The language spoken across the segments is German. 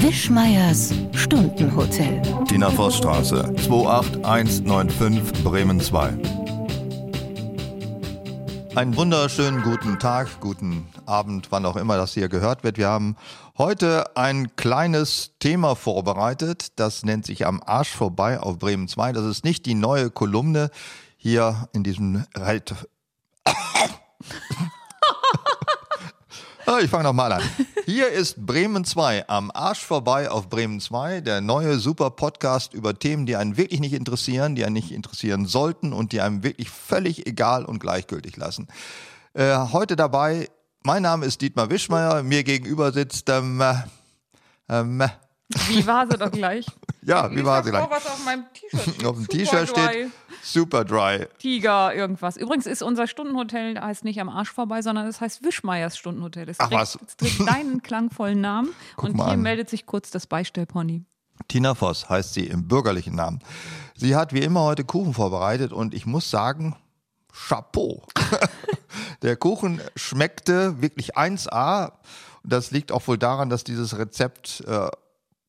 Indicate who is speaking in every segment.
Speaker 1: Wischmeiers Stundenhotel.
Speaker 2: Tina Vossstraße, 28195 Bremen 2. Einen wunderschönen guten Tag, guten Abend, wann auch immer das hier gehört wird. Wir haben heute ein kleines Thema vorbereitet. Das nennt sich am Arsch vorbei auf Bremen 2. Das ist nicht die neue Kolumne hier in diesem Reit. Ah, Ich fange nochmal an. Hier ist Bremen 2 am Arsch vorbei auf Bremen 2, der neue super Podcast über Themen, die einen wirklich nicht interessieren, die einen nicht interessieren sollten und die einem wirklich völlig egal und gleichgültig lassen. Äh, heute dabei, mein Name ist Dietmar Wischmeier, mir gegenüber sitzt, ähm, äh, ähm, äh,
Speaker 3: Wie war sie doch gleich?
Speaker 2: ja, wie war
Speaker 3: ich
Speaker 2: sie
Speaker 3: hab
Speaker 2: gleich?
Speaker 3: vor, was auf meinem T-Shirt steht.
Speaker 2: Auf dem
Speaker 3: Super
Speaker 2: T-Shirt steht
Speaker 3: Dry,
Speaker 2: Super Dry.
Speaker 3: Tiger, irgendwas. Übrigens ist unser Stundenhotel, heißt nicht am Arsch vorbei, sondern es heißt Wischmeiers Stundenhotel. Es
Speaker 2: Ach
Speaker 3: trägt,
Speaker 2: was.
Speaker 3: Es trägt deinen klangvollen Namen. und
Speaker 2: mal
Speaker 3: hier
Speaker 2: an.
Speaker 3: meldet sich kurz das Beistellpony.
Speaker 2: Tina Voss heißt sie im bürgerlichen Namen. Sie hat wie immer heute Kuchen vorbereitet und ich muss sagen, Chapeau. Der Kuchen schmeckte wirklich 1A. Und Das liegt auch wohl daran, dass dieses Rezept äh,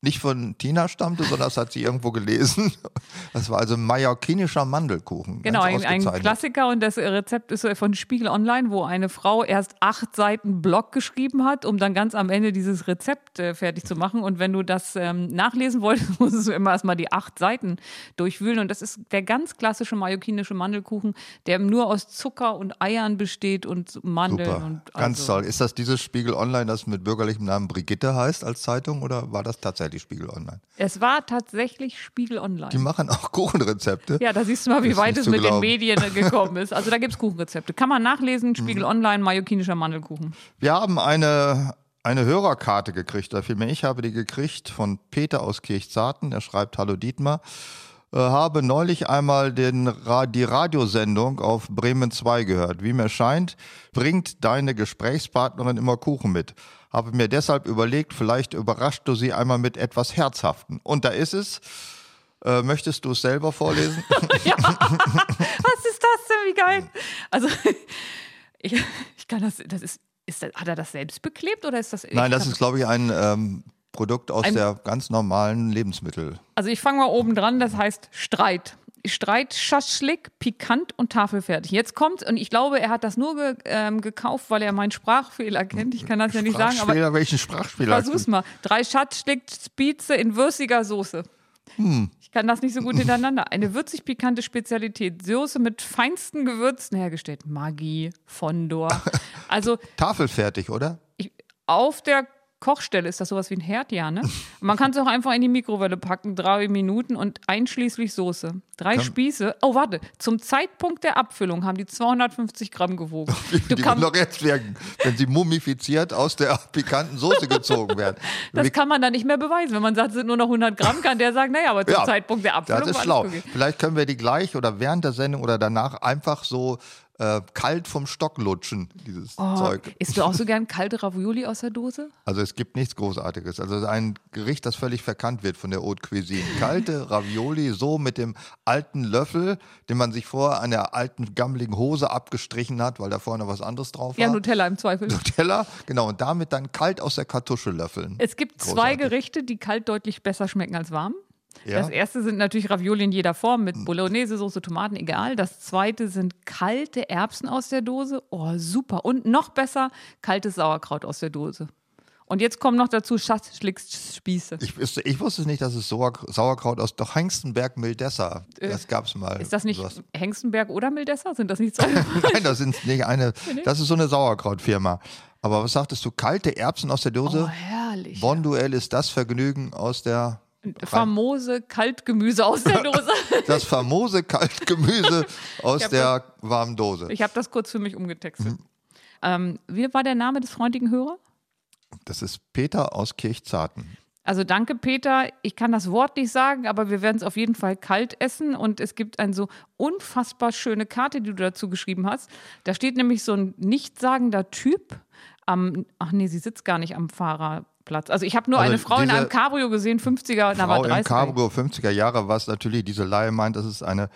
Speaker 2: nicht von Tina stammte, sondern das hat sie irgendwo gelesen. Das war also mallorquinischer Mandelkuchen.
Speaker 3: Genau,
Speaker 2: Ganz
Speaker 3: ein, ein
Speaker 2: ausgezeichnet.
Speaker 3: Klassiker und das Rezept ist äh, von Spiegel Online, wo eine Frau erst acht Seiten Blog geschrieben hat, um dann ganz am Ende dieses Rezept äh, fertig zu machen. Und wenn du das ähm, nachlesen wolltest, musstest du immer erstmal die acht Seiten durchwühlen. Und das ist der ganz klassische mallorquinische Mandelkuchen, der nur aus Zucker und Eiern besteht und Mandeln.
Speaker 2: Super,
Speaker 3: Und
Speaker 2: ganz
Speaker 3: also-
Speaker 2: toll. Ist das dieses Spiegel Online, das mit bürgerlichem Namen Brigitte heißt als Zeitung oder war das tatsächlich Spiegel Online?
Speaker 3: Es war tatsächlich Spiegel Online.
Speaker 2: Die machen auch Kuchenrezepte.
Speaker 3: Ja, da siehst du mal, wie
Speaker 2: Ist
Speaker 3: weit
Speaker 2: nicht
Speaker 3: es
Speaker 2: zu
Speaker 3: mit
Speaker 2: glauben.
Speaker 3: den Medien gekommen ist. Also da gibt es Kuchenrezepte. Kann man nachlesen, Spiegel
Speaker 2: Mhm.
Speaker 3: Online, mallorquinischer Mandelkuchen.
Speaker 2: Wir haben eine, eine Hörerkarte gekriegt, oder vielmehr ich habe die gekriegt von Peter aus Kirchzarten. Er schreibt, hallo Dietmar, äh, habe neulich einmal den, Ra- die Radiosendung auf Bremen 2 gehört. Wie mir scheint, bringt deine Gesprächspartnerin immer Kuchen mit. Habe mir deshalb überlegt, vielleicht überrascht du sie einmal mit etwas Herzhaften. Und da ist es. Äh, möchtest du es selber vorlesen?
Speaker 3: Was ist das denn? Wie geil. Also, ich, ich kann das, das ist, ist das, hat er das selbst beklebt oder ist das? ich
Speaker 2: Nein, das
Speaker 3: kann-
Speaker 2: ist, glaube ich, ein ähm, Produkt aus
Speaker 3: Ein-
Speaker 2: der ganz normalen Lebensmittel.
Speaker 3: Also ich fange mal oben dran, das heißt Streit. Streit, Schaschlik, pikant und tafelfertig. Jetzt kommt, und ich glaube, er hat das nur ge, ähm, gekauft, weil er meinen Sprachfehler kennt. Ich kann das ja nicht sagen, aber
Speaker 2: Sprachspieler, welchen Sprachspieler?
Speaker 3: versuch's mal. Drei Schaschlik, Spitze in würziger Soße.
Speaker 2: Hm.
Speaker 3: Ich kann das nicht so gut hintereinander. Eine würzig pikante Spezialität. Soße mit feinsten Gewürzen hergestellt. Maggi, Fondor. Also
Speaker 2: Tafelfertig, oder?
Speaker 3: ich, auf der Kochstelle ist das sowas wie ein Herd, ja, ne? Man kann es auch einfach in die Mikrowelle packen, drei Minuten und einschließlich Soße. Drei Spieße. Oh, warte. Zum Zeitpunkt der Abfüllung haben die 250 Gramm gewogen. Du
Speaker 2: die
Speaker 3: kann,
Speaker 2: würden doch jetzt wirken, wenn sie mumifiziert aus der pikanten Soße gezogen werden.
Speaker 3: das kann man dann nicht mehr beweisen. Wenn man sagt, es sind nur noch 100 Gramm, kann der sagen, naja, aber zum
Speaker 2: Ja,
Speaker 3: Zeitpunkt der Abfüllung
Speaker 2: das ist
Speaker 3: war
Speaker 2: schlau.
Speaker 3: alles okay.
Speaker 2: Vielleicht können wir die gleich oder während der Sendung oder danach einfach so äh, kalt vom Stock lutschen, dieses
Speaker 3: Oh,
Speaker 2: Zeug.
Speaker 3: isst du auch so gern kalte Ravioli aus der Dose?
Speaker 2: Also es gibt nichts Großartiges. Also es ist ein Gericht, das völlig verkannt wird von der Haute Cuisine. Kalte Ravioli, so mit dem alten Löffel, den man sich vorher an der alten gammeligen Hose abgestrichen hat, weil da vorher noch was anderes drauf war.
Speaker 3: Ja, Nutella im Zweifel.
Speaker 2: Nutella, genau, und damit dann kalt aus der Kartusche löffeln.
Speaker 3: Es gibt zwei
Speaker 2: Großartig.
Speaker 3: Gerichte, die kalt deutlich besser schmecken als warm.
Speaker 2: Ja.
Speaker 3: Das erste sind natürlich Ravioli in jeder Form mit Bolognese, Soße, Tomaten, egal. Das zweite sind kalte Erbsen aus der Dose. Oh, super. Und noch besser, kaltes Sauerkraut aus der Dose. Und jetzt kommen noch dazu Schaschlikspieße.
Speaker 2: Ich, wüsste, ich wusste nicht, dass es Sauer- Sauerkraut aus doch Hengstenberg Mildessa. Das gab's mal.
Speaker 3: Äh, Ist das nicht
Speaker 2: sowas.
Speaker 3: Hengstenberg oder Mildessa? Sind das nicht zwei?
Speaker 2: Nein, das sind nicht eine. Das ist so eine Sauerkrautfirma. Aber was sagtest du? Kalte Erbsen aus der
Speaker 3: oh,
Speaker 2: Dose?
Speaker 3: herrlich.
Speaker 2: Bonduell ist das Vergnügen aus der.
Speaker 3: Famose Kaltgemüse aus der Dose.
Speaker 2: Das famose Kaltgemüse aus
Speaker 3: hab
Speaker 2: der warmen Dose.
Speaker 3: Ich habe das kurz für mich umgetextet.
Speaker 2: Mhm.
Speaker 3: Ähm, wie war der Name des freundlichen Hörers?
Speaker 2: Das ist Peter aus Kirchzarten.
Speaker 3: Also danke, Peter. Ich kann das Wort nicht sagen, aber wir werden es auf jeden Fall kalt essen. Und es gibt eine so unfassbar schöne Karte, die du dazu geschrieben hast. Da steht nämlich so ein nichtssagender Typ am, ach nee, sie sitzt gar nicht am Fahrerplatz. Also ich habe nur
Speaker 2: Also
Speaker 3: eine Frau in
Speaker 2: diese
Speaker 3: einem Cabrio gesehen, 50er, na war
Speaker 2: Frau im
Speaker 3: 30.
Speaker 2: Cabrio 50er Jahre, was natürlich diese Laie meint, das ist eine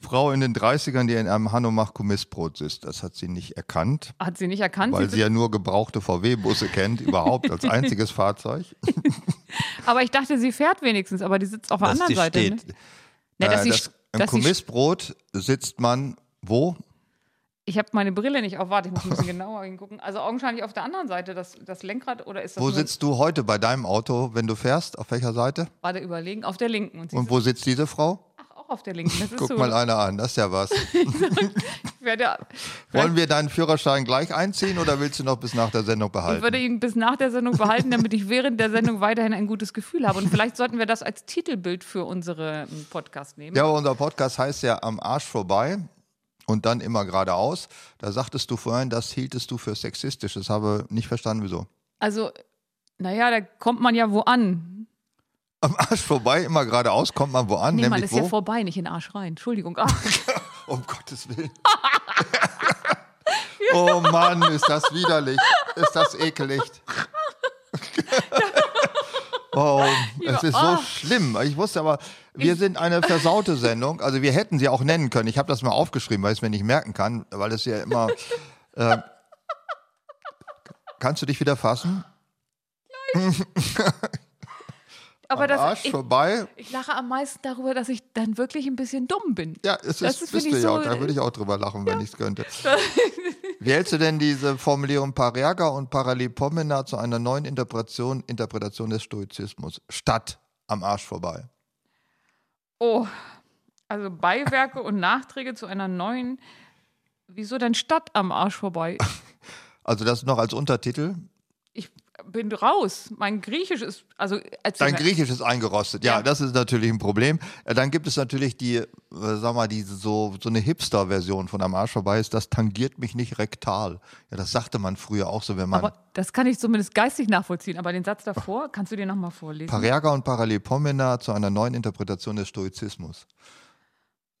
Speaker 2: Frau in den 30ern, die in einem Hanomach Kommissbrot sitzt. Das hat sie nicht erkannt.
Speaker 3: Hat sie nicht erkannt.
Speaker 2: Weil
Speaker 3: sie
Speaker 2: sie ja nur gebrauchte VW-Busse kennt, überhaupt als einziges Fahrzeug.
Speaker 3: Aber ich dachte, sie fährt wenigstens, aber die sitzt auf der
Speaker 2: dass
Speaker 3: anderen
Speaker 2: die
Speaker 3: Seite.
Speaker 2: steht.
Speaker 3: Ne? Na, dass
Speaker 2: äh,
Speaker 3: sie-
Speaker 2: das, Im
Speaker 3: dass sie-
Speaker 2: Kommissbrot sitzt man wo?
Speaker 3: Ich habe meine Brille nicht auf. Warte, ich muss ein bisschen genauer hingucken. Also augenscheinlich auf der anderen Seite, das, das Lenkrad oder ist das
Speaker 2: Wo
Speaker 3: nur-
Speaker 2: sitzt du heute bei deinem Auto, wenn du fährst? Auf welcher Seite?
Speaker 3: Warte, überlegen, auf der linken. Und sie
Speaker 2: Und wo sitzt diese Frau?
Speaker 3: sitzt auch auf der linken. Das ist
Speaker 2: Guck
Speaker 3: so.
Speaker 2: mal einer an, das ist ja was.
Speaker 3: Ich werde,
Speaker 2: Wollen wir deinen Führerschein gleich einziehen oder willst du noch bis nach der Sendung
Speaker 3: ich würde
Speaker 2: behalten?
Speaker 3: ihn bis nach der Sendung behalten, damit ich während der Sendung weiterhin ein gutes Gefühl habe. Und vielleicht sollten wir das als Titelbild für unsere ähm, Podcast nehmen.
Speaker 2: Ja, aber unser Podcast heißt ja am Arsch vorbei und dann immer geradeaus. Da sagtest du vorhin, das hieltest du für sexistisch. Das habe nicht verstanden, wieso.
Speaker 3: Also, naja, da kommt man ja wo an.
Speaker 2: Am Arsch vorbei, immer geradeaus, kommt man wo an?
Speaker 3: Nee, man
Speaker 2: nämlich
Speaker 3: ist
Speaker 2: wo?
Speaker 3: ja vorbei, nicht in den Arsch rein. Entschuldigung. Ah, Ach,
Speaker 2: Um Gottes Willen. oh Mann, ist das widerlich. Ist das ekelig. oh, es ist so
Speaker 3: oh.
Speaker 2: schlimm. Ich wusste aber, wir sind eine versaute Sendung. Also wir hätten sie auch nennen können. Ich habe das mal aufgeschrieben, weil ich es mir nicht merken kann, weil es ja immer... Äh, kannst du dich wieder fassen?
Speaker 3: aber
Speaker 2: Am
Speaker 3: das,
Speaker 2: Arsch
Speaker 3: ich,
Speaker 2: vorbei.
Speaker 3: ich lache am meisten darüber, dass ich dann wirklich ein bisschen dumm bin.
Speaker 2: Ja, es
Speaker 3: Das
Speaker 2: ist,
Speaker 3: finde
Speaker 2: bist
Speaker 3: ich
Speaker 2: du ja
Speaker 3: so-
Speaker 2: auch, da würde ich auch drüber lachen, wenn ich es könnte. Wie hältst du denn diese Formulierung Parerga und Paralipomena zu einer neuen Interpretation, Interpretation des Stoizismus? Statt am Arsch vorbei.
Speaker 3: Oh, also Beiwerke und Nachträge zu einer neuen. Wieso denn Stadt am Arsch vorbei?
Speaker 2: Also das noch als Untertitel.
Speaker 3: Ich bin raus. Mein Griechisch ist. Also, erzähl
Speaker 2: Dein
Speaker 3: mir.
Speaker 2: Griechisch ist eingerostet. Ja,
Speaker 3: Ja.
Speaker 2: das ist natürlich ein Problem. Äh, Dann gibt es natürlich die, äh, sag mal, diese so, so eine Hipster-Version von am Arsch vorbei ist, das tangiert mich nicht rektal. Ja, das sagte man früher auch so, wenn man
Speaker 3: Aber das kann ich zumindest geistig nachvollziehen. Aber den Satz davor, kannst du dir nochmal vorlesen?
Speaker 2: Parerga und Paralipomena zu einer neuen Interpretation des Stoizismus.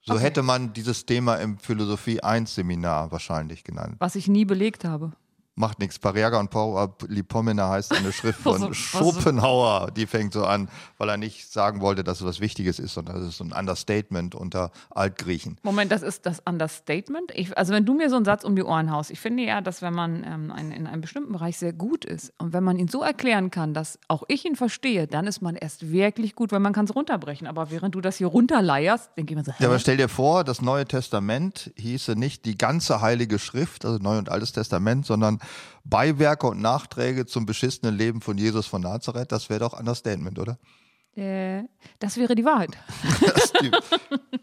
Speaker 2: So
Speaker 3: Okay.
Speaker 2: hätte man dieses Thema im Philosophie 1 Seminar wahrscheinlich genannt.
Speaker 3: Was ich nie belegt habe.
Speaker 2: Macht nichts. Parerga und Paralipomena heißt eine Schrift
Speaker 3: Was-
Speaker 2: von
Speaker 3: was-
Speaker 2: Schopenhauer. Die fängt so an, weil er nicht sagen wollte, dass es was Wichtiges ist, sondern das ist so ein Understatement unter Altgriechen.
Speaker 3: Moment, das ist das Understatement. Ich, also wenn du mir so einen Satz um die Ohren haust, ich finde ja, dass wenn man ähm, ein, in einem bestimmten Bereich sehr gut ist und wenn man ihn so erklären kann, dass auch ich ihn verstehe, dann ist man erst wirklich gut, weil man kann es runterbrechen. Aber während du das hier runterleierst, denke ich mir so,
Speaker 2: Ja,
Speaker 3: hä?
Speaker 2: aber stell dir vor, das Neue Testament hieße nicht die ganze Heilige Schrift, also Neu- und Altes Testament, sondern Beiwerke und Nachträge zum beschissenen Leben von Jesus von Nazareth. Das wäre doch Understatement, oder?
Speaker 3: äh, das wäre die Wahrheit.
Speaker 2: Das die,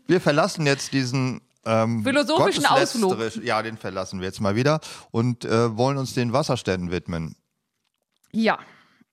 Speaker 2: wir verlassen jetzt diesen ähm,
Speaker 3: Philosophischen Ausflug.
Speaker 2: gotteslästerisch- Ja, den verlassen wir jetzt mal wieder und äh, wollen uns den Wasserständen widmen.
Speaker 3: Ja,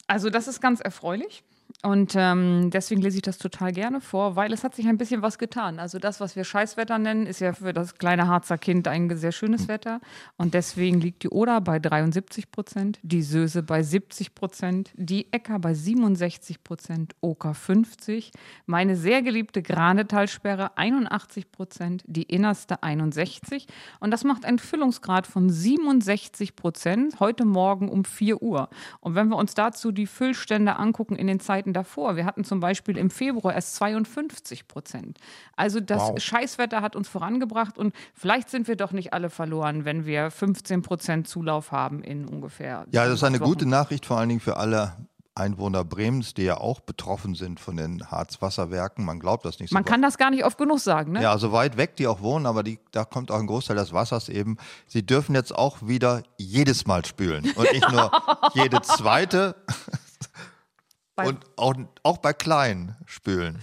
Speaker 3: also das ist ganz erfreulich. Und ähm, deswegen lese ich das total gerne vor, weil es hat sich ein bisschen was getan. Also das, was wir Scheißwetter nennen, ist ja für das kleine Harzer Kind ein sehr schönes Wetter. Und deswegen liegt die Oder bei 73 Prozent, die Söse bei 70 Prozent, die Äcker bei 67 Prozent, Oker 50, meine sehr geliebte Granetalsperre 81 Prozent, die innerste 61. Und das macht einen Füllungsgrad von 67 Prozent heute Morgen um 4 Uhr. Und wenn wir uns dazu die Füllstände angucken in den Zeiten davor, wir hatten zum Beispiel im Februar erst 52 Prozent. Also das
Speaker 2: Wow.
Speaker 3: Scheißwetter hat uns vorangebracht und vielleicht sind wir doch nicht alle verloren, wenn wir 15 Prozent Zulauf haben in ungefähr.
Speaker 2: Ja, das ist eine
Speaker 3: Wochen.
Speaker 2: gute Nachricht, vor allen Dingen für alle Einwohner Bremens, die ja auch betroffen sind von den Harzwasserwerken. Man glaubt das nicht so
Speaker 3: Man kann das gar nicht oft genug sagen, ne?
Speaker 2: Ja, also weit weg, die auch wohnen, aber die, da kommt auch ein Großteil des Wassers eben. Sie dürfen jetzt auch wieder jedes Mal spülen und nicht nur jede zweite
Speaker 3: Bei-
Speaker 2: und auch, auch bei kleinen spülen.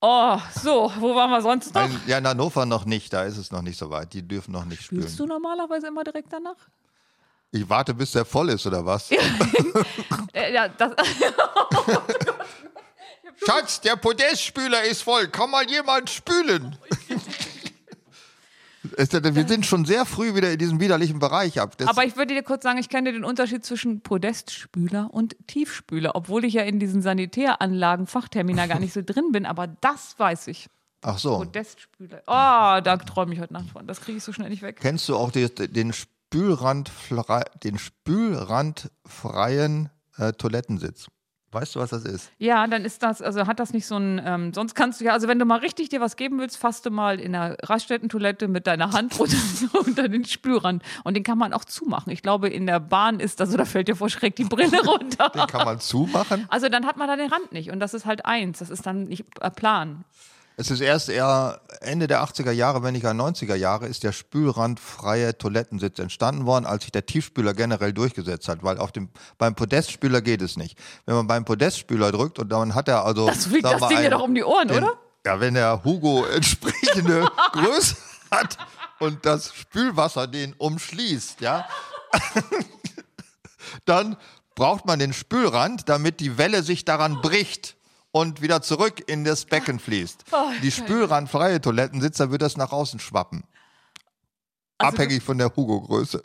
Speaker 3: Oh, so, wo waren wir sonst noch?
Speaker 2: Ein, ja, in Hannover noch nicht, da ist es noch nicht so weit. Die dürfen noch nicht spülen.
Speaker 3: Spülst du normalerweise immer direkt danach?
Speaker 2: Ich warte, bis der voll ist oder was?
Speaker 3: Äh, ja, das,
Speaker 2: Schatz, der Podestspüler ist voll. Kann mal jemand spülen? Es- Wir sind schon sehr früh wieder in diesem widerlichen Bereich ab. Das-
Speaker 3: aber ich würde dir kurz sagen, ich kenne den Unterschied zwischen Podestspüler und Tiefspüler, obwohl ich ja in diesen Sanitäranlagen Fachtermina gar nicht so drin bin, aber das weiß ich.
Speaker 2: Ach so.
Speaker 3: Podestspüler. Oh, da träume ich heute Nacht von. Das kriege ich so schnell nicht weg.
Speaker 2: Kennst du auch die, den, Spülrand, den spülrandfreien äh, Toilettensitz? Weißt du, was das ist?
Speaker 3: Ja, dann ist das, also hat das nicht so ein, ähm, sonst kannst du ja, also wenn du mal richtig dir was geben willst, fasst du mal in der Raststättentoilette mit deiner Hand unter, unter den Spürern. Und den kann man auch zumachen. Ich glaube, in der Bahn ist das, oder fällt dir vor Schreck die Brille runter.
Speaker 2: Den kann man zumachen.
Speaker 3: Also dann hat man da den Rand nicht. Und das ist halt eins. Das ist dann nicht äh, Plan.
Speaker 2: Es ist erst eher Ende der 80er Jahre, wenn nicht gar 90er Jahre, ist der spülrandfreie Toilettensitz entstanden worden, als sich der Tiefspüler generell durchgesetzt hat, weil auf dem, beim Podestspüler geht es nicht. Wenn man beim Podestspüler drückt und dann hat er also.
Speaker 3: Das fliegt
Speaker 2: sagen
Speaker 3: das
Speaker 2: wir
Speaker 3: Ding ja
Speaker 2: einen-
Speaker 3: doch um die Ohren,
Speaker 2: den-
Speaker 3: oder?
Speaker 2: Ja, wenn der Hugo entsprechende Größe hat und das Spülwasser den umschließt, ja, dann braucht man den Spülrand, damit die Welle sich daran bricht und wieder zurück in das Becken fließt. die spülrandfreie Toilettensitzer wird das nach außen schwappen. Abhängig von der Hugo-Größe.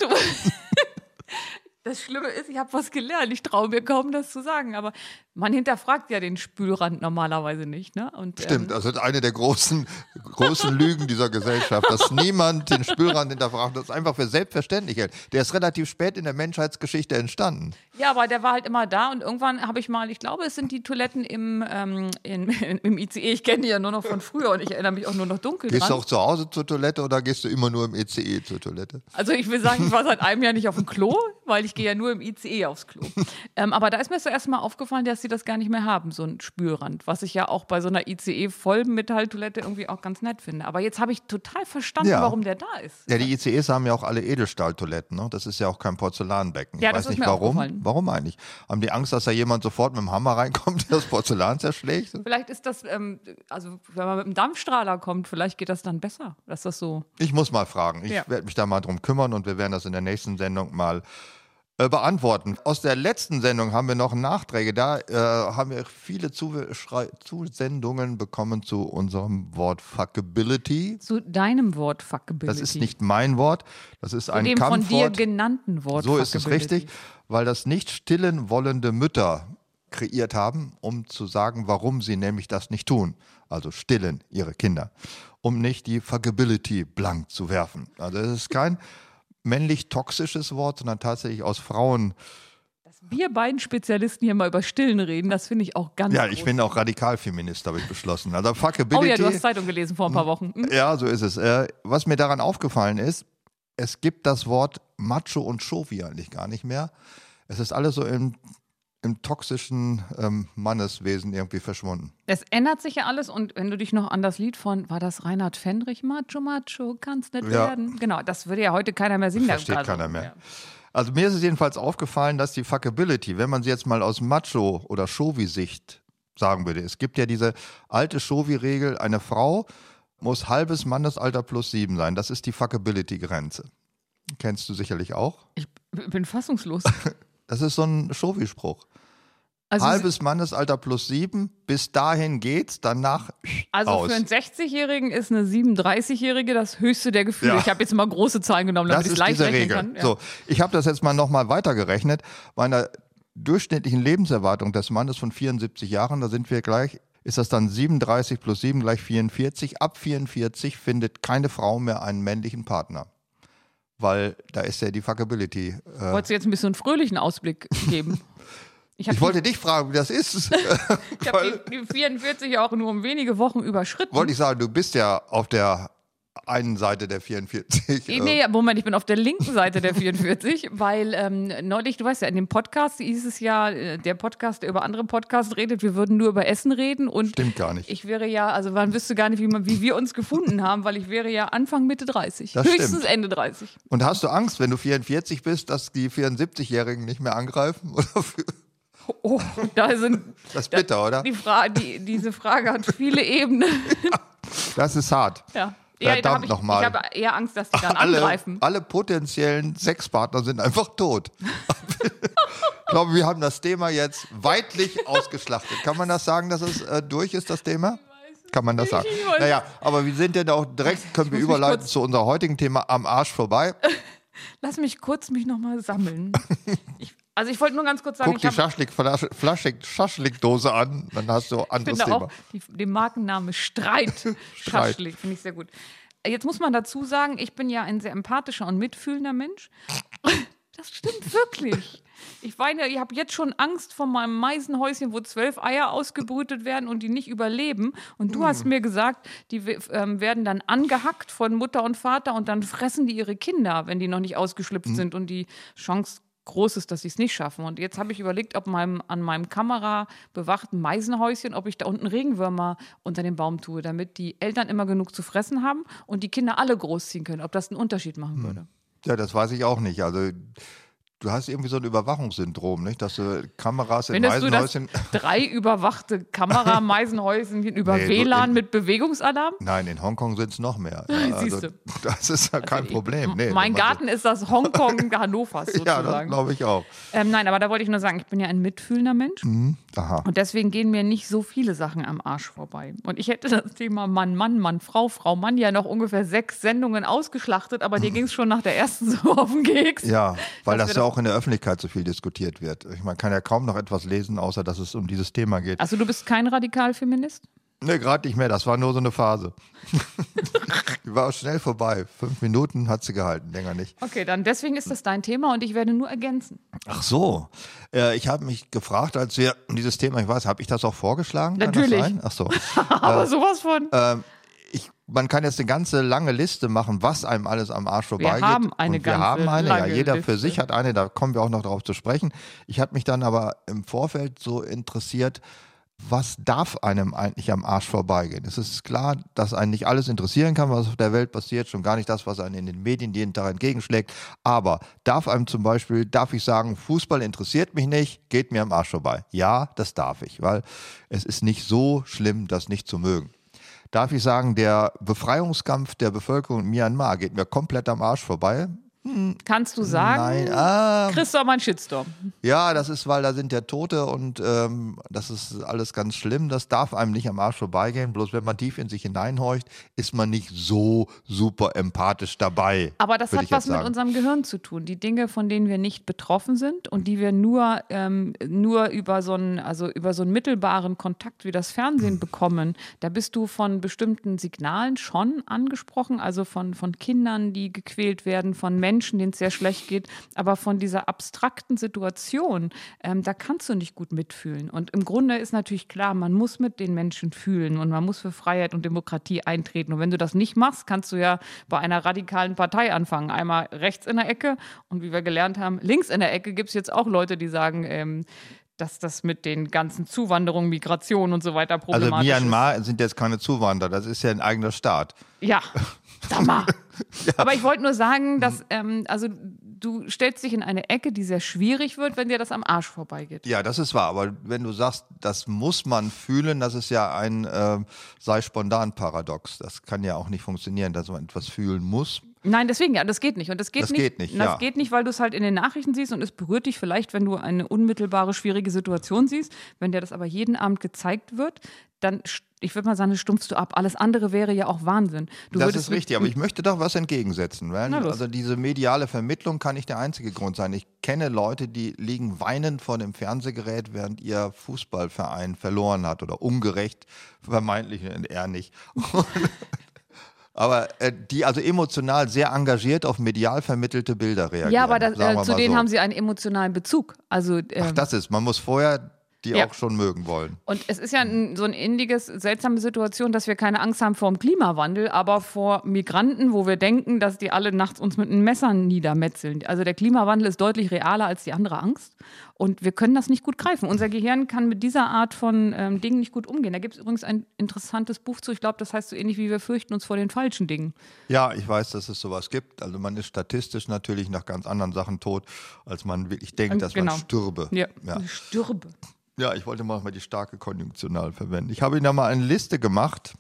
Speaker 3: Das Schlimme ist, ich habe was gelernt. Ich traue mir kaum, das zu sagen. Aber man hinterfragt ja den Spülrand normalerweise nicht. Ne? Und, ähm,
Speaker 2: Stimmt, das ist eine der großen, großen Lügen dieser Gesellschaft, dass niemand den Spülrand hinterfragt, das einfach für selbstverständlich hält. Der ist relativ spät in der Menschheitsgeschichte entstanden.
Speaker 3: Ja, aber der war halt immer da und irgendwann habe ich mal, ich glaube, es sind die Toiletten im, ähm, in, im ICE. Ich kenne die ja nur noch von früher und ich erinnere mich auch nur noch dunkel
Speaker 2: Gehst
Speaker 3: dran.
Speaker 2: du auch zu Hause zur Toilette oder gehst du immer nur im ECE zur Toilette?
Speaker 3: Also ich will sagen, ich war seit einem Jahr nicht auf dem Klo, weil ich gehe ja nur im ICE aufs Klo. Ähm, aber da ist mir zuerst mal aufgefallen, dass sie das gar nicht mehr haben, so ein Spülrand, was ich ja auch bei so einer ICE-Vollmetalltoilette irgendwie auch ganz nett finde. Aber jetzt habe ich total verstanden,
Speaker 2: Ja.
Speaker 3: warum der da ist.
Speaker 2: Ja, die ICEs haben ja auch alle Edelstahltoiletten. Ne? Das ist ja auch kein Porzellanbecken.
Speaker 3: Ja,
Speaker 2: ich weiß
Speaker 3: das ist
Speaker 2: nicht
Speaker 3: mir
Speaker 2: warum.
Speaker 3: aufgefallen.
Speaker 2: Warum eigentlich? Haben die Angst, dass da jemand sofort mit dem Hammer reinkommt, der das Porzellan zerschlägt?
Speaker 3: Vielleicht ist das, ähm, also wenn man mit einem Dampfstrahler kommt, vielleicht geht das dann besser, dass das so
Speaker 2: Ich muss mal fragen. Ich
Speaker 3: Ja.
Speaker 2: werde mich da mal drum kümmern und wir werden das in der nächsten Sendung mal äh, beantworten. Aus der letzten Sendung haben wir noch Nachträge. Da äh, haben wir viele Zuschrei- Zusendungen bekommen zu unserem Wort Fuckability.
Speaker 3: zu deinem Wort Fuckability.
Speaker 2: Das ist nicht mein Wort, das ist ein
Speaker 3: dem von dir
Speaker 2: Kampfwort.
Speaker 3: genannten Wort.
Speaker 2: So ist es
Speaker 3: Fuckability.
Speaker 2: richtig, weil das nicht stillen wollende Mütter kreiert haben, um zu sagen, warum sie nämlich das nicht tun. Also stillen ihre Kinder, um nicht die Fuckability blank zu werfen. Also es ist kein männlich toxisches Wort, sondern tatsächlich aus Frauen.
Speaker 3: Wir beiden Spezialisten hier mal über Stillen reden, das finde ich auch ganz
Speaker 2: Ja, ich
Speaker 3: groß.
Speaker 2: bin auch Radikalfeminist, habe ich beschlossen. Also
Speaker 3: Oh
Speaker 2: Fuckability.
Speaker 3: ja, du hast Zeitung gelesen vor ein
Speaker 2: Mhm.
Speaker 3: paar Wochen. Hm?
Speaker 2: Ja, so ist es. Äh, was mir daran aufgefallen ist, es gibt das Wort Macho und Chauvi eigentlich gar nicht mehr. Es ist alles so im, im toxischen ähm, Manneswesen irgendwie verschwunden.
Speaker 3: Es ändert sich ja alles und wenn du dich noch an das Lied von, war das Reinhard Fendrich, Macho Macho, kann's nicht
Speaker 2: Ja.
Speaker 3: werden. Genau, das würde ja heute keiner mehr singen.
Speaker 2: Versteht keiner mehr. Also mir ist es jedenfalls aufgefallen, dass die Fuckability, wenn man sie jetzt mal aus Macho- oder Chauvi-Sicht sagen würde, es gibt ja diese alte Chauvi-Regel, eine Frau muss halbes Mannesalter plus sieben sein. Das ist die Fuckability-Grenze. Kennst du sicherlich auch.
Speaker 3: Ich b- bin fassungslos.
Speaker 2: Das ist so ein Chauvi-Spruch.
Speaker 3: Also,
Speaker 2: Halbes Mannesalter plus sieben, bis dahin geht's, danach
Speaker 3: also
Speaker 2: aus.
Speaker 3: für einen 60-Jährigen ist eine 37-Jährige das höchste der Gefühle.
Speaker 2: Ja.
Speaker 3: Ich habe jetzt mal große Zahlen genommen,
Speaker 2: das
Speaker 3: damit ich
Speaker 2: ist
Speaker 3: leicht
Speaker 2: diese
Speaker 3: rechnen
Speaker 2: Regel.
Speaker 3: kann. Ja.
Speaker 2: So, ich habe das jetzt mal nochmal weitergerechnet. Bei einer durchschnittlichen Lebenserwartung des Mannes von 74 Jahren, da sind wir gleich, ist das dann 37 plus 7 gleich 44. Ab 44 findet keine Frau mehr einen männlichen Partner. Weil da ist ja die Fuckability. Äh,
Speaker 3: Wolltest du jetzt ein bisschen einen fröhlichen Ausblick geben? hab
Speaker 2: ich
Speaker 3: die-
Speaker 2: wollte dich fragen, wie das ist.
Speaker 3: Ich habe die, die 44 auch nur um wenige Wochen überschritten.
Speaker 2: wollte ich sagen, du bist ja auf der einen Seite der 44.
Speaker 3: Nee,
Speaker 2: äh,
Speaker 3: nee, Moment, ich bin auf der linken Seite der 44, weil ähm, neulich, du weißt ja, in dem Podcast hieß es ja, äh, der Podcast, der über andere Podcasts redet, wir würden nur über Essen reden und
Speaker 2: Stimmt gar nicht.
Speaker 3: ich wäre ja, also man wüsste gar nicht, wie, man, wie wir uns gefunden haben, weil ich wäre ja Anfang, Mitte 30,
Speaker 2: Das
Speaker 3: höchstens
Speaker 2: stimmt.
Speaker 3: Ende 30.
Speaker 2: Und hast du Angst, wenn du 44 bist, dass die 74-Jährigen nicht mehr angreifen? Oder für-
Speaker 3: Oh, da sind
Speaker 2: Das ist bitter, oder?
Speaker 3: die Fra die, diese Frage hat viele Ebenen.
Speaker 2: Das ist hart.
Speaker 3: Ja. da
Speaker 2: Verdammt
Speaker 3: hab ich, ich
Speaker 2: nochmal.
Speaker 3: habe eher Angst, dass die dann
Speaker 2: Alle,
Speaker 3: angreifen.
Speaker 2: alle potenziellen Sexpartner sind einfach tot. ich glaube, wir haben das Thema jetzt weitlich ausgeschlachtet. Kann man das sagen, dass es äh, durch ist, das Thema? Kann man das sagen?
Speaker 3: Ich weiß-
Speaker 2: Naja, aber wir sind denn auch direkt, können wir
Speaker 3: mich
Speaker 2: überleiten
Speaker 3: kurz-
Speaker 2: zu unserem heutigen Thema am Arsch vorbei.
Speaker 3: Lass mich kurz mich nochmal sammeln. ich, also ich wollte nur ganz kurz sagen,
Speaker 2: Guck
Speaker 3: ich
Speaker 2: die
Speaker 3: hab-
Speaker 2: Schaschlik-Flasche- Flaschlik- Schaschlik-Dose an, dann hast du
Speaker 3: ich
Speaker 2: anderes
Speaker 3: finde
Speaker 2: Thema.
Speaker 3: auch die, den Markenname Streit, Schaschlik, finde ich sehr gut. Äh, Jetzt muss man dazu sagen, ich bin ja ein sehr empathischer und mitfühlender Mensch. Das stimmt wirklich. Ich weine, ich habe jetzt schon Angst vor meinem Meisenhäuschen, wo zwölf Eier ausgebrütet werden und die nicht überleben. Und du hast mir gesagt, die we- ähm, werden dann angehackt von Mutter und Vater und dann fressen die ihre Kinder, wenn die noch nicht ausgeschlüpft sind und die Chance groß ist, dass sie es nicht schaffen. Und jetzt habe ich überlegt, ob meinem, an meinem kamerabewachten Meisenhäuschen, ob ich da unten Regenwürmer unter den Baum tue, damit die Eltern immer genug zu fressen haben und die Kinder alle großziehen können, ob das einen Unterschied machen würde.
Speaker 2: Ja, das weiß ich auch nicht. Also du hast irgendwie so ein Überwachungssyndrom, nicht? Dass du Kameras in
Speaker 3: Findest du, dass
Speaker 2: Meisenhäuschen.
Speaker 3: drei überwachte Kamerameisenhäusen über
Speaker 2: Nee, du-
Speaker 3: WLAN
Speaker 2: in-
Speaker 3: mit Bewegungsalarm?
Speaker 2: Nein, in Hongkong sind es noch mehr. Ja, also,
Speaker 3: Siehste.
Speaker 2: das ist ja kein Problem. Nee,
Speaker 3: Also
Speaker 2: wenn man
Speaker 3: mein
Speaker 2: so-
Speaker 3: Garten ist das Hongkong Hannovers
Speaker 2: Ja, das
Speaker 3: sozusagen.
Speaker 2: glaube ich auch.
Speaker 3: ähm, nein, aber da wollte ich nur sagen, ich bin ja ein mitfühlender Mensch
Speaker 2: Hm, aha.
Speaker 3: und deswegen gehen mir nicht so viele Sachen am Arsch vorbei. Und ich hätte das Thema Mann, Mann, Mann, Frau, Frau, Mann ja noch ungefähr sechs Sendungen ausgeschlachtet, aber dir ging es schon nach der ersten so auf den Keks.
Speaker 2: Ja, weil
Speaker 3: Dass
Speaker 2: das
Speaker 3: wir
Speaker 2: ja auch in der Öffentlichkeit so viel diskutiert wird. Ich, man kann ja kaum noch etwas lesen, außer dass es um dieses Thema geht.
Speaker 3: Also du bist kein Radikalfeminist?
Speaker 2: Ne, gerade nicht mehr, das war nur so eine Phase. Die war auch schnell vorbei. Fünf Minuten hat sie gehalten, länger nicht.
Speaker 3: Okay, dann deswegen ist das dein Thema und ich werde nur ergänzen.
Speaker 2: Ach so, äh, ich habe mich gefragt, als wir dieses Thema, ich weiß, habe ich das auch vorgeschlagen? Kann
Speaker 3: Natürlich.
Speaker 2: Das sein? Ach so.
Speaker 3: Aber sowas von.
Speaker 2: ähm, ich, man kann jetzt eine ganze lange Liste machen, was einem alles am Arsch vorbeigeht.
Speaker 3: haben eine
Speaker 2: und wir
Speaker 3: ganze
Speaker 2: haben eine, ja,
Speaker 3: lange
Speaker 2: jeder für
Speaker 3: Liste.
Speaker 2: sich hat eine, da kommen wir auch noch drauf zu sprechen. Ich habe mich dann aber im Vorfeld so interessiert, was darf einem eigentlich am Arsch vorbeigehen? Es ist klar, dass einen nicht alles interessieren kann, was auf der Welt passiert, schon gar nicht das, was einen in den Medien jeden Tag entgegenschlägt. Aber darf einem zum Beispiel, darf ich sagen, Fußball interessiert mich nicht, geht mir am Arsch vorbei? Ja, das darf ich, weil es ist nicht so schlimm, das nicht zu mögen darf ich sagen, der Befreiungskampf der Bevölkerung in Myanmar geht mir komplett am Arsch vorbei.
Speaker 3: Kannst du sagen?
Speaker 2: Nein, ah,
Speaker 3: Kriegst du aber einen Shitstorm.
Speaker 2: ja, das ist, weil da sind ja Tote und ähm, das ist alles ganz schlimm. Das darf einem nicht am Arsch vorbeigehen. Bloß wenn man tief in sich hineinhorcht, ist man nicht so super empathisch dabei.
Speaker 3: Aber das
Speaker 2: würd
Speaker 3: hat
Speaker 2: ich jetzt
Speaker 3: was mit
Speaker 2: sagen.
Speaker 3: unserem Gehirn zu tun. Die Dinge, von denen wir nicht betroffen sind und die wir nur, ähm, nur über, so einen, also über so einen mittelbaren Kontakt wie das
Speaker 2: Hm.
Speaker 3: Fernsehen bekommen, da bist du von bestimmten Signalen schon angesprochen, also von, von Kindern, die gequält werden, von Menschen, denen es sehr schlecht geht. Aber von dieser abstrakten Situation, ähm, da kannst du nicht gut mitfühlen. Und im Grunde ist natürlich klar, man muss mit den Menschen fühlen und man muss für Freiheit und Demokratie eintreten. Und wenn du das nicht machst, kannst du ja bei einer radikalen Partei anfangen. Einmal rechts in der Ecke und wie wir gelernt haben, links in der Ecke gibt es jetzt auch Leute, die sagen, ähm, dass das mit den ganzen Zuwanderungen, Migrationen und so weiter
Speaker 2: Also
Speaker 3: problematisch
Speaker 2: Myanmar sind jetzt keine Zuwanderer, das ist ja ein eigener Staat.
Speaker 3: ist. Ja, sag mal. Aber ich wollte nur sagen, dass ähm, also du stellst dich in eine Ecke, die sehr schwierig wird, wenn dir das am Arsch vorbeigeht.
Speaker 2: Ja, das ist wahr, aber wenn du sagst, das muss man fühlen, das ist ja ein äh, sei spontan Paradox. Das kann ja auch nicht funktionieren, dass man etwas fühlen muss.
Speaker 3: Nein, deswegen ja, das geht nicht. Und das geht
Speaker 2: Das
Speaker 3: nicht.
Speaker 2: geht nicht,
Speaker 3: Das
Speaker 2: ja.
Speaker 3: geht nicht, weil du es halt in den Nachrichten siehst und es berührt dich vielleicht, wenn du eine unmittelbare, schwierige Situation siehst. Wenn dir das aber jeden Abend gezeigt wird, dann, st- ich würde mal sagen, das stumpfst du ab. Alles andere wäre ja auch Wahnsinn. Du
Speaker 2: das
Speaker 3: würdest
Speaker 2: ist
Speaker 3: mit-
Speaker 2: richtig, aber ich möchte doch was entgegensetzen. Weil,
Speaker 3: Na los.
Speaker 2: also diese mediale Vermittlung kann nicht der einzige Grund sein. Ich kenne Leute, die liegen weinend vor dem Fernsehgerät, während ihr Fußballverein verloren hat oder ungerecht, vermeintlich und eher nicht. aber äh, die also emotional sehr engagiert auf medial vermittelte Bilder reagieren.
Speaker 3: Ja, aber das,
Speaker 2: sagen
Speaker 3: äh,
Speaker 2: wir
Speaker 3: zu
Speaker 2: mal
Speaker 3: denen
Speaker 2: so.
Speaker 3: haben sie einen emotionalen Bezug. Also,
Speaker 2: Ach,
Speaker 3: ähm,
Speaker 2: das ist, man muss vorher die
Speaker 3: Ja.
Speaker 2: auch schon mögen wollen.
Speaker 3: Und es ist ja ein, so ein indiges, seltsame Situation, dass wir keine Angst haben vor dem Klimawandel, aber vor Migranten, wo wir denken, dass die alle nachts uns mit einem Messer niedermetzeln. Also der Klimawandel ist deutlich realer als die andere Angst. Und wir können das nicht gut greifen. Unser Gehirn kann mit dieser Art von ähm, Dingen nicht gut umgehen. Da gibt es übrigens ein interessantes Buch zu, ich glaube, das heißt so ähnlich wie wir fürchten uns vor den falschen Dingen.
Speaker 2: Ja, ich weiß, dass es sowas gibt. Also man ist statistisch natürlich nach ganz anderen Sachen tot, als man wirklich denkt,
Speaker 3: Ähm,
Speaker 2: dass
Speaker 3: genau.
Speaker 2: man stürbe.
Speaker 3: Ja.
Speaker 2: Ja.
Speaker 3: Stürbe.
Speaker 2: ja, ich wollte mal die starke Konjunktional verwenden. Ich habe Ihnen da mal eine Liste gemacht,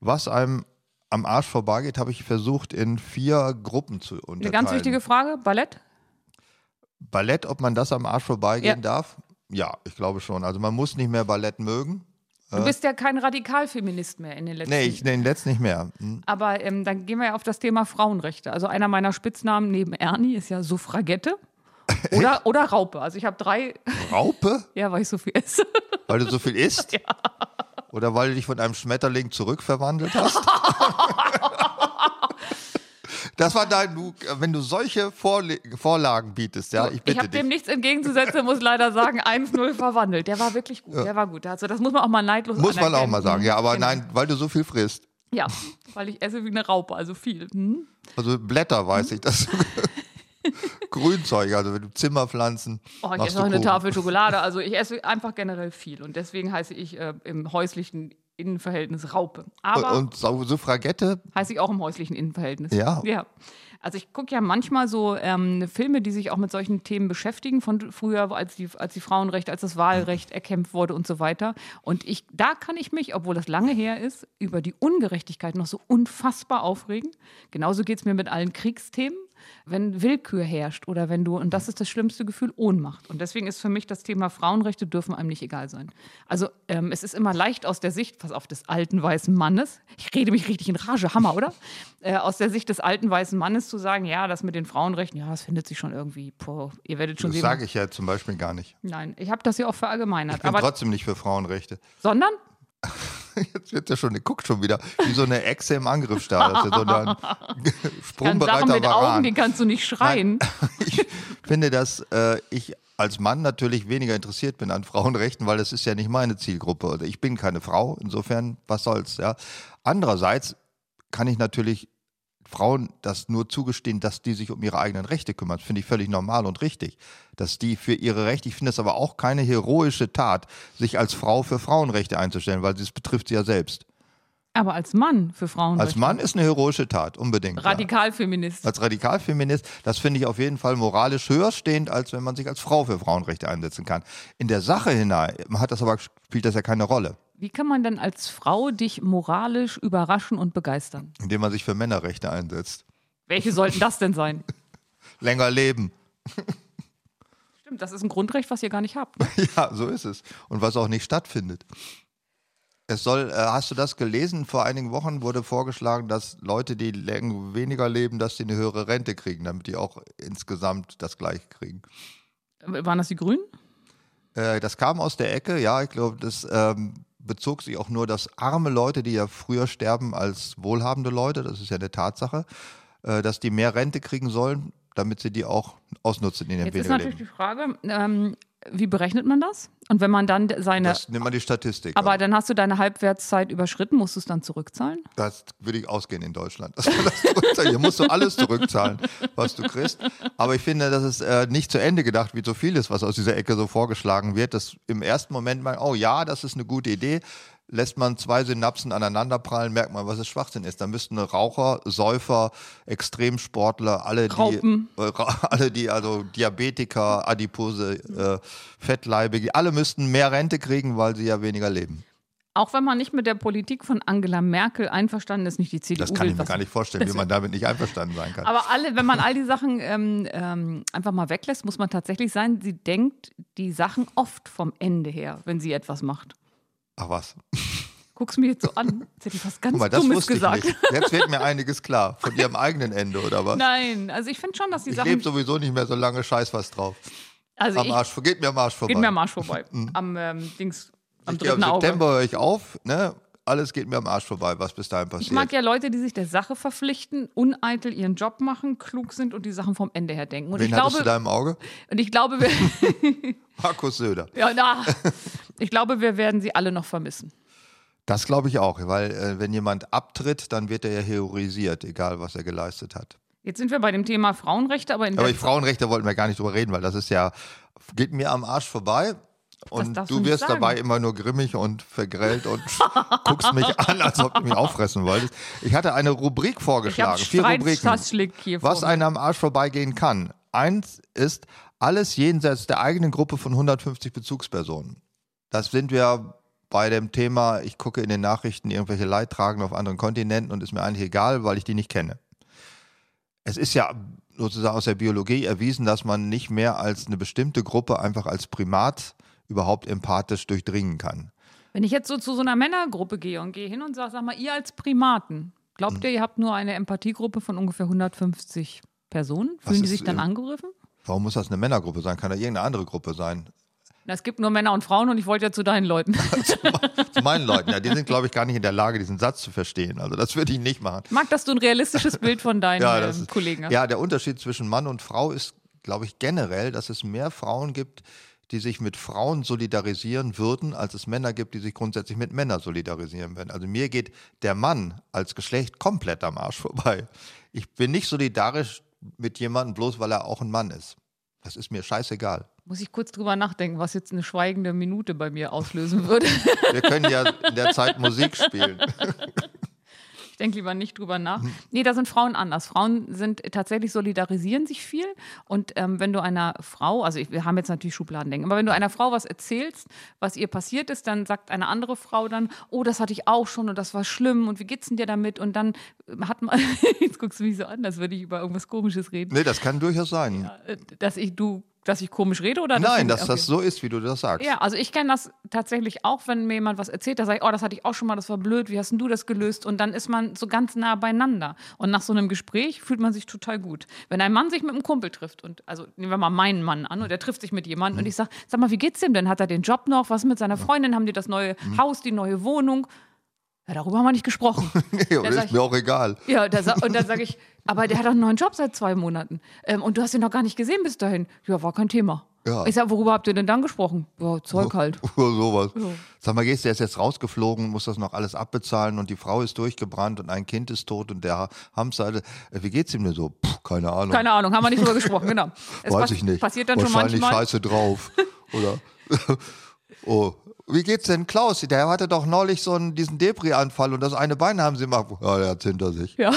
Speaker 2: was einem am Arsch vorbeigeht, habe ich versucht, in vier Gruppen zu unterteilen.
Speaker 3: Eine ganz wichtige Frage, Ballett?
Speaker 2: Ballett, ob man das am Arsch vorbeigehen
Speaker 3: Ja.
Speaker 2: darf? Ja, ich glaube schon. Also man muss nicht mehr Ballett mögen.
Speaker 3: Du bist ja kein Radikalfeminist mehr in den letzten
Speaker 2: Äh. Nee, ich den letzt nicht mehr. Hm.
Speaker 3: Aber ähm, dann gehen wir ja auf das Thema Frauenrechte. Also einer meiner Spitznamen neben Ernie ist ja Suffragette oder, oder Raupe. Also ich habe drei,
Speaker 2: Raupe?
Speaker 3: ja, weil ich so viel esse.
Speaker 2: Weil du so viel isst? Oder weil du dich von einem Schmetterling zurückverwandelt hast? Das war dein, du, wenn du solche Vorle Vorlagen bietest, ja, Ah, ich
Speaker 3: Ich
Speaker 2: bitte
Speaker 3: habe dem
Speaker 2: dich.
Speaker 3: nichts entgegenzusetzen, muss leider sagen, 1-0 verwandelt. Der war wirklich gut, der war gut. Also das muss man auch mal neidlos
Speaker 2: Muss man auch
Speaker 3: anerkennen.
Speaker 2: mal sagen. Ja, aber
Speaker 3: Genau.
Speaker 2: nein, weil du so viel frisst.
Speaker 3: Ja, weil ich esse wie eine Raupe, also viel. Hm?
Speaker 2: Also Blätter
Speaker 3: Mhm.
Speaker 2: weiß ich, dass du Grünzeug, also wenn du Zimmerpflanzen.
Speaker 3: Oh, ich
Speaker 2: machst
Speaker 3: esse
Speaker 2: du
Speaker 3: noch eine
Speaker 2: Kuchen.
Speaker 3: Tafel Schokolade. Also ich esse einfach generell viel. Und deswegen heiße ich äh, im häuslichen Innenverhältnis Raupe. Aber
Speaker 2: Und Sau- Suffragette,
Speaker 3: heiße ich auch im häuslichen Innenverhältnis.
Speaker 2: Ja.
Speaker 3: ja. Also ich gucke ja manchmal so ähm, Filme, die sich auch mit solchen Themen beschäftigen, von früher, als die, als die Frauenrechte, als das Wahlrecht erkämpft wurde und so weiter. Und ich, da kann ich mich, obwohl das lange her ist, über die Ungerechtigkeit noch so unfassbar aufregen. Genauso geht es mir mit allen Kriegsthemen. Wenn Willkür herrscht oder wenn du, und das ist das schlimmste Gefühl, Ohnmacht. Und deswegen ist für mich das Thema Frauenrechte dürfen einem nicht egal sein. Also ähm, es ist immer leicht aus der Sicht, pass auf, des alten weißen Mannes, ich rede mich richtig in Rage, Hammer, oder? Äh, aus der Sicht des alten weißen Mannes zu sagen, ja, das mit den Frauenrechten, ja, das findet sich schon irgendwie, puh, ihr werdet schon
Speaker 2: das
Speaker 3: sehen.
Speaker 2: sage ich ja zum Beispiel gar nicht.
Speaker 3: Nein, ich habe das ja auch verallgemeinert.
Speaker 2: Ich bin
Speaker 3: aber,
Speaker 2: trotzdem nicht für Frauenrechte.
Speaker 3: sondern?
Speaker 2: Jetzt wird ja schon, guckt schon wieder, wie so eine Echse im Angriff starr. Das ist ja so ein
Speaker 3: Dann Sachen
Speaker 2: sprungbereiter
Speaker 3: mit Augen,
Speaker 2: Varan.
Speaker 3: die kannst du nicht schreien.
Speaker 2: ich finde, dass äh, ich als Mann natürlich weniger interessiert bin an Frauenrechten, weil das ist ja nicht meine Zielgruppe. Also ich bin keine Frau, insofern, was soll's, ja. Andererseits kann ich natürlich Frauen das nur zugestehen, dass die sich um ihre eigenen Rechte kümmern. Das finde ich völlig normal und richtig, dass die für ihre Rechte, ich finde es aber auch keine heroische Tat, sich als Frau für Frauenrechte einzustellen, weil das betrifft sie ja selbst.
Speaker 3: Aber als Mann für
Speaker 2: Als
Speaker 3: Frauenrechte.
Speaker 2: Mann ist eine heroische Tat, unbedingt. ja
Speaker 3: Radikalfeminist.
Speaker 2: als Radikalfeminist, das finde ich auf jeden Fall moralisch höher stehend, als wenn man sich als Frau für Frauenrechte einsetzen kann. In der Sache hinein hat das aber, spielt das ja keine Rolle,
Speaker 3: Wie kann man denn als Frau dich moralisch überraschen und begeistern?
Speaker 2: indem man sich für Männerrechte einsetzt.
Speaker 3: Welche sollten das denn sein?
Speaker 2: Länger leben.
Speaker 3: Stimmt, das ist ein Grundrecht, was ihr gar nicht habt.
Speaker 2: Ja, so ist es. Und was auch nicht stattfindet. Es soll, äh, hast du das gelesen? Vor einigen Wochen wurde vorgeschlagen, dass Leute, die läng- weniger leben, dass sie eine höhere Rente kriegen, damit die auch insgesamt das Gleiche kriegen.
Speaker 3: Waren das die Grünen?
Speaker 2: Äh, das kam aus der Ecke, ja, ich glaube, das ähm, bezog sich auch nur, dass arme Leute, die ja früher sterben als wohlhabende Leute, das ist ja eine Tatsache, äh, dass die mehr Rente kriegen sollen, damit sie die auch ausnutzen in den
Speaker 3: Jetzt ist
Speaker 2: weniger
Speaker 3: natürlich die
Speaker 2: Leben.
Speaker 3: Frage, ähm, wie berechnet man das? Und wenn man dann seine.
Speaker 2: Das nimmt man die Statistik.
Speaker 3: ne, aber
Speaker 2: an.
Speaker 3: dann hast du deine Halbwertszeit überschritten, musst du es dann zurückzahlen?
Speaker 2: das würde ich ausgehen in Deutschland. Dass man das zurückzahlt. Hier musst du alles zurückzahlen, was du kriegst. Aber ich finde, das ist äh, nicht zu Ende gedacht, wie so vieles, was aus dieser Ecke so vorgeschlagen wird. Dass im ersten Moment man, oh ja, das ist eine gute Idee. Lässt man zwei Synapsen aneinanderprallen, merkt man, was es Schwachsinn ist. Da müssten Raucher, Säufer, Extremsportler, alle
Speaker 3: Raupen.
Speaker 2: die, äh, Ra- alle die, also Diabetiker, Adipose, äh, Fettleibige, alle müssten mehr Rente kriegen, weil sie ja weniger leben.
Speaker 3: Auch wenn man nicht mit der Politik von Angela Merkel einverstanden ist, nicht die CDU.
Speaker 2: Das kann ich
Speaker 3: will
Speaker 2: mir
Speaker 3: was-
Speaker 2: gar nicht vorstellen, wie man damit nicht einverstanden sein kann.
Speaker 3: Aber alle, wenn man all die Sachen ähm, ähm, einfach mal weglässt, muss man tatsächlich sein, sie denkt die Sachen oft vom Ende her, wenn sie etwas macht.
Speaker 2: Ach was.
Speaker 3: Guck's mir jetzt so an. Jetzt hätte ich was ganz
Speaker 2: Guck mal, das
Speaker 3: Dummes
Speaker 2: wusste
Speaker 3: gesagt.
Speaker 2: ich nicht. Jetzt wird mir einiges klar. Von ihrem eigenen Ende, oder was?
Speaker 3: Nein, also ich finde schon, dass die
Speaker 2: ich
Speaker 3: Sachen.
Speaker 2: lebe sowieso nicht mehr so lange, scheiß was drauf.
Speaker 3: also
Speaker 2: Am Arsch, geht mir am Arsch
Speaker 3: ich
Speaker 2: vorbei.
Speaker 3: geht mir am Arsch vorbei. am ähm, Dings, am
Speaker 2: ich gehe
Speaker 3: dritten
Speaker 2: im September
Speaker 3: Auge.
Speaker 2: höre ich auf, ne? Alles geht mir am Arsch vorbei, was bis dahin passiert.
Speaker 3: Ich mag ja Leute, die sich der Sache verpflichten, uneitel ihren Job machen, klug sind und die Sachen vom Ende her denken. Und
Speaker 2: Wen
Speaker 3: ich
Speaker 2: hattest du
Speaker 3: glaube,
Speaker 2: da im Auge?
Speaker 3: und ich glaube, wir,
Speaker 2: Markus Söder.
Speaker 3: ja, na, ich glaube, wir werden sie alle noch vermissen.
Speaker 2: Das glaube ich auch, weil äh, wenn jemand abtritt, dann wird er ja heorisiert, egal was er geleistet hat.
Speaker 3: Jetzt sind wir bei dem Thema Frauenrechte, aber in
Speaker 2: Aber
Speaker 3: der
Speaker 2: ich, Frauenrechte wollten wir gar nicht drüber reden, weil das ist ja, geht mir am Arsch vorbei. Und
Speaker 3: darfst du
Speaker 2: du
Speaker 3: nicht
Speaker 2: wirst
Speaker 3: sagen.
Speaker 2: dabei immer nur grimmig und vergrellt und guckst mich an, als ob du mich auffressen wolltest. Ich hatte eine Rubrik
Speaker 3: Ich habe
Speaker 2: vorgeschlagen, vier Rubriken,
Speaker 3: Streitschlaschlik hier
Speaker 2: was
Speaker 3: vor. mir.
Speaker 2: einem am Arsch vorbeigehen kann. Eins ist alles jenseits der eigenen Gruppe von 150 Bezugspersonen. Das sind wir bei dem Thema, ich gucke in den Nachrichten irgendwelche Leidtragenden auf anderen Kontinenten und ist mir eigentlich egal, weil ich die nicht kenne. Es ist ja sozusagen aus der Biologie erwiesen, dass man nicht mehr als eine bestimmte Gruppe einfach als Primat überhaupt empathisch durchdringen kann.
Speaker 3: Wenn ich jetzt so zu so einer Männergruppe gehe und gehe hin und sage, sag mal, ihr als Primaten,
Speaker 2: Hm.
Speaker 3: glaubt ihr, ihr habt nur eine Empathiegruppe von ungefähr 150 Personen? Fühlen die
Speaker 2: ist,
Speaker 3: sich dann
Speaker 2: äh,
Speaker 3: angegriffen?
Speaker 2: Warum muss das eine Männergruppe sein? Kann da irgendeine andere Gruppe sein?
Speaker 3: Na, Es gibt nur Männer und Frauen und ich wollte ja zu deinen Leuten.
Speaker 2: Zu meinen Leuten, ja, die sind, glaube ich, gar nicht in der Lage, diesen Satz zu verstehen. Also das würde ich nicht machen.
Speaker 3: Mag, dass du ein realistisches Bild von deinen
Speaker 2: Ja, das
Speaker 3: ähm,
Speaker 2: ist,
Speaker 3: Kollegen hast.
Speaker 2: ja, der Unterschied zwischen Mann und Frau ist, glaube ich, generell, dass es mehr Frauen gibt, die sich mit Frauen solidarisieren würden, als es Männer gibt, die sich grundsätzlich mit Männern solidarisieren würden. Also mir geht der Mann als Geschlecht komplett am Arsch vorbei. Ich bin nicht solidarisch mit jemandem, bloß weil er auch ein Mann ist. Das ist mir scheißegal.
Speaker 3: Muss ich kurz drüber nachdenken, was jetzt eine schweigende Minute bei mir auslösen würde.
Speaker 2: Wir können ja in der Zeit Musik spielen.
Speaker 3: Ich denke lieber nicht drüber nach.
Speaker 2: Hm.
Speaker 3: Nee, da sind Frauen anders. Frauen sind tatsächlich solidarisieren sich viel. Und ähm, wenn du einer Frau, also ich, wir haben jetzt natürlich Schubladendenken, aber wenn du einer Frau was erzählst, was ihr passiert ist, dann sagt eine andere Frau dann, oh, das hatte ich auch schon und das war schlimm und wie geht's denn dir damit? Und dann ähm, hat man, jetzt guckst du mich so an, als würde ich über irgendwas Komisches reden,
Speaker 2: Nee, das kann durchaus sein.
Speaker 3: Äh, dass ich du, dass ich komisch rede oder dass
Speaker 2: Nein,
Speaker 3: ich-
Speaker 2: dass
Speaker 3: okay.
Speaker 2: das so ist, wie du das sagst.
Speaker 3: Ja, also ich kenne das tatsächlich auch, wenn mir jemand was erzählt, da sage ich, oh, das hatte ich auch schon mal, das war blöd, wie hast denn du das gelöst? Und dann ist man so ganz nah beieinander. Und nach so einem Gespräch fühlt man sich total gut. Wenn ein Mann sich mit einem Kumpel trifft und, also nehmen wir mal meinen Mann an und er trifft sich mit jemandem und ich sage, sag mal, wie geht's dem denn? Hat er den Job noch? Was mit seiner Freundin? Haben die das neue Haus, die neue Wohnung? Ja, darüber haben wir nicht gesprochen.
Speaker 2: Nee, oder
Speaker 3: Da sag
Speaker 2: ist mir auch egal.
Speaker 3: Ja, da sa und dann sage ich, aber der hat doch einen neuen Job seit zwei Monaten. Ähm, und du hast ihn noch gar nicht gesehen bis dahin. Ja, war kein Thema.
Speaker 2: Ja.
Speaker 3: Ich sage, worüber habt ihr denn dann gesprochen? Ja, Zeug halt.
Speaker 2: Oder sowas. Sag mal, gehst der ist jetzt rausgeflogen, muss das noch alles abbezahlen und die Frau ist durchgebrannt und ein Kind ist tot und der Hamster, äh, wie geht's ihm denn so? Puh, keine Ahnung.
Speaker 3: Keine Ahnung, haben wir nicht drüber gesprochen, genau. Es
Speaker 2: Weiß
Speaker 3: pass-
Speaker 2: ich nicht.
Speaker 3: Passiert dann schon
Speaker 2: Wahrscheinlich
Speaker 3: manchmal.
Speaker 2: scheiße drauf. Oder? oh. Wie geht's denn Klaus? Der hatte doch neulich so einen, diesen Depri-Anfall und das eine Bein haben sie mal. Ja, der hat's hinter sich.
Speaker 3: Ja.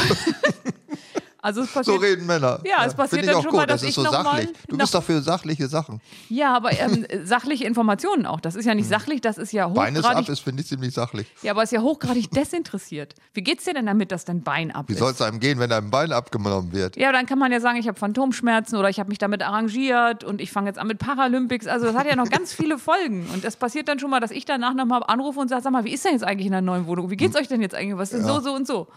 Speaker 3: Also es passiert.
Speaker 2: So reden Männer.
Speaker 3: Ja, es passiert
Speaker 2: Finde ich
Speaker 3: dann
Speaker 2: auch
Speaker 3: schon
Speaker 2: gut.
Speaker 3: mal, dass
Speaker 2: das ist so
Speaker 3: ich noch mal
Speaker 2: sachlich. Du
Speaker 3: nach-
Speaker 2: bist doch für sachliche Sachen.
Speaker 3: Ja, aber ähm, sachliche Informationen auch. Das ist ja nicht sachlich, das ist ja
Speaker 2: Hm. Bein ist ab,
Speaker 3: hochgradig.
Speaker 2: ist, finde ich, ziemlich sachlich.
Speaker 3: Ja, aber ist ja hochgradig desinteressiert. Wie geht's dir denn damit, dass dein Bein ab
Speaker 2: Wie
Speaker 3: ist?
Speaker 2: soll es einem gehen, wenn einem Bein abgenommen wird?
Speaker 3: Ja, dann kann man ja sagen, ich habe Phantomschmerzen oder ich habe mich damit arrangiert und ich fange jetzt an mit Paralympics. Also das hat ja noch ganz viele Folgen. Und es passiert dann schon mal, dass ich danach nochmal anrufe und sage, sag mal, wie ist denn jetzt eigentlich in der neuen Wohnung? Wie
Speaker 2: Hm.
Speaker 3: geht's euch denn jetzt eigentlich? Was ist denn so, so und so?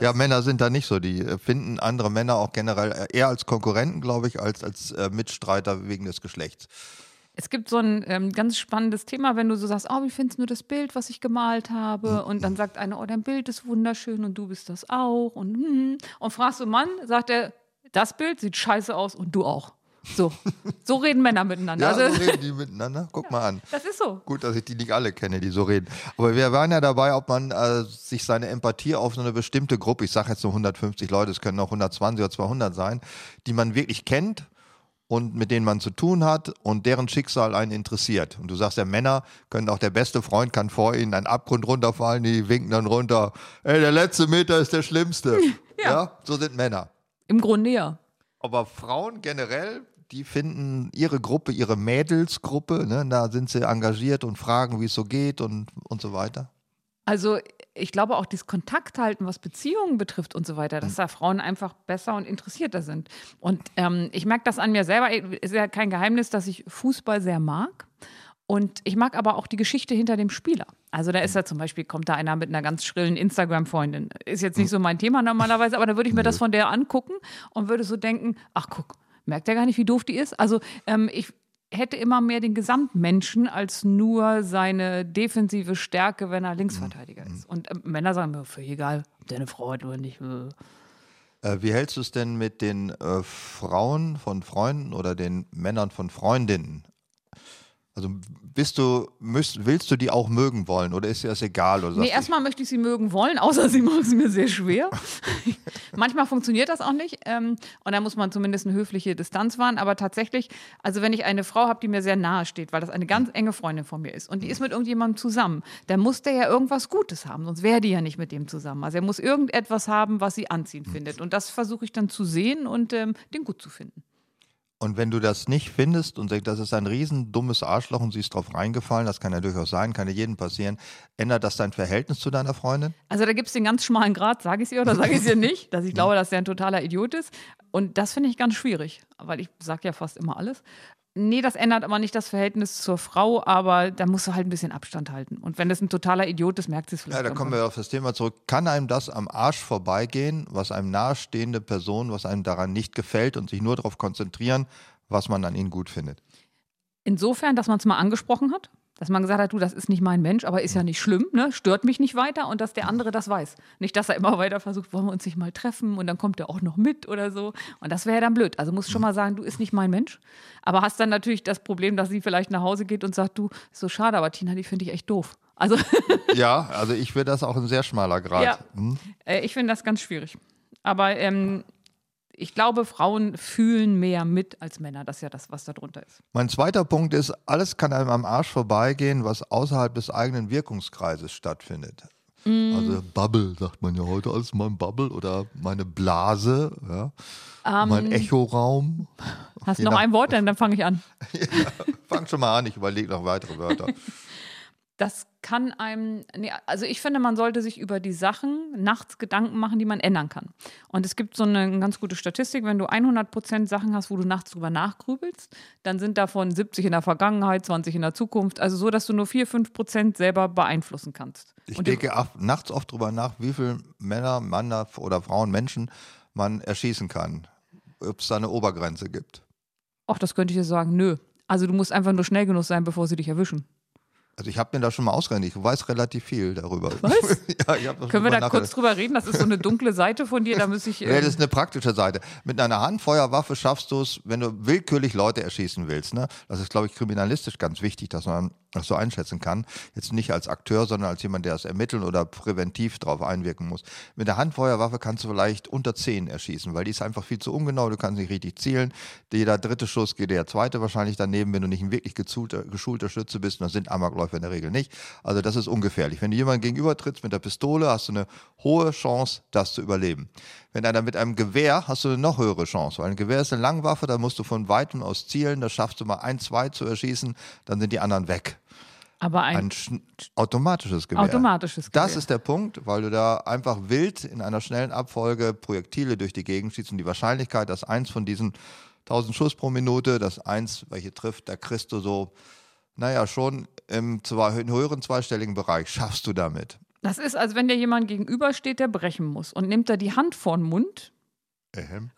Speaker 2: Ja, Männer sind da nicht so. Die äh, finden andere Männer auch generell äh, eher als Konkurrenten, glaube ich, als als äh, Mitstreiter wegen des Geschlechts.
Speaker 3: Es gibt so ein ähm, ganz spannendes Thema, wenn du so sagst, oh, wie findest du das Bild, was ich gemalt habe? Und dann sagt einer, oh, dein Bild ist wunderschön und du bist das auch. Und, hm. und fragst du Mann, sagt er, das Bild sieht scheiße aus und du auch. So, so reden Männer miteinander.
Speaker 2: Ja,
Speaker 3: also,
Speaker 2: so reden die miteinander. Guck mal an.
Speaker 3: das ist so.
Speaker 2: Gut, dass ich die nicht alle kenne, die so reden. Aber wir waren ja dabei, ob man äh, sich seine Empathie auf so eine bestimmte Gruppe, ich sage jetzt nur 150 Leute, es können auch 120 oder 200 sein, die man wirklich kennt und mit denen man zu tun hat und deren Schicksal einen interessiert. Und du sagst ja, Männer können auch der beste Freund kann vor ihnen einen Abgrund runterfallen, die winken dann runter. Ey, der letzte Meter ist der schlimmste. ja. so sind Männer.
Speaker 3: Im Grunde ja.
Speaker 2: Aber Frauen generell, die finden ihre Gruppe, ihre Mädelsgruppe, ne, da sind sie engagiert und fragen, wie es so geht und, und so weiter.
Speaker 3: Also ich glaube auch dieses Kontakthalten, was Beziehungen betrifft und so weiter, dass da Frauen einfach besser und interessierter sind. Und ähm, ich merke das an mir selber, ist ja kein Geheimnis, dass ich Fußball sehr mag. Und ich mag aber auch die Geschichte hinter dem Spieler. Also da ist ja zum Beispiel, kommt da einer mit einer ganz schrillen Instagram-Freundin. Ist jetzt nicht so mein Thema normalerweise, aber dann würde ich mir das von der angucken und würde so denken, ach guck, merkt er gar nicht, wie doof die ist? Also ähm, ich hätte immer mehr den Gesamtmenschen als nur seine defensive Stärke, wenn er Linksverteidiger ist. Und ähm, Männer sagen mir, völlig egal, ob der eine Frau hat oder nicht. äh."
Speaker 2: Äh, wie hältst du es denn mit den äh, Frauen von Freunden oder den Männern von Freundinnen? Also bist du, müsst, willst du die auch mögen wollen oder ist dir das egal? Oder
Speaker 3: Nee,
Speaker 2: sagst du,
Speaker 3: erstmal möchte ich sie mögen wollen, außer sie machen es mir sehr schwer. Manchmal funktioniert das auch nicht. Ähm, und da muss man zumindest eine höfliche Distanz wahren. Aber tatsächlich, also wenn ich eine Frau habe, die mir sehr nahe steht, weil das eine ganz enge Freundin von mir ist und die ist mit irgendjemandem zusammen, dann muss der ja irgendwas Gutes haben, sonst wäre die ja nicht mit dem zusammen. Also er muss irgendetwas haben, was sie anziehend findet. Und das versuche ich dann zu sehen und ähm, den gut zu finden.
Speaker 2: Und wenn du das nicht findest und denkst, das ist ein riesen dummes Arschloch und sie ist drauf reingefallen, das kann ja durchaus sein, kann ja jedem passieren, ändert das dein Verhältnis zu deiner Freundin?
Speaker 3: Also da gibt es den ganz schmalen Grad, sage ich es ihr oder sage ich es ihr nicht, dass ich glaube, dass der ein totaler Idiot ist. Und das finde ich ganz schwierig, weil ich sage ja fast immer alles. Nee, das ändert aber nicht das Verhältnis zur Frau, aber da musst du halt ein bisschen Abstand halten. Und wenn das ein totaler Idiot ist, merkt sie es vielleicht.
Speaker 2: Ja, da kommen
Speaker 3: irgendwann.
Speaker 2: wir auf das Thema zurück. Kann einem das am Arsch vorbeigehen, was einem nahestehende Person, was einem daran nicht gefällt und sich nur darauf konzentrieren, was man an ihnen gut findet?
Speaker 3: Insofern, dass man es mal angesprochen hat, dass man gesagt hat, du, das ist nicht mein Mensch, aber ist ja nicht schlimm, ne? stört mich nicht weiter und dass der andere das weiß. Nicht, dass er immer weiter versucht, wollen wir uns nicht mal treffen und dann kommt er auch noch mit oder so. Und das wäre ja dann blöd. Also musst schon mal sagen, du ist nicht mein Mensch. Aber hast dann natürlich das Problem, dass sie vielleicht nach Hause geht und sagt, du, ist so schade, aber Tina, die finde ich echt doof. Also
Speaker 2: Ja, also ich will das auch ein sehr schmaler Grad.
Speaker 3: Ja.
Speaker 2: Hm?
Speaker 3: Äh, ich finde das ganz schwierig. Aber ähm, ich glaube, Frauen fühlen mehr mit als Männer. Das ist ja das, was da drunter ist.
Speaker 2: Mein zweiter Punkt ist, alles kann einem am Arsch vorbeigehen, was außerhalb des eigenen Wirkungskreises stattfindet. Also Bubble, sagt man ja heute, alles mein Bubble oder meine Blase, ja. mein Echoraum.
Speaker 3: Ähm, Hast
Speaker 2: äh, Je
Speaker 3: noch
Speaker 2: nach-
Speaker 3: ein Wort, denn dann fange ich an.
Speaker 2: Fang schon mal an, ich überlege noch weitere Wörter.
Speaker 3: Das kann einem, nee, also ich finde, man sollte sich über die Sachen nachts Gedanken machen, die man ändern kann. Und es gibt so eine ganz gute Statistik, wenn du 100% Sachen hast, wo du nachts drüber nachgrübelst, dann sind davon 70 in der Vergangenheit, 20 in der Zukunft. Also so, dass du nur 4, 5% selber beeinflussen kannst.
Speaker 2: Ich
Speaker 3: Und die-
Speaker 2: denke ab- nachts oft drüber nach, wie viele Männer, Männer oder Frauen, Menschen man erschießen kann. Ob es da eine Obergrenze gibt.
Speaker 3: Ach, das könnte ich dir sagen, nö. Also du musst einfach nur schnell genug sein, bevor sie dich erwischen.
Speaker 2: Also ich habe mir da schon mal ausgerechnet, ich weiß relativ viel darüber.
Speaker 3: Was?
Speaker 2: ja, ich hab da schon
Speaker 3: Können
Speaker 2: drüber
Speaker 3: wir da kurz
Speaker 2: nachgedacht.
Speaker 3: drüber reden? Das ist so eine dunkle Seite von dir, da muss ich.
Speaker 2: Ja,
Speaker 3: Äh,
Speaker 2: das ist eine praktische Seite. Mit einer Handfeuerwaffe schaffst du es, wenn du willkürlich Leute erschießen willst. Ne? Das ist, glaube ich, kriminalistisch ganz wichtig, dass man das so einschätzen kann. Jetzt nicht als Akteur, sondern als jemand, der das ermitteln oder präventiv drauf einwirken muss. Mit der Handfeuerwaffe kannst du vielleicht unter 10 erschießen, weil die ist einfach viel zu ungenau, du kannst nicht richtig zielen. Jeder dritte Schuss geht der zweite wahrscheinlich daneben, wenn du nicht ein wirklich gezulter, geschulter Schütze bist. Und das sind Amokläufer in der Regel nicht. Also das ist ungefährlich. Wenn du jemandem gegenüber trittst mit der Pistole, hast du eine hohe Chance, das zu überleben. Wenn einer mit einem Gewehr, hast du eine noch höhere Chance. Weil ein Gewehr ist eine Langwaffe, da musst du von weitem aus zielen. Da schaffst du mal ein, zwei zu erschießen, dann sind die anderen weg.
Speaker 3: aber
Speaker 2: Ein
Speaker 3: ein
Speaker 2: schn- automatisches Gewehr.
Speaker 3: automatisches
Speaker 2: Das
Speaker 3: Gewehr.
Speaker 2: ist der Punkt, weil du da einfach wild in einer schnellen Abfolge Projektile durch die Gegend schießt und die Wahrscheinlichkeit, dass eins von diesen 1000 Schuss pro Minute, dass eins, welche trifft, da kriegst du so, naja, schon im zwei, in höheren zweistelligen Bereich schaffst du damit.
Speaker 3: Das ist, als wenn dir jemand gegenübersteht, der brechen muss und nimmt da die Hand vor den Mund
Speaker 2: Ähm.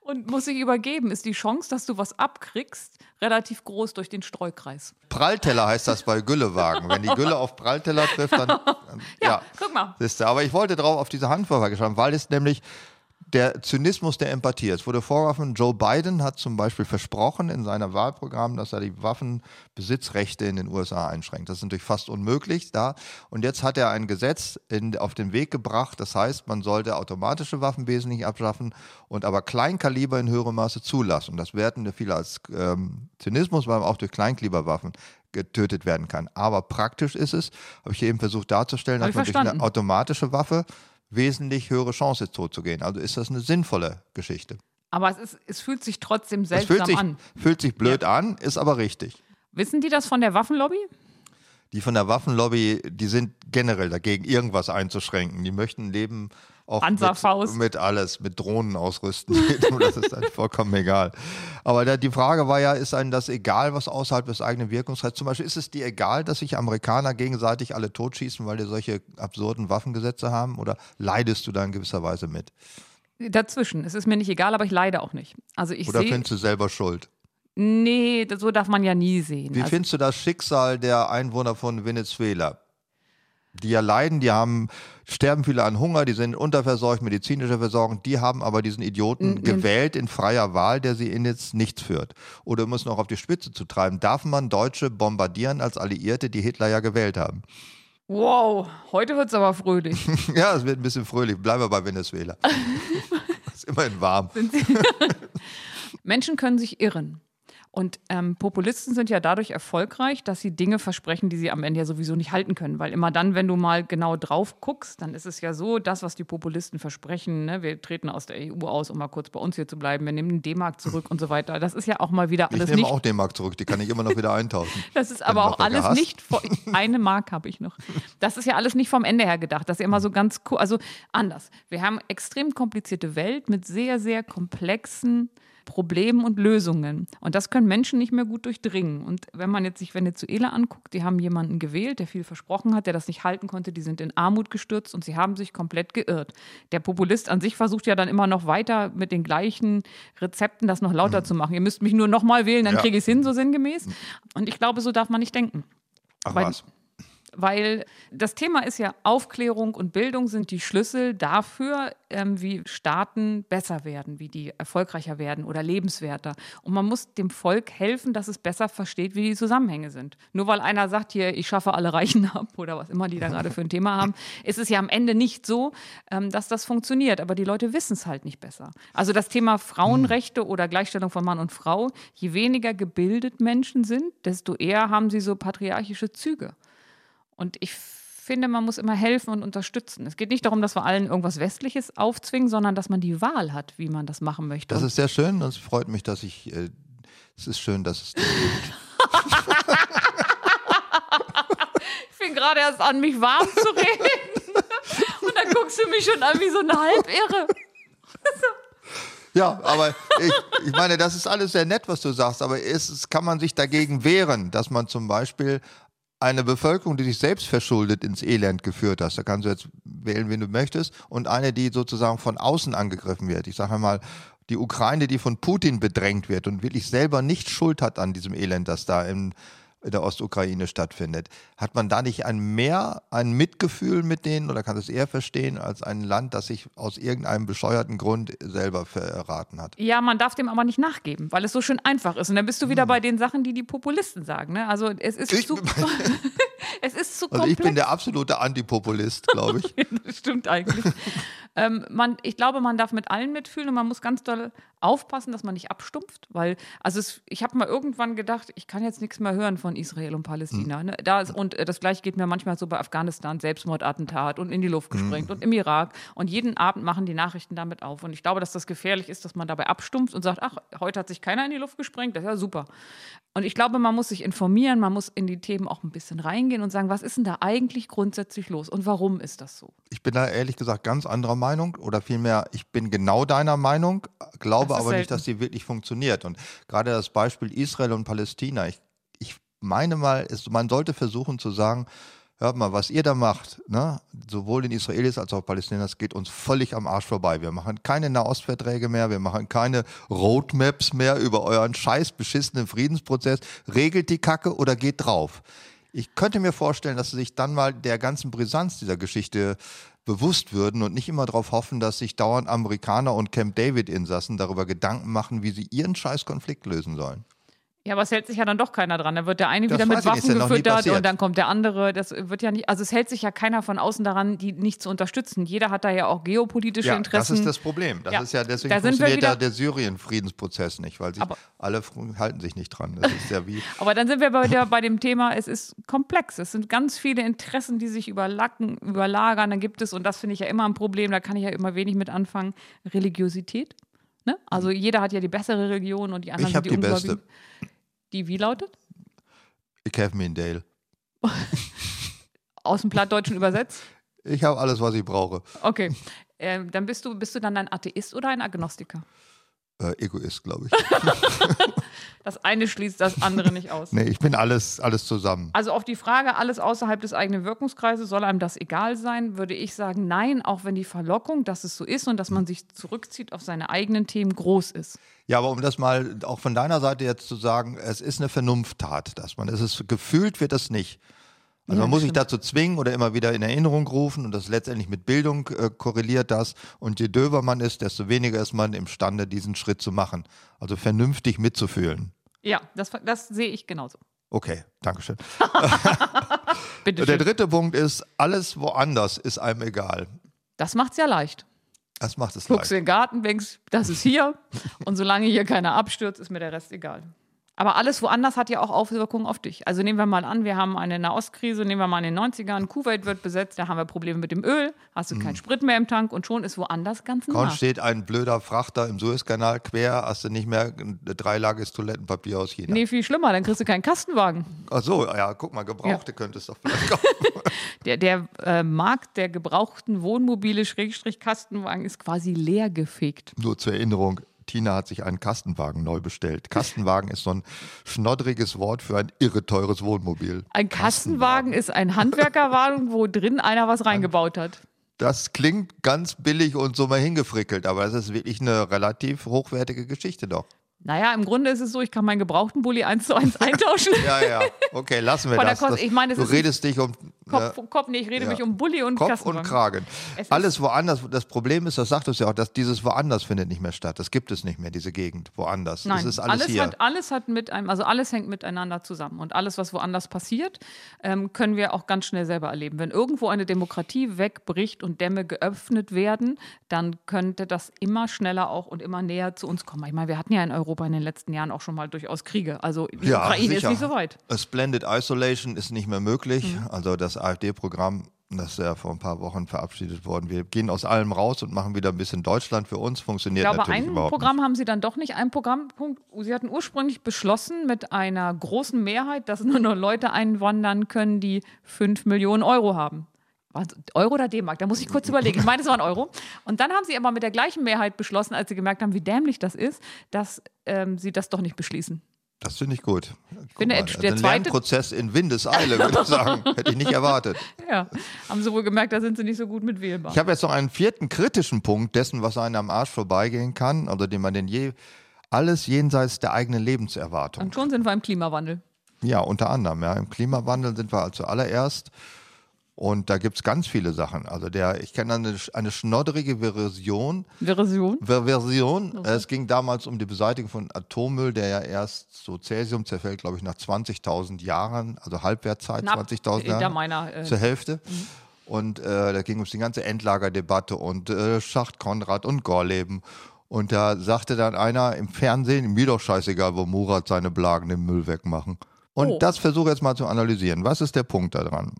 Speaker 3: und muss sich übergeben, ist die Chance, dass du was abkriegst, relativ groß durch den Streukreis.
Speaker 2: Prallteller heißt das bei Güllewagen. Wenn die Gülle auf Prallteller trifft, dann. dann
Speaker 3: Ja,
Speaker 2: ja.
Speaker 3: guck mal.
Speaker 2: Siehst du, aber ich wollte drauf auf diese Handwerker geschaut, weil es nämlich der Zynismus der Empathie. ist. Es wurde vorgeworfen, Joe Biden hat zum Beispiel versprochen in seinem Wahlprogramm, dass er die Waffenbesitzrechte in den USA einschränkt. Das ist natürlich fast unmöglich da. Und jetzt hat er ein Gesetz in, auf den Weg gebracht. Das heißt, man sollte automatische Waffen wesentlich abschaffen und aber Kleinkaliber in höherem Maße zulassen. Und das werten viele als ähm, Zynismus, weil man auch durch Kleinkaliberwaffen getötet werden kann. Aber praktisch ist es, habe ich eben versucht darzustellen, hat
Speaker 3: Hab ich
Speaker 2: man durch eine
Speaker 3: verstanden.
Speaker 2: automatische Waffe wesentlich höhere Chance, tot zu gehen. Also ist das eine sinnvolle Geschichte.
Speaker 3: Aber es, ist, es fühlt sich trotzdem
Speaker 2: Das
Speaker 3: seltsam
Speaker 2: fühlt sich,
Speaker 3: an.
Speaker 2: fühlt sich blöd an, ist aber richtig.
Speaker 3: Wissen die das von der Waffenlobby?
Speaker 2: Die von der Waffenlobby, die sind generell dagegen, irgendwas einzuschränken. Die möchten Leben auch
Speaker 3: Hansa-Faust.
Speaker 2: mit, mit alles, mit Drohnen ausrüsten. das ist halt vollkommen egal. Aber da, die Frage war ja, ist einem das egal, was außerhalb des eigenen Wirkungskreises? Zum Beispiel ist es dir egal, dass sich Amerikaner gegenseitig alle totschießen, weil die solche absurden Waffengesetze haben? Oder leidest du da in gewisser Weise mit?
Speaker 3: Dazwischen. Es ist mir nicht egal, aber ich leide auch nicht. Also ich
Speaker 2: Oder
Speaker 3: sehe.
Speaker 2: findest du selber schuld?
Speaker 3: Nee, das- so darf man ja nie sehen.
Speaker 2: Wie
Speaker 3: also,
Speaker 2: findest du das Schicksal der Einwohner von Venezuela? Die ja leiden, die haben, sterben viele an Hunger, die sind unterversorgt, medizinische Versorgung, die haben aber diesen
Speaker 3: Mm,
Speaker 2: Idioten gewählt in freier Wahl, der sie in jetzt nichts führt. Oder um es noch auf die Spitze zu treiben, darf man Deutsche bombardieren als Alliierte, die Hitler ja gewählt haben?
Speaker 3: wow, heute wird es aber fröhlich.
Speaker 2: ja, es wird ein bisschen fröhlich, bleiben wir bei Venezuela. ist immerhin warm.
Speaker 3: Menschen können sich irren. Und ähm, Populisten sind ja dadurch erfolgreich, dass sie Dinge versprechen, die sie am Ende ja sowieso nicht halten können. Weil immer dann, wenn du mal genau drauf guckst, dann ist es ja so, das, was die Populisten versprechen, ne? wir treten aus der EU aus, um mal kurz bei uns hier zu bleiben, wir nehmen den D-Mark zurück und so weiter. Das ist ja auch mal wieder
Speaker 2: Ich
Speaker 3: alles
Speaker 2: nehme
Speaker 3: nicht.
Speaker 2: auch den Markt zurück, die kann ich immer noch wieder eintauschen.
Speaker 3: Das ist
Speaker 2: Den
Speaker 3: aber auch
Speaker 2: hat er
Speaker 3: alles
Speaker 2: gehasst.
Speaker 3: nicht vor, eine Mark habe ich noch. Das ist ja alles nicht vom Ende her gedacht. Das ist ja immer so ganz cool. Also anders. Wir haben extrem komplizierte Welt mit sehr, sehr komplexen Problemen und Lösungen. Und das können Menschen nicht mehr gut durchdringen. Und wenn man jetzt sich Venezuela anguckt, die haben jemanden gewählt, der viel versprochen hat, der das nicht halten konnte, die sind in Armut gestürzt und sie haben sich komplett geirrt. Der Populist an sich versucht ja dann immer noch weiter mit den gleichen Rezepten das noch lauter zu machen. Ihr müsst mich nur nochmal wählen, dann
Speaker 2: Ja.
Speaker 3: kriege ich es hin, so sinngemäß. Und ich glaube, so darf man nicht denken.
Speaker 2: Ach
Speaker 3: Weil-
Speaker 2: was.
Speaker 3: Weil das Thema ist ja, Aufklärung und Bildung sind die Schlüssel dafür, ähm, wie Staaten besser werden, wie die erfolgreicher werden oder lebenswerter. Und man muss dem Volk helfen, dass es besser versteht, wie die Zusammenhänge sind. Nur weil einer sagt hier, ich schaffe alle Reichen ab oder was immer die da gerade für ein Thema haben, ist es ja am Ende nicht so, ähm, dass das funktioniert. Aber die Leute wissen es halt nicht besser. Also das Thema Frauenrechte oder Gleichstellung von Mann und Frau, je weniger gebildet Menschen sind, desto eher haben sie so patriarchische Züge. Und ich finde, man muss immer helfen und unterstützen. Es geht nicht darum, dass wir allen irgendwas Westliches aufzwingen, sondern dass man die Wahl hat, wie man das machen möchte.
Speaker 2: Das
Speaker 3: Und
Speaker 2: ist sehr schön und es freut mich, dass ich. Äh, es ist schön, dass es.
Speaker 3: ich fing gerade erst an, mich warm zu reden. und dann guckst du mich schon an wie so eine Halbirre.
Speaker 2: Ja, aber ich, ich meine, das ist alles sehr nett, was du sagst, aber es, es kann man sich dagegen wehren, dass man zum Beispiel eine Bevölkerung, die sich selbst verschuldet ins Elend geführt hat, da kannst du jetzt wählen, wen du möchtest, und eine, die sozusagen von außen angegriffen wird. Ich sage mal, die Ukraine, die von Putin bedrängt wird und wirklich selber nicht schuld hat an diesem Elend, das da in, in der Ostukraine stattfindet. Hat man da nicht ein mehr, ein Mitgefühl mit denen oder kann es eher verstehen als ein Land, das sich aus irgendeinem bescheuerten Grund selber verraten hat?
Speaker 3: Ja, man darf dem aber nicht nachgeben, weil es so schön einfach ist. Und dann bist du wieder bei den Sachen, die die Populisten sagen. Ne? Also es ist
Speaker 2: Hm. Ich-
Speaker 3: zu, es ist zu
Speaker 2: Also
Speaker 3: komplex.
Speaker 2: ich bin der absolute Antipopulist, glaube ich.
Speaker 3: das stimmt eigentlich. ähm, man, ich glaube, man darf mit allen mitfühlen und man muss ganz doll aufpassen, dass man nicht abstumpft, weil also es, ich habe mal irgendwann gedacht, ich kann jetzt nichts mehr hören von Israel und Palästina. Ne? Da ist, und äh, das gleiche geht mir manchmal so bei Afghanistan, Selbstmordattentat und in die Luft gesprengt und im Irak. Und jeden Abend machen die Nachrichten damit auf. Und ich glaube, dass das gefährlich ist, dass man dabei abstumpft und sagt, ach, heute hat sich keiner in die Luft gesprengt, das ist ja super. Und ich glaube, man muss sich informieren, man muss in die Themen auch ein bisschen reingehen und sagen, was ist denn da eigentlich grundsätzlich los und warum ist das so?
Speaker 2: Ich bin da ehrlich gesagt ganz anderer Meinung oder vielmehr, ich bin genau deiner Meinung, glaube
Speaker 3: Das ist
Speaker 2: aber nicht,
Speaker 3: selten.
Speaker 2: dass die wirklich funktioniert. Und gerade das Beispiel Israel und Palästina, ich, ich meine mal, ist, man sollte versuchen zu sagen, hört mal, was ihr da macht, ne? sowohl den Israelis als auch Palästinensern, das geht uns völlig am Arsch vorbei. Wir machen keine Nahostverträge mehr, wir machen keine Roadmaps mehr über euren scheiß beschissenen Friedensprozess. Regelt die Kacke oder geht drauf. Ich könnte mir vorstellen, dass sie sich dann mal der ganzen Brisanz dieser Geschichte bewusst würden und nicht immer darauf hoffen, dass sich dauernd Amerikaner und Camp David-Insassen darüber Gedanken machen, wie sie ihren scheiß Konflikt lösen sollen.
Speaker 3: Ja, aber es hält sich ja dann doch keiner dran. Da wird der eine
Speaker 2: Das
Speaker 3: wieder
Speaker 2: weiß
Speaker 3: mit
Speaker 2: ich nicht, ist ja
Speaker 3: Waffen
Speaker 2: noch nie
Speaker 3: gefüttert
Speaker 2: passiert.
Speaker 3: und dann kommt der andere. Das wird ja nicht, also es hält sich ja keiner von außen daran, die nicht zu unterstützen. Jeder hat da ja auch geopolitische
Speaker 2: das
Speaker 3: Interessen.
Speaker 2: ist das Problem. Das
Speaker 3: Ja,
Speaker 2: ist ja deswegen
Speaker 3: da sind wir
Speaker 2: funktioniert ja
Speaker 3: wieder-
Speaker 2: der Syrien-Friedensprozess nicht, weil sich
Speaker 3: Aber-
Speaker 2: alle fr- halten sich nicht dran. Das ist ja wie
Speaker 3: aber dann sind wir bei, der, bei dem Thema, es ist komplex. Es sind ganz viele Interessen, die sich überlacken, überlagern. Dann gibt es, und das finde ich ja immer ein Problem, da kann ich ja immer wenig mit anfangen, Religiosität. Ne? Also jeder hat ja die bessere Religion und die anderen
Speaker 2: Ich hab
Speaker 3: sind
Speaker 2: die
Speaker 3: die,
Speaker 2: beste.
Speaker 3: Ungläubigen. Die wie lautet?
Speaker 2: ich helfe mir in Dale.
Speaker 3: Aus dem Plattdeutschen übersetzt?
Speaker 2: Ich habe alles, was ich brauche.
Speaker 3: Okay. Ähm, dann bist du, bist du dann ein Atheist oder ein Agnostiker?
Speaker 2: Äh, Egoist, glaube ich.
Speaker 3: Das eine schließt das andere nicht aus.
Speaker 2: nee, ich bin alles, alles zusammen.
Speaker 3: Also auf die Frage, alles außerhalb des eigenen Wirkungskreises, soll einem das egal sein, würde ich sagen, nein, auch wenn die Verlockung, dass es so ist und dass man sich zurückzieht auf seine eigenen Themen, groß ist.
Speaker 2: Ja, aber um das mal auch von deiner Seite jetzt zu sagen, es ist eine Vernunfttat, dass man es ist, gefühlt wird das nicht. Also man muss sich dazu zwingen oder immer wieder in Erinnerung rufen und das letztendlich mit Bildung äh, korreliert das. Und je döver man ist, desto weniger ist man imstande, diesen Schritt zu machen. Also vernünftig mitzufühlen.
Speaker 3: Ja, das, das sehe ich genauso.
Speaker 2: Okay, Dankeschön.
Speaker 3: Bitte
Speaker 2: Und der
Speaker 3: schön.
Speaker 2: dritte Punkt ist, alles woanders ist einem egal.
Speaker 3: Das macht's ja leicht.
Speaker 2: Das macht es
Speaker 3: Guckst
Speaker 2: leicht.
Speaker 3: in den Garten, denkst, das ist hier. Und solange hier keiner abstürzt, ist mir der Rest egal. Aber alles woanders hat ja auch Auswirkungen auf dich. Also nehmen wir mal an, wir haben eine Nahostkrise, nehmen wir mal an in den 90ern, Kuwait wird besetzt, da haben wir Probleme mit dem Öl, hast du keinen Sprit mehr im Tank und schon ist woanders ganz
Speaker 2: Kaum
Speaker 3: nah.
Speaker 2: steht ein blöder Frachter im Suezkanal quer, hast du nicht mehr ein dreilagiges Toilettenpapier aus China.
Speaker 3: Nee, viel schlimmer, dann kriegst du keinen Kastenwagen.
Speaker 2: Ach so, ja, guck mal, Gebrauchte könntest du doch vielleicht kaufen.
Speaker 3: Der, der äh, Markt der gebrauchten Wohnmobile, Schrägstrich Kastenwagen, ist quasi leer gefegt.
Speaker 2: Nur zur Erinnerung, Tina hat sich einen Kastenwagen neu bestellt. Kastenwagen ist so ein schnoddriges Wort für ein irre teures Wohnmobil.
Speaker 3: Ein Kastenwagen ist ein Handwerkerwagen, wo drin einer was reingebaut hat.
Speaker 2: Das klingt ganz billig und so mal hingefrickelt, aber das ist wirklich eine relativ hochwertige Geschichte doch.
Speaker 3: Naja, im Grunde ist es so, ich kann meinen gebrauchten Bulli eins zu eins eintauschen.
Speaker 2: Ja, ja, okay, lassen wir
Speaker 3: Von der
Speaker 2: das.
Speaker 3: Kost-
Speaker 2: das.
Speaker 3: ich meine, es
Speaker 2: du
Speaker 3: ist-
Speaker 2: redest dich um
Speaker 3: Kopf, Kopf, nee, ich rede
Speaker 2: Ja.
Speaker 3: mich um Bulli und
Speaker 2: Kopf und
Speaker 3: Kastenwagen.
Speaker 2: Kragen.
Speaker 3: Es ist-
Speaker 2: Alles woanders, das Problem ist, das sagt uns ja auch, dass dieses woanders findet nicht mehr statt. Das gibt es nicht mehr, diese Gegend, woanders.
Speaker 3: Nein,
Speaker 2: es ist alles, hier.
Speaker 3: Hat, alles hat mit einem, also alles hängt miteinander zusammen. Und alles, was woanders passiert, ähm, können wir auch ganz schnell selber erleben. Wenn irgendwo eine Demokratie wegbricht und Dämme geöffnet werden, dann könnte das immer schneller auch und immer näher zu uns kommen. Ich meine, wir hatten ja in Europa in den letzten Jahren auch schon mal durchaus Kriege. Also die
Speaker 2: ja,
Speaker 3: Ukraine
Speaker 2: sicher.
Speaker 3: ist nicht so weit. Mhm.
Speaker 2: A Splendid Isolation ist nicht mehr möglich. Also das AfD-Programm, das ist ja vor ein paar Wochen verabschiedet worden. Wir gehen aus allem raus und machen wieder ein bisschen Deutschland für uns.
Speaker 3: Ich
Speaker 2: Funktioniert
Speaker 3: glaube,
Speaker 2: natürlich
Speaker 3: ein
Speaker 2: überhaupt
Speaker 3: Programm haben sie dann doch nicht. Ein Programmpunkt, sie hatten ursprünglich beschlossen mit einer großen Mehrheit, dass nur noch Leute einwandern können, die 5 Millionen Euro haben. Waren's Euro oder D-Mark? Da muss ich kurz überlegen. Ich meine, es war ein Euro. Und dann haben sie aber mit der gleichen Mehrheit beschlossen, als sie gemerkt haben, wie dämlich das ist, dass ähm, sie das doch nicht beschließen.
Speaker 2: nicht. Das finde ich gut. Guck
Speaker 3: finde,
Speaker 2: mal,
Speaker 3: der
Speaker 2: der
Speaker 3: zweite-
Speaker 2: Lernprozess in Windeseile, würde ich sagen. Hätte ich nicht erwartet.
Speaker 3: Ja, haben sie wohl gemerkt, da sind sie nicht so gut mit wählbar.
Speaker 2: Ich habe jetzt noch einen vierten kritischen Punkt dessen, was einem am Arsch vorbeigehen kann, also den man denn je alles jenseits der eigenen Lebenserwartung.
Speaker 3: Und schon sind wir im Klimawandel.
Speaker 2: Ja, unter anderem, ja. Im Klimawandel sind wir also allererst. Und da gibt es ganz viele Sachen. Also der, ich kenne eine, sch- eine schnodderige Version.
Speaker 3: Version.
Speaker 2: Ver- Version. Es ging damals um die Beseitigung von Atommüll, der ja erst so Cäsium zerfällt, glaube ich, nach 20.000 Jahren, also Halbwertzeit,
Speaker 3: Knapp
Speaker 2: 20.000
Speaker 3: hinter
Speaker 2: Jahre
Speaker 3: meiner, äh,
Speaker 2: zur Hälfte. Und äh, da ging es die ganze Endlagerdebatte und äh, Schacht Konrad und Gorleben. Und da sagte dann einer im Fernsehen, mir doch scheißegal, wo Murat seine Blagen im Müll wegmachen. Und
Speaker 3: Oh.
Speaker 2: das versuche ich jetzt mal zu analysieren. Was ist der Punkt daran?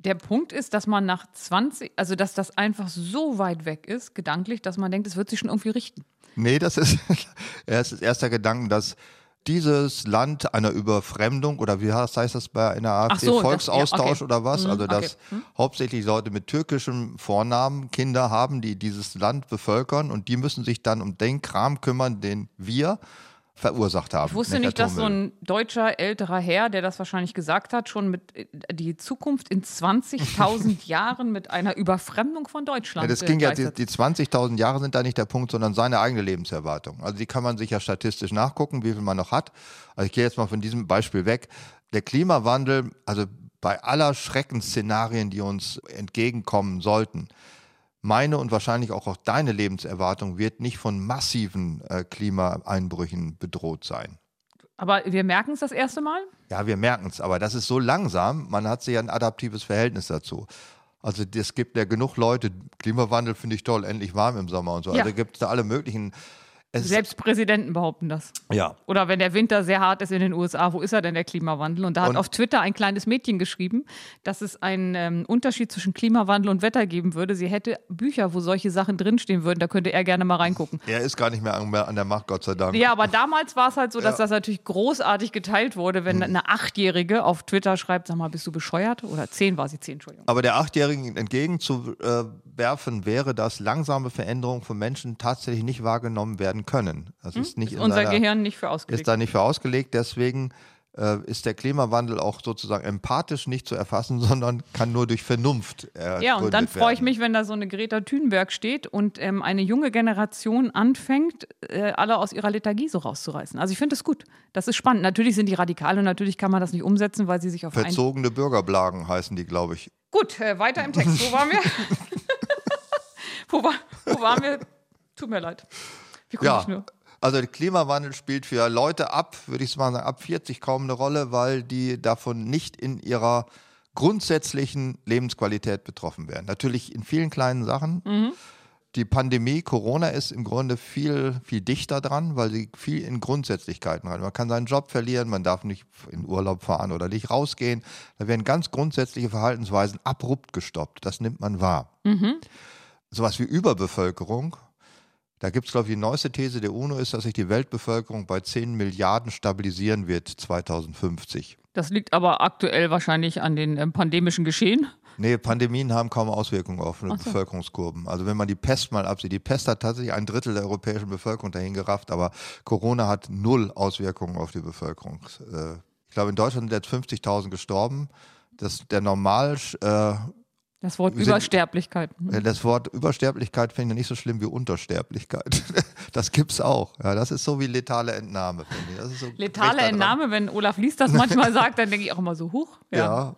Speaker 3: Der Punkt ist, dass man nach 20, also dass das einfach so weit weg ist, gedanklich, dass man denkt, es wird sich schon irgendwie richten.
Speaker 2: Nee, das ist erst ist erster Gedanke, dass dieses Land einer Überfremdung oder wie heißt heißt das bei einer AfD
Speaker 3: so, das-
Speaker 2: Volksaustausch
Speaker 3: ja, okay.
Speaker 2: oder was?
Speaker 3: Mhm,
Speaker 2: also dass
Speaker 3: okay.
Speaker 2: hauptsächlich Leute mit türkischem Vornamen Kinder haben, die dieses Land bevölkern und die müssen sich dann um den Kram kümmern, den wir verursacht haben.
Speaker 3: Ich wusste nicht, dass so
Speaker 2: Atommüll.
Speaker 3: ein deutscher älterer Herr, der das wahrscheinlich gesagt hat, schon mit äh, die Zukunft in 20.000 Jahren mit einer Überfremdung von Deutschland.
Speaker 2: ja, das
Speaker 3: äh,
Speaker 2: ging ja, die,
Speaker 3: gleichsetzt.
Speaker 2: die 20.000 Jahre sind da nicht der Punkt, sondern seine eigene Lebenserwartung. Also die kann man sich ja statistisch nachgucken, wie viel man noch hat. Also ich gehe jetzt mal von diesem Beispiel weg. Der Klimawandel, also bei aller Schreckensszenarien, die uns entgegenkommen sollten, meine und wahrscheinlich auch, auch deine Lebenserwartung wird nicht von massiven äh, Klimaeinbrüchen bedroht sein.
Speaker 3: Aber wir merken es das erste Mal.
Speaker 2: Ja, wir merken es, aber das ist so langsam, man hat sich ja ein adaptives Verhältnis dazu. Also es gibt ja genug Leute, Klimawandel finde ich toll, endlich warm im Sommer und so.
Speaker 3: Ja.
Speaker 2: Also gibt es da alle möglichen. Es-
Speaker 3: Selbst Präsidenten behaupten das.
Speaker 2: ja.
Speaker 3: Oder wenn der Winter sehr hart ist in den USA, wo ist er denn der Klimawandel? Und da hat
Speaker 2: Und-
Speaker 3: auf Twitter ein kleines Mädchen geschrieben, dass es einen ähm, Unterschied zwischen Klimawandel und Wetter geben würde. Sie hätte Bücher, wo solche Sachen drinstehen würden. Da könnte er gerne mal reingucken.
Speaker 2: Er ist gar nicht mehr an, an der Macht, Gott sei Dank.
Speaker 3: Ja, aber damals war es halt so, dass das natürlich großartig geteilt wurde, wenn eine Achtjährige auf Twitter schreibt, sag mal, bist du bescheuert? Oder zehn war sie, zehn, Entschuldigung.
Speaker 2: Aber der Achtjährigen entgegenzuwerfen wäre, dass langsame Veränderungen von Menschen tatsächlich nicht wahrgenommen werden können. Das ist nicht in
Speaker 3: Hm? Unser
Speaker 2: seiner-
Speaker 3: Gehirn nicht für ausgelegt.
Speaker 2: ist da nicht für ausgelegt. Deswegen äh, ist der Klimawandel auch sozusagen empathisch nicht zu erfassen, sondern kann nur durch Vernunft ergründet
Speaker 3: Ja, und dann freue ich
Speaker 2: werden.
Speaker 3: mich, wenn da so eine Greta Thunberg steht und ähm, eine junge Generation anfängt, äh, alle aus ihrer Lethargie so rauszureißen. Also ich finde das gut. Das ist spannend. Natürlich sind die radikal und natürlich kann man das nicht umsetzen, weil sie sich auf ein...
Speaker 2: Verzogene Bürgerblagen heißen die, glaube ich.
Speaker 3: Gut, äh, weiter im Text. Wo waren wir? wo, war, wo waren wir? Tut mir leid. Wie komme ich
Speaker 2: Ja.
Speaker 3: nur?
Speaker 2: Also der Klimawandel spielt für Leute ab, würde ich mal sagen, ab 40 kaum eine Rolle, weil die davon nicht in ihrer grundsätzlichen Lebensqualität betroffen werden. Natürlich in vielen kleinen Sachen.
Speaker 3: Mhm.
Speaker 2: Die Pandemie Corona ist im Grunde viel, viel dichter dran, weil sie viel in Grundsätzlichkeiten rein. Man kann seinen Job verlieren, man darf nicht in Urlaub fahren oder nicht rausgehen. Da werden ganz grundsätzliche Verhaltensweisen abrupt gestoppt. Das nimmt man wahr.
Speaker 3: Mhm.
Speaker 2: Sowas wie Überbevölkerung da gibt es, glaube ich, die neueste These der UNO ist, dass sich die Weltbevölkerung bei 10 Milliarden stabilisieren wird 2050.
Speaker 3: Das liegt aber aktuell wahrscheinlich an den ähm, pandemischen Geschehen.
Speaker 2: Nee, Pandemien haben kaum Auswirkungen auf Bevölkerungskurven. Also wenn man die Pest mal absieht, die Pest hat tatsächlich ein Drittel der europäischen Bevölkerung dahin gerafft, aber Corona hat null Auswirkungen auf die Bevölkerung. Äh, Ich glaube, in Deutschland sind jetzt 50.000 gestorben. Das, der Normal, äh,
Speaker 3: Das Wort
Speaker 2: Wir sind-
Speaker 3: Übersterblichkeit.
Speaker 2: Äh, das Wort Übersterblichkeit finde ich nicht so schlimm wie Untersterblichkeit. Das gibt's auch. Ja, das ist so wie letale Entnahme, finde ich. Das ist so recht
Speaker 3: Letale
Speaker 2: daran.
Speaker 3: Entnahme, wenn Olaf Lies das manchmal sagt, dann denke ich auch immer so hoch.
Speaker 2: Ja.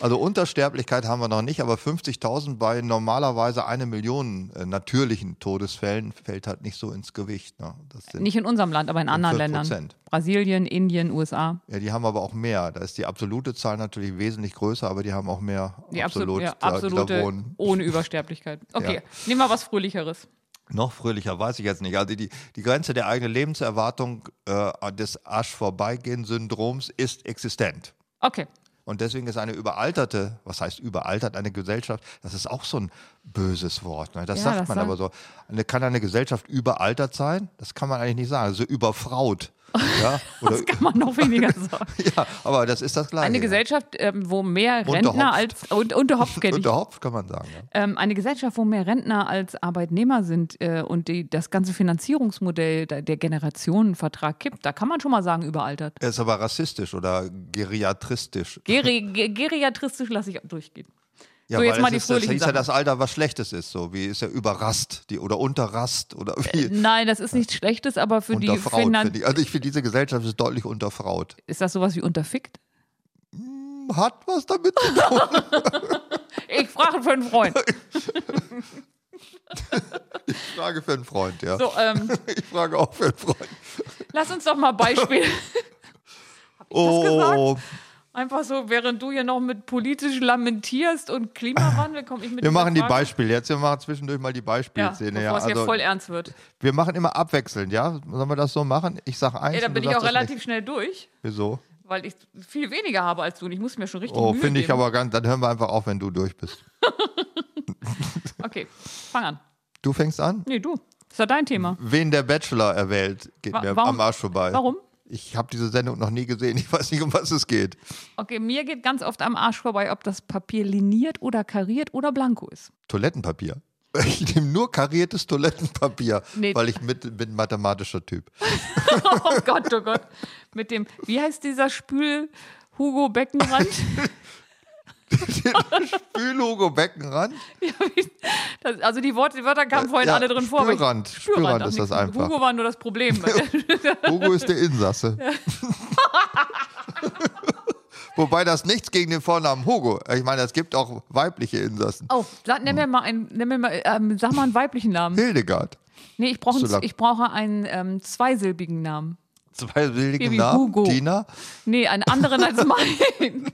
Speaker 2: Also Untersterblichkeit haben wir noch nicht, aber 50.000 bei normalerweise eine Million äh, natürlichen Todesfällen fällt halt nicht so ins Gewicht. Ne? Das sind,
Speaker 3: Nicht in unserem Land, aber in anderen Ländern.
Speaker 2: 5%.
Speaker 3: Brasilien, Indien, USA.
Speaker 2: ja, die haben aber auch mehr. Da ist die absolute Zahl natürlich wesentlich größer, aber die haben auch mehr
Speaker 3: Die
Speaker 2: absolut,
Speaker 3: absolut, ja,
Speaker 2: da- die da
Speaker 3: absolute
Speaker 2: wohnen.
Speaker 3: ohne Übersterblichkeit. Okay,
Speaker 2: Ja.
Speaker 3: nehmen wir was Fröhlicheres.
Speaker 2: Noch fröhlicher, weiß ich jetzt nicht. Also die, die Grenze der eigenen Lebenserwartung äh, des Asch-Vorbeigehen-Syndroms ist existent.
Speaker 3: Okay,
Speaker 2: Und deswegen ist eine überalterte, was heißt überaltert, eine Gesellschaft, das ist auch so ein böses Wort. Ne? Das
Speaker 3: Ja,
Speaker 2: sagt
Speaker 3: das
Speaker 2: man
Speaker 3: sagt-
Speaker 2: aber so. Eine, kann eine Gesellschaft überaltert sein? Das kann man eigentlich nicht sagen. Also überfraut. Ja? Oder,
Speaker 3: kann man noch weniger sagen.
Speaker 2: ja, aber das ist das Gleiche.
Speaker 3: Eine Gesellschaft, ähm, wo mehr Rentner als und unterhopft
Speaker 2: ja.
Speaker 3: kenn ich.
Speaker 2: Unterhopft kann man sagen. Ja.
Speaker 3: Ähm, eine Gesellschaft, wo mehr Rentner als Arbeitnehmer sind äh, und die, das ganze Finanzierungsmodell der, der Generationenvertrag kippt, da kann man schon mal sagen, überaltert.
Speaker 2: Er ist aber rassistisch oder geriatristisch.
Speaker 3: Geri ge- geriatristisch lasse ich durchgehen.
Speaker 2: Ja,
Speaker 3: So, jetzt
Speaker 2: weil
Speaker 3: mal
Speaker 2: es
Speaker 3: die
Speaker 2: ist, das
Speaker 3: fröhlichen
Speaker 2: hieß ja
Speaker 3: Sachen.
Speaker 2: das Alter, was Schlechtes ist. So wie ist ja überrast die, oder unterrast oder wie.
Speaker 3: Nein, das ist nichts Schlechtes, aber Äh, für die
Speaker 2: unterfraut,
Speaker 3: Finan
Speaker 2: finde ich. Also ich finde, diese Gesellschaft ist deutlich unterfraut.
Speaker 3: ist das sowas wie unterfickt?
Speaker 2: Hat was damit zu tun.
Speaker 3: Ich frage für einen Freund.
Speaker 2: Frage für einen Freund, ja.
Speaker 3: So, ähm,
Speaker 2: Ich frage auch für einen Freund.
Speaker 3: lass uns doch mal Beispiele.
Speaker 2: Oh,
Speaker 3: Einfach so, während du hier noch mit politisch lamentierst und Klimawandel, komme ich mit
Speaker 2: wir
Speaker 3: dieser
Speaker 2: machen die
Speaker 3: Frage.
Speaker 2: Beispiele. Jetzt wir machen zwischendurch mal die
Speaker 3: Ja,
Speaker 2: Beispielszene.
Speaker 3: bevor
Speaker 2: Ja,
Speaker 3: es hier
Speaker 2: Also,
Speaker 3: voll ernst wird.
Speaker 2: wir machen immer abwechselnd, ja? Sollen wir das so machen? Ich sage eins.
Speaker 3: Ja, da
Speaker 2: und
Speaker 3: bin
Speaker 2: du
Speaker 3: ich auch
Speaker 2: sagst das
Speaker 3: relativ
Speaker 2: Nicht.
Speaker 3: schnell durch,
Speaker 2: Wieso?
Speaker 3: weil ich viel weniger habe als du und ich muss mir schon richtig
Speaker 2: Oh,
Speaker 3: Mühe
Speaker 2: finde ich
Speaker 3: geben.
Speaker 2: aber ganz. Dann hören wir einfach auf, wenn du durch bist.
Speaker 3: Okay, fang an.
Speaker 2: Du fängst an?
Speaker 3: Nee, du. Ist ja dein Thema.
Speaker 2: Wen der Bachelor erwählt, geht
Speaker 3: Wa-
Speaker 2: mir
Speaker 3: warum-
Speaker 2: am Arsch vorbei.
Speaker 3: warum?
Speaker 2: Ich habe diese Sendung noch nie gesehen. Ich weiß nicht, um was es geht.
Speaker 3: Okay, mir geht ganz oft am Arsch vorbei, ob das Papier liniert oder kariert oder blanko ist.
Speaker 2: Toilettenpapier. Ich nehme nur kariertes Toilettenpapier,
Speaker 3: Nee.
Speaker 2: weil ich mit, bin mathematischer Typ.
Speaker 3: Oh Gott, oh Gott. Mit dem, wie heißt dieser Spül Hugo Beckenrand?
Speaker 2: Spül Hugo Beckenrand.
Speaker 3: Ja, wie- das, also die, Worte, die Wörter kamen vorhin
Speaker 2: Äh, Ja,
Speaker 3: alle drin vor. aber ich-
Speaker 2: Spülrand. Spülrand
Speaker 3: auch
Speaker 2: ist das
Speaker 3: nichts.
Speaker 2: einfach.
Speaker 3: Hugo war nur das Problem.
Speaker 2: Hugo ist der Insasse. Wobei das nichts gegen den Vornamen Hugo. Ich meine, es gibt auch weibliche Insassen.
Speaker 3: oh, sag- nimm mir mal einen, nimm mir mal, ähm, sag mal einen weiblichen Namen.
Speaker 2: Hildegard.
Speaker 3: Nee, ich brauche
Speaker 2: Zu lang.
Speaker 3: einen, ich brauche einen ähm, zweisilbigen Namen.
Speaker 2: Zwei
Speaker 3: Wie
Speaker 2: billigen Namen.
Speaker 3: Hugo.
Speaker 2: Tina.
Speaker 3: Nee, einen anderen als meinen.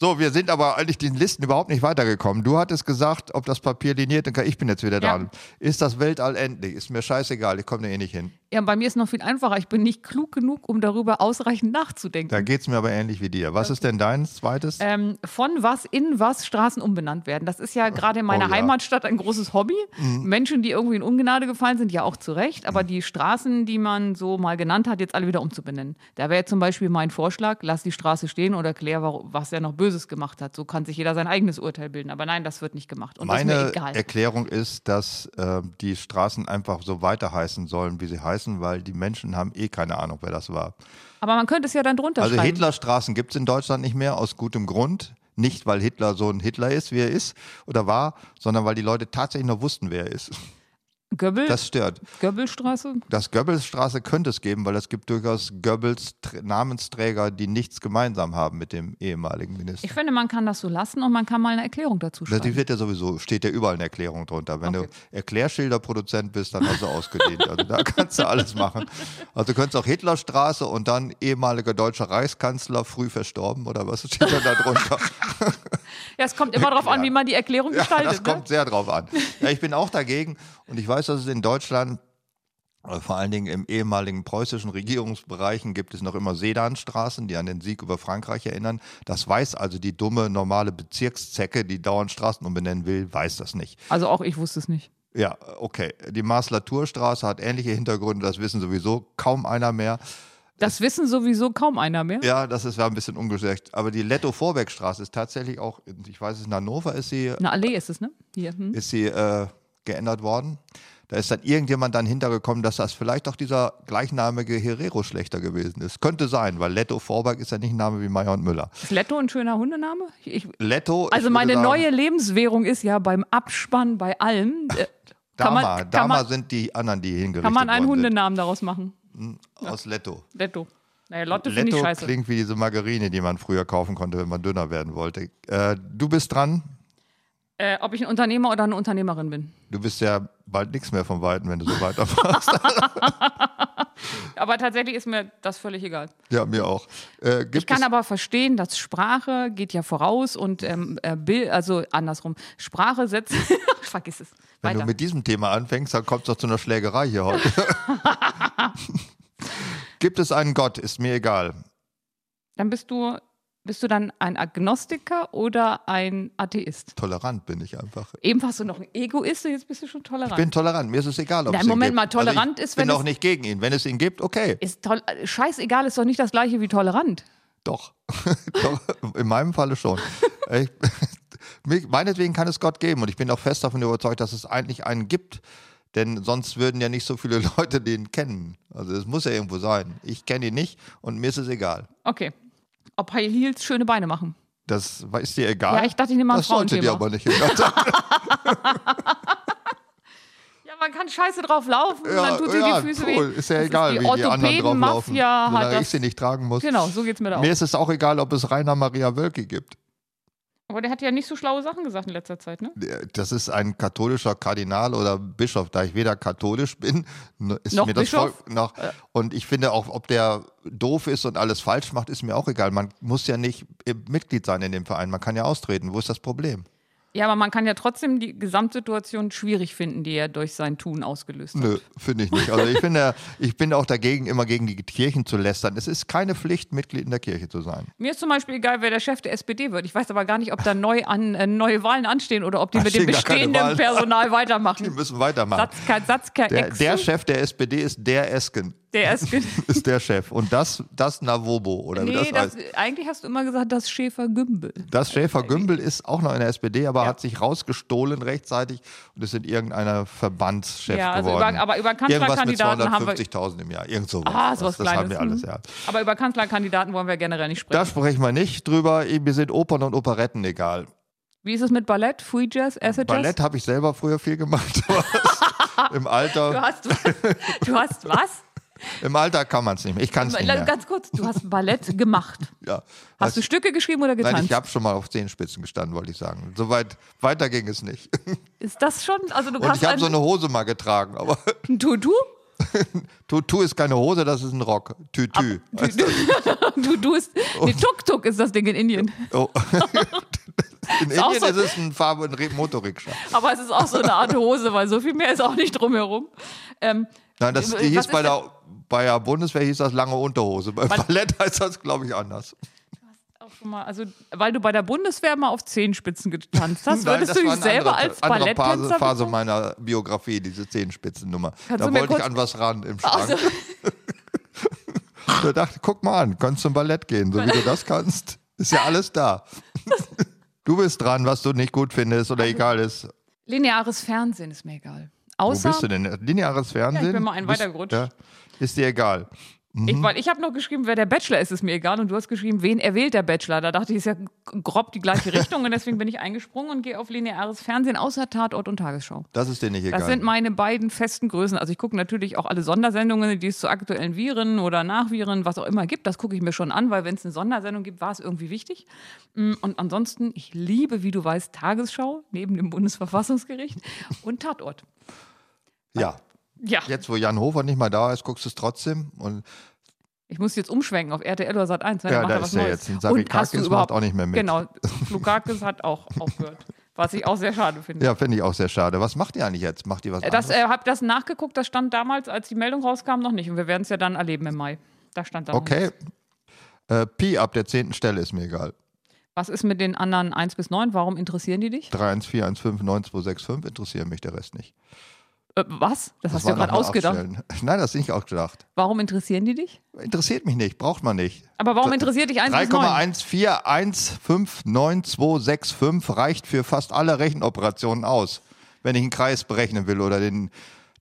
Speaker 2: So, wir sind aber eigentlich den Listen überhaupt nicht weitergekommen. Du hattest gesagt, ob das Papier liniert und ich bin jetzt wieder
Speaker 3: Ja.
Speaker 2: dran. Ist das Weltall endlich? Ist mir scheißegal, ich komme da eh nicht hin.
Speaker 3: Ja, bei mir ist noch viel einfacher. Ich bin nicht klug genug, um darüber ausreichend nachzudenken.
Speaker 2: Da geht es mir aber ähnlich wie dir. Was ist denn dein zweites?
Speaker 3: ähm, von was in was Straßen umbenannt werden. Das ist ja gerade in meiner
Speaker 2: Oh ja. Mhm.
Speaker 3: Heimatstadt ein großes Hobby. Menschen, die irgendwie in Ungnade gefallen sind, ja auch zu Recht. Aber die Straßen, die man so mal genannt hat, jetzt alle wieder umzubenennen. Da wäre jetzt zum Beispiel mein Vorschlag, lass die Straße stehen oder klär, wa- was er noch Böses gemacht hat. So kann sich jeder sein eigenes Urteil bilden. Aber nein, das wird nicht gemacht. Und das ist mir
Speaker 2: Meine
Speaker 3: egal.
Speaker 2: Erklärung ist, dass äh, die Straßen einfach so weiter heißen sollen, wie sie heißen, weil die Menschen haben eh keine Ahnung, wer das war.
Speaker 3: Aber man könnte es ja dann drunter
Speaker 2: Also
Speaker 3: schreiben.
Speaker 2: Hitlerstraßen gibt es in Deutschland nicht mehr, aus gutem Grund. Nicht, weil Hitler so ein Hitler ist, wie er ist oder war, sondern weil die Leute tatsächlich noch wussten, wer er ist.
Speaker 3: Göbbel,
Speaker 2: Das stört.
Speaker 3: Göbbelstraße.
Speaker 2: Das Goebbelsstraße könnte es geben, weil es gibt durchaus Goebbels Tr- Namensträger, die nichts gemeinsam haben mit dem ehemaligen Minister.
Speaker 3: Ich finde, man kann das so lassen und man kann mal eine Erklärung dazu
Speaker 2: Das
Speaker 3: schreiben.
Speaker 2: wird ja sowieso, steht ja überall eine Erklärung drunter. Wenn
Speaker 3: Okay.
Speaker 2: du Erklärschilderproduzent bist, dann hast du ausgedient. Also da kannst du alles machen. Also du könntest auch Hitlerstraße und dann ehemaliger deutscher Reichskanzler, früh verstorben oder was steht denn da drunter?
Speaker 3: Ja, es kommt immer darauf an, wie man die Erklärung
Speaker 2: Ja,
Speaker 3: gestaltet. ne?
Speaker 2: das kommt sehr drauf an. Ja, ich bin auch dagegen und ich weiß, dass es in Deutschland, äh, vor allen Dingen im ehemaligen preußischen Regierungsbereichen, gibt es noch immer Sedanstraßen, die an den Sieg über Frankreich erinnern. Das weiß also die dumme, normale Bezirkszecke, die dauernd Straßen umbenennen will, weiß das nicht.
Speaker 3: ne? Also auch ich wusste es nicht.
Speaker 2: Ja, okay. Die Maslaturstraße hat ähnliche Hintergründe, das wissen sowieso kaum einer mehr.
Speaker 3: Das wissen sowieso kaum einer mehr.
Speaker 2: Ja, das ist ja ein bisschen ungeschickt. Aber die Letto-Vorbeckstraße ist tatsächlich auch, in- ich weiß es, in Hannover ist sie,
Speaker 3: Eine Allee ist es, ne? Hier. Hm?
Speaker 2: ist sie äh, geändert worden. Da ist dann irgendjemand dann hintergekommen, dass das vielleicht auch dieser gleichnamige Herero-Schlechter gewesen ist. Könnte sein, weil Letto Vorbeck ist ja nicht ein Name wie Meyer und Müller.
Speaker 3: Ist Letto ein schöner Hundename? Ich, ich,
Speaker 2: Letto. ich
Speaker 3: also
Speaker 2: würde
Speaker 3: meine
Speaker 2: sagen,
Speaker 3: neue Lebenswährung ist ja beim Abspann, bei allem. Äh, kann,
Speaker 2: Dama,
Speaker 3: man, kann,
Speaker 2: Dama
Speaker 3: man,
Speaker 2: sind die anderen, die hingerichtet
Speaker 3: kann man einen
Speaker 2: worden
Speaker 3: Hundenamen daraus machen?
Speaker 2: sind. Aus Letto.
Speaker 3: Letto. Naja, Lotte finde ich
Speaker 2: Letto
Speaker 3: scheiße.
Speaker 2: klingt wie diese Margarine, die man früher kaufen konnte, wenn man dünner werden wollte. Äh, du bist dran.
Speaker 3: Äh, ob ich ein Unternehmer oder eine Unternehmerin bin.
Speaker 2: Du bist ja bald nichts mehr vom Weiten, wenn du so weitermachst.
Speaker 3: Aber tatsächlich ist mir das völlig egal.
Speaker 2: ja, mir auch. Äh, gibt
Speaker 3: Ich kann
Speaker 2: es,
Speaker 3: aber verstehen, dass Sprache geht ja voraus und ähm, äh, Bild, also andersrum, Sprache setzt. Vergiss es.
Speaker 2: wenn
Speaker 3: Weiter.
Speaker 2: du mit diesem Thema anfängst, dann kommt es doch zu einer Schlägerei hier heute. gibt es einen Gott? Ist mir egal.
Speaker 3: Dann bist du, bist du dann ein Agnostiker oder ein Atheist?
Speaker 2: Tolerant bin ich einfach.
Speaker 3: Eben warst du noch ein Egoist, und jetzt bist du schon tolerant.
Speaker 2: Ich bin tolerant. Mir ist es egal, ob
Speaker 3: Na,
Speaker 2: es ihn
Speaker 3: Moment
Speaker 2: gibt.
Speaker 3: mal, tolerant
Speaker 2: also ich
Speaker 3: ist,
Speaker 2: bin
Speaker 3: wenn
Speaker 2: auch
Speaker 3: es-
Speaker 2: nicht gegen ihn. Wenn es ihn gibt, okay.
Speaker 3: ist tol äh, scheißegal ist doch nicht das gleiche wie tolerant.
Speaker 2: Doch. Doch. In meinem Falle schon. Ich, mich- meinetwegen kann es Gott geben und ich bin auch fest davon überzeugt, dass es eigentlich einen gibt. Denn sonst würden ja nicht so viele Leute den kennen. Also es muss ja irgendwo sein. Ich kenne ihn nicht und mir ist es egal.
Speaker 3: Okay. Ob High Heels schöne Beine machen.
Speaker 2: Das ist dir egal.
Speaker 3: Ja, ich dachte, ich nehme mal ein
Speaker 2: Das sollte dir
Speaker 3: Frauenthema.
Speaker 2: aber nicht egal sein.
Speaker 3: Ja, man kann scheiße drauf laufen, und
Speaker 2: ja,
Speaker 3: dann tut dir
Speaker 2: ja,
Speaker 3: die Füße
Speaker 2: cool.
Speaker 3: weh.
Speaker 2: Ist ja
Speaker 3: Das
Speaker 2: egal,
Speaker 3: die
Speaker 2: wie die anderen drauf laufen.
Speaker 3: Orthopäden-Mafia hat
Speaker 2: Solange ich
Speaker 3: das.
Speaker 2: sie nicht tragen muss.
Speaker 3: Genau, so geht's mir da auch.
Speaker 2: Mir ist es auch egal, ob es Rainer Maria Wölki gibt.
Speaker 3: Aber der hat ja nicht so schlaue Sachen gesagt in letzter Zeit, ne?
Speaker 2: das ist ein katholischer Kardinal oder Bischof, da ich weder katholisch bin, n- ist
Speaker 3: Noch
Speaker 2: mir das
Speaker 3: Bischof?
Speaker 2: voll- noch und ich finde auch, ob der doof ist und alles falsch macht, ist mir auch egal. Man muss ja nicht äh, Mitglied sein in dem Verein, man kann ja austreten. Wo ist das Problem?
Speaker 3: Ja, aber man kann ja trotzdem die Gesamtsituation schwierig finden, die er durch sein Tun ausgelöst hat.
Speaker 2: Nö, finde ich nicht. Also ich finde, ich bin auch dagegen, immer gegen die Kirchen zu lästern. Es ist keine Pflicht, Mitglied in der Kirche zu sein.
Speaker 3: Mir ist zum Beispiel egal, wer der Chef der SPD wird. Ich weiß aber gar nicht, ob da neu an, äh, neue Wahlen anstehen oder ob die
Speaker 2: Da
Speaker 3: mit dem
Speaker 2: stehen gar keine
Speaker 3: bestehenden
Speaker 2: Wahlen
Speaker 3: Personal
Speaker 2: Wir
Speaker 3: weitermachen.
Speaker 2: müssen weitermachen.
Speaker 3: Satz, kein Satz, kein
Speaker 2: Der,
Speaker 3: Ex,
Speaker 2: der Chef der SPD ist der Esken.
Speaker 3: der ist.
Speaker 2: Ist der Chef. Und das, das Navobo, oder wie
Speaker 3: Nee,
Speaker 2: das heißt.
Speaker 3: das, eigentlich hast du immer gesagt, das Schäfer-Gümbel.
Speaker 2: Das
Speaker 3: äh,
Speaker 2: Schäfer-Gümbel ist auch noch in der SPD, aber hat sich rausgestohlen rechtzeitig und ist in irgendeiner Verbandschef
Speaker 3: Ja, also
Speaker 2: geworden.
Speaker 3: über- aber über
Speaker 2: Irgendwas mit
Speaker 3: Kanzlerkandidaten haben wir-
Speaker 2: 250.000 im Jahr, irgend sowas.
Speaker 3: Ah, sowas
Speaker 2: das haben wir
Speaker 3: Kleines,
Speaker 2: alles,
Speaker 3: mhm.
Speaker 2: ja.
Speaker 3: Aber über Kanzlerkandidaten wollen wir generell nicht sprechen.
Speaker 2: Da sprechen wir nicht drüber. Mir sind Opern und Operetten egal.
Speaker 3: Wie ist es mit Ballett, Free Jazz, Acid Jazz?
Speaker 2: Ballett habe ich selber früher viel gemacht. aber Im
Speaker 3: Du
Speaker 2: Alter,
Speaker 3: hast, du hast was?
Speaker 2: im Alter kann man es nicht mehr. Ich kann es nicht mehr.
Speaker 3: Ganz kurz, du hast Ballett gemacht.
Speaker 2: Ja. Also
Speaker 3: Hast du Stücke geschrieben oder
Speaker 2: Nein,
Speaker 3: getanzt?
Speaker 2: ich habe schon mal auf Zehenspitzen gestanden, wollte ich sagen. Soweit weiter ging es nicht.
Speaker 3: ist das schon? Also du
Speaker 2: Und
Speaker 3: hast
Speaker 2: ich habe
Speaker 3: ein,
Speaker 2: so eine Hose mal getragen, aber
Speaker 3: ein Tutu?
Speaker 2: Tutu ist keine Hose, das ist ein Rock. Tütü.
Speaker 3: Tutu ist. Nee, Tuk-Tuk ist das Ding in Indien.
Speaker 2: Oh. In
Speaker 3: auch
Speaker 2: Indien
Speaker 3: so-
Speaker 2: ist es ein Farbe- und Re- Motorrikscha.
Speaker 3: Aber es ist auch so eine Art Hose, weil so viel mehr ist auch nicht drumherum. Ähm,
Speaker 2: Nein, das
Speaker 3: Was
Speaker 2: die hieß
Speaker 3: ist
Speaker 2: bei der, bei der Bundeswehr hieß das lange Unterhose. Bei Ballett heißt das, glaube ich, anders.
Speaker 3: auch schon mal, also, weil du bei der Bundeswehr mal auf Zehenspitzen getanzt hast,
Speaker 2: Nein,
Speaker 3: würdest
Speaker 2: das
Speaker 3: du
Speaker 2: war
Speaker 3: dich
Speaker 2: eine
Speaker 3: selber
Speaker 2: andere,
Speaker 3: als
Speaker 2: andere
Speaker 3: Balletttänzer
Speaker 2: Phase, Phase
Speaker 3: bezeichnen?
Speaker 2: meiner Biografie, diese Zehenspitzennummer.
Speaker 3: Kannst du
Speaker 2: da
Speaker 3: mir
Speaker 2: wollte ich
Speaker 3: kurz- Also-
Speaker 2: an was ran im
Speaker 3: Ach
Speaker 2: Schrank.
Speaker 3: so.
Speaker 2: Da dachte ich, guck mal an, kannst zum Ballett gehen, so wie du das kannst. Ist ja alles da. Du bist dran, was du nicht gut findest
Speaker 3: Also,
Speaker 2: oder egal ist.
Speaker 3: Lineares Fernsehen ist mir egal.
Speaker 2: Wo
Speaker 3: Außer,
Speaker 2: bist du denn? Lineares Fernsehen?
Speaker 3: bin mal einen
Speaker 2: Bist-
Speaker 3: weitergerutscht.
Speaker 2: Ja, ist dir egal. Mhm.
Speaker 3: ich, weil ich habe noch geschrieben, wer der Bachelor ist, ist mir egal. Und du hast geschrieben, wen erwählt der Bachelor. Da dachte ich, ist ja grob die gleiche Richtung. Und deswegen bin ich eingesprungen und gehe auf lineares Fernsehen, außer Tatort und Tagesschau.
Speaker 2: Das ist dir nicht egal.
Speaker 3: Das sind meine beiden festen Größen. Also ich gucke natürlich auch alle Sondersendungen, die es zu aktuellen Viren oder Nachviren, was auch immer gibt. Das gucke ich mir schon an, weil wenn es eine Sondersendung gibt, war es irgendwie wichtig. Mm, Und ansonsten, ich liebe, wie du weißt, Tagesschau neben dem Bundesverfassungsgericht und Tatort.
Speaker 2: ja.
Speaker 3: Ja,
Speaker 2: Jetzt, wo Jan Hofer nicht mal da ist, guckst du es trotzdem. Und
Speaker 3: ich muss jetzt umschwenken auf RTL oder Sat ne, 1.
Speaker 2: Ja, da ist er jetzt. Und Sarikakis macht auch nicht mehr mit.
Speaker 3: Genau, Lukakis hat auch aufgehört, was ich auch sehr schade finde.
Speaker 2: ja, finde ich auch sehr schade. Was macht ihr eigentlich jetzt? Macht ihr was
Speaker 3: Das,
Speaker 2: anderes?
Speaker 3: äh, hab das nachgeguckt, das stand damals, als die Meldung rauskam, noch nicht. Und wir werden es ja dann erleben im Mai. Da stand dann noch
Speaker 2: Okay. Äh, Pi ab der zehnten Stelle ist mir egal.
Speaker 3: Was ist mit den anderen 1 bis 9? Warum interessieren die dich?
Speaker 2: 314159265 interessieren mich der Rest nicht.
Speaker 3: Äh, was? Das, hast du
Speaker 2: war
Speaker 3: ja gerade
Speaker 2: nochmal
Speaker 3: ausgedacht.
Speaker 2: abstellen. Nein, das ist nicht ausgedacht.
Speaker 3: Warum interessieren die dich?
Speaker 2: Interessiert mich nicht, braucht man nicht.
Speaker 3: Aber warum interessiert dich 1 bis 9?
Speaker 2: 3,141599265 reicht für fast alle Rechenoperationen aus, wenn ich einen Kreis berechnen will oder den,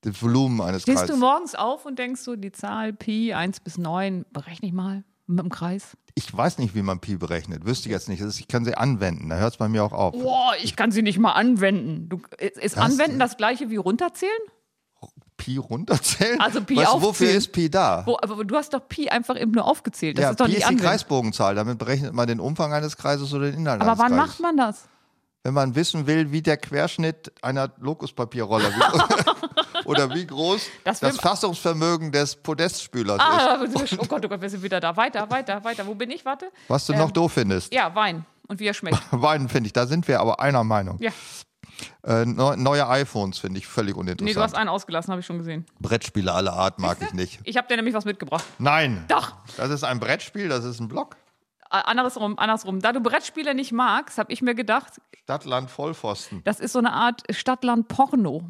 Speaker 2: den Volumen eines
Speaker 3: Stehst du
Speaker 2: Kreises.
Speaker 3: morgens auf und denkst so, die Zahl Pi 1 bis 9, berechne ich mal mit dem Kreis.
Speaker 2: Ich weiß nicht, wie man Pi berechnet. Wüsste ich jetzt nicht. Das ist- Ich kann sie anwenden. Da hört es bei mir auch auf.
Speaker 3: Boah, ich kann sie nicht mal anwenden. Du, ist ist Anwenden das gleiche wie runterzählen?
Speaker 2: Pi runterzählen?
Speaker 3: Also Pi
Speaker 2: weißt, du,
Speaker 3: aufzählen.
Speaker 2: Wofür ist Pi da?
Speaker 3: Wo, aber du hast doch Pi einfach eben nur aufgezählt. Das
Speaker 2: ja,
Speaker 3: ist doch
Speaker 2: Pi
Speaker 3: nicht
Speaker 2: ist die
Speaker 3: anwenden.
Speaker 2: Kreisbogenzahl. Damit berechnet man den Umfang eines Kreises oder den Inhalt
Speaker 3: aber
Speaker 2: eines
Speaker 3: wann
Speaker 2: Kreises.
Speaker 3: macht man das?
Speaker 2: wenn man wissen will, wie der Querschnitt einer Lokuspapierrolle wie- oder wie groß
Speaker 3: Das
Speaker 2: das,
Speaker 3: will-
Speaker 2: Fassungsvermögen des Podestspülers ist.
Speaker 3: Ah, oh Gott, oh Gott, wir sind wieder da. Weiter, weiter, weiter. Wo bin ich? Warte.
Speaker 2: Was du noch doof findest.
Speaker 3: ähm, Ja, Wein. Und wie er schmeckt.
Speaker 2: Weinen finde ich, da sind wir aber einer Meinung.
Speaker 3: Ja.
Speaker 2: Äh, neu, neue iPhones finde ich völlig
Speaker 3: Nee, du hast
Speaker 2: uninteressant.
Speaker 3: einen ausgelassen, habe ich schon gesehen.
Speaker 2: Brettspiele aller Art mag ich nicht.
Speaker 3: Ich habe dir nämlich was mitgebracht.
Speaker 2: Nein.
Speaker 3: Doch.
Speaker 2: Das ist ein Brettspiel, das ist ein Block.
Speaker 3: Äh, Andersrum, andersrum. Da du Brettspiele nicht magst, habe ich mir gedacht,
Speaker 2: Stadtland Vollpfosten.
Speaker 3: das ist so eine Art Stadtland-Porno.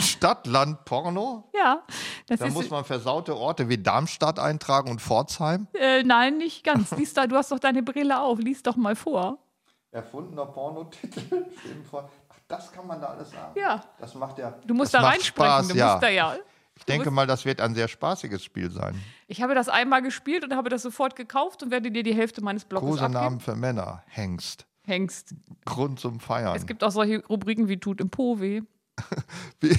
Speaker 2: Stadtland Porno?
Speaker 3: Ja, das
Speaker 2: Da muss
Speaker 3: ist.
Speaker 2: man versaute Orte wie Darmstadt eintragen und Pforzheim.
Speaker 3: Äh, nein, nicht ganz. Lies da, du hast doch deine Brille auf. Lies doch mal vor.
Speaker 2: Erfundener Pornotitel. Stehen vor- Ach, das kann man da alles sagen.
Speaker 3: Ja.
Speaker 2: Das macht ja.
Speaker 3: Du musst
Speaker 2: das
Speaker 3: da
Speaker 2: macht
Speaker 3: reinsprechen.
Speaker 2: Spaß,
Speaker 3: du
Speaker 2: ja.
Speaker 3: musst da ja.
Speaker 2: Ich denke mal, das wird ein sehr spaßiges Spiel sein.
Speaker 3: Ich habe das einmal gespielt und habe das sofort gekauft und werde dir die Hälfte meines Blogs abgeben.
Speaker 2: Kosenamen für Männer. Hengst.
Speaker 3: Hengst.
Speaker 2: Grund zum Feiern.
Speaker 3: Es gibt auch solche Rubriken wie Tut im Po weh.
Speaker 2: Wie-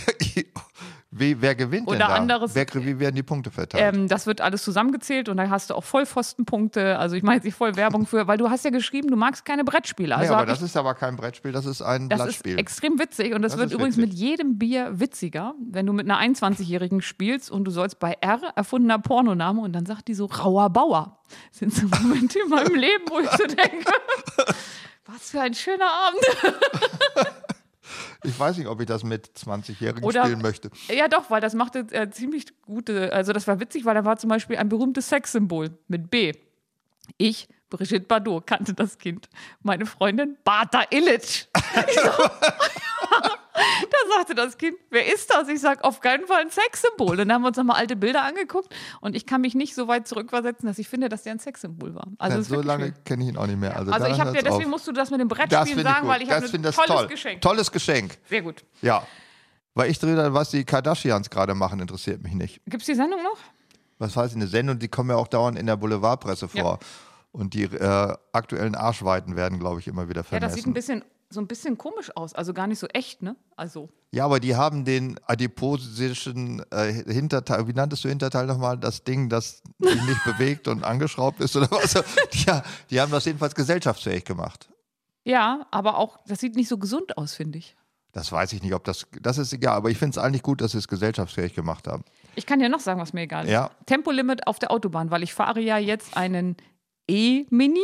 Speaker 2: Wie, wer gewinnt
Speaker 3: Oder
Speaker 2: denn da?
Speaker 3: anderes-
Speaker 2: Wer, wie werden die Punkte verteilt?
Speaker 3: Ähm, das wird alles zusammengezählt und da hast du auch Vollpfostenpunkte. Also ich mache jetzt nicht voll Werbung für, weil du hast ja geschrieben, du magst keine Brettspiele. Also
Speaker 2: nee, aber
Speaker 3: hab
Speaker 2: das
Speaker 3: ich,
Speaker 2: ist aber kein Brettspiel, das ist ein
Speaker 3: das ist
Speaker 2: Blattspiel.
Speaker 3: extrem witzig und das,
Speaker 2: Das
Speaker 3: wird
Speaker 2: ist
Speaker 3: übrigens
Speaker 2: witzig.
Speaker 3: mit jedem Bier witziger, wenn du mit einer 21-Jährigen spielst und du sollst bei R erfundener Pornoname und dann sagt die so rauer Bauer. Das sind so Momente in meinem Leben, wo ich so denke, was für ein schöner Abend.
Speaker 2: ich weiß nicht, ob ich das mit 20-Jährigen
Speaker 3: Oder- also
Speaker 2: spielen möchte.
Speaker 3: Ja, doch, weil das machte äh, ziemlich gute, also das war witzig, weil da war zum Beispiel ein berühmtes Sexsymbol mit B. Ich, Brigitte Bardot, kannte das Kind. Meine Freundin, Bata Illich. Ich so, da sagte das Kind, wer ist das? Ich sag, auf keinen Fall ein Sexsymbol. Und dann haben wir uns nochmal alte Bilder angeguckt und ich kann mich nicht so weit zurückversetzen, dass ich finde, dass der ein Sexsymbol war. Also,
Speaker 2: Nein,
Speaker 3: das ist
Speaker 2: so
Speaker 3: wirklich
Speaker 2: lange
Speaker 3: schwierig.
Speaker 2: kenne ich ihn auch nicht mehr. Also,
Speaker 3: also
Speaker 2: da
Speaker 3: ich habe
Speaker 2: hört's
Speaker 3: dir, deswegen
Speaker 2: auf.
Speaker 3: musst du das mit dem
Speaker 2: das
Speaker 3: Brettspielen
Speaker 2: finde ich
Speaker 3: sagen,
Speaker 2: gut.
Speaker 3: weil ich
Speaker 2: das
Speaker 3: habe ein
Speaker 2: finde ich
Speaker 3: tolles
Speaker 2: toll.
Speaker 3: Geschenk.
Speaker 2: Tolles Geschenk.
Speaker 3: Sehr gut.
Speaker 2: Ja. Weil ich drüber, was die Kardashians gerade machen, interessiert mich nicht.
Speaker 3: Gibt's die Sendung noch?
Speaker 2: Was heißt eine Sendung? Die kommen ja auch dauernd in der Boulevardpresse vor. Und die äh, aktuellen Arschweiten werden, glaube ich, immer wieder
Speaker 3: Ja, das sieht ein
Speaker 2: vermessen. Ja,
Speaker 3: bisschen, so ein bisschen komisch aus. Also gar nicht so echt, ne? Also,
Speaker 2: aber die haben den adiposischen äh, Hinterteil, wie nanntest du Hinterteil nochmal? Das Ding, das sich nicht bewegt und angeschraubt ist oder was? Ja, die haben das jedenfalls gesellschaftsfähig gemacht.
Speaker 3: ja, aber auch, das sieht nicht so gesund aus, finde ich.
Speaker 2: Das weiß ich nicht, ob das, das ist egal, aber ich finde es eigentlich gut, dass sie es gesellschaftsfähig gemacht haben.
Speaker 3: Ich kann dir noch sagen, was mir egal ist.
Speaker 2: Ja.
Speaker 3: Tempolimit auf der Autobahn, weil ich fahre ja jetzt einen E-Mini.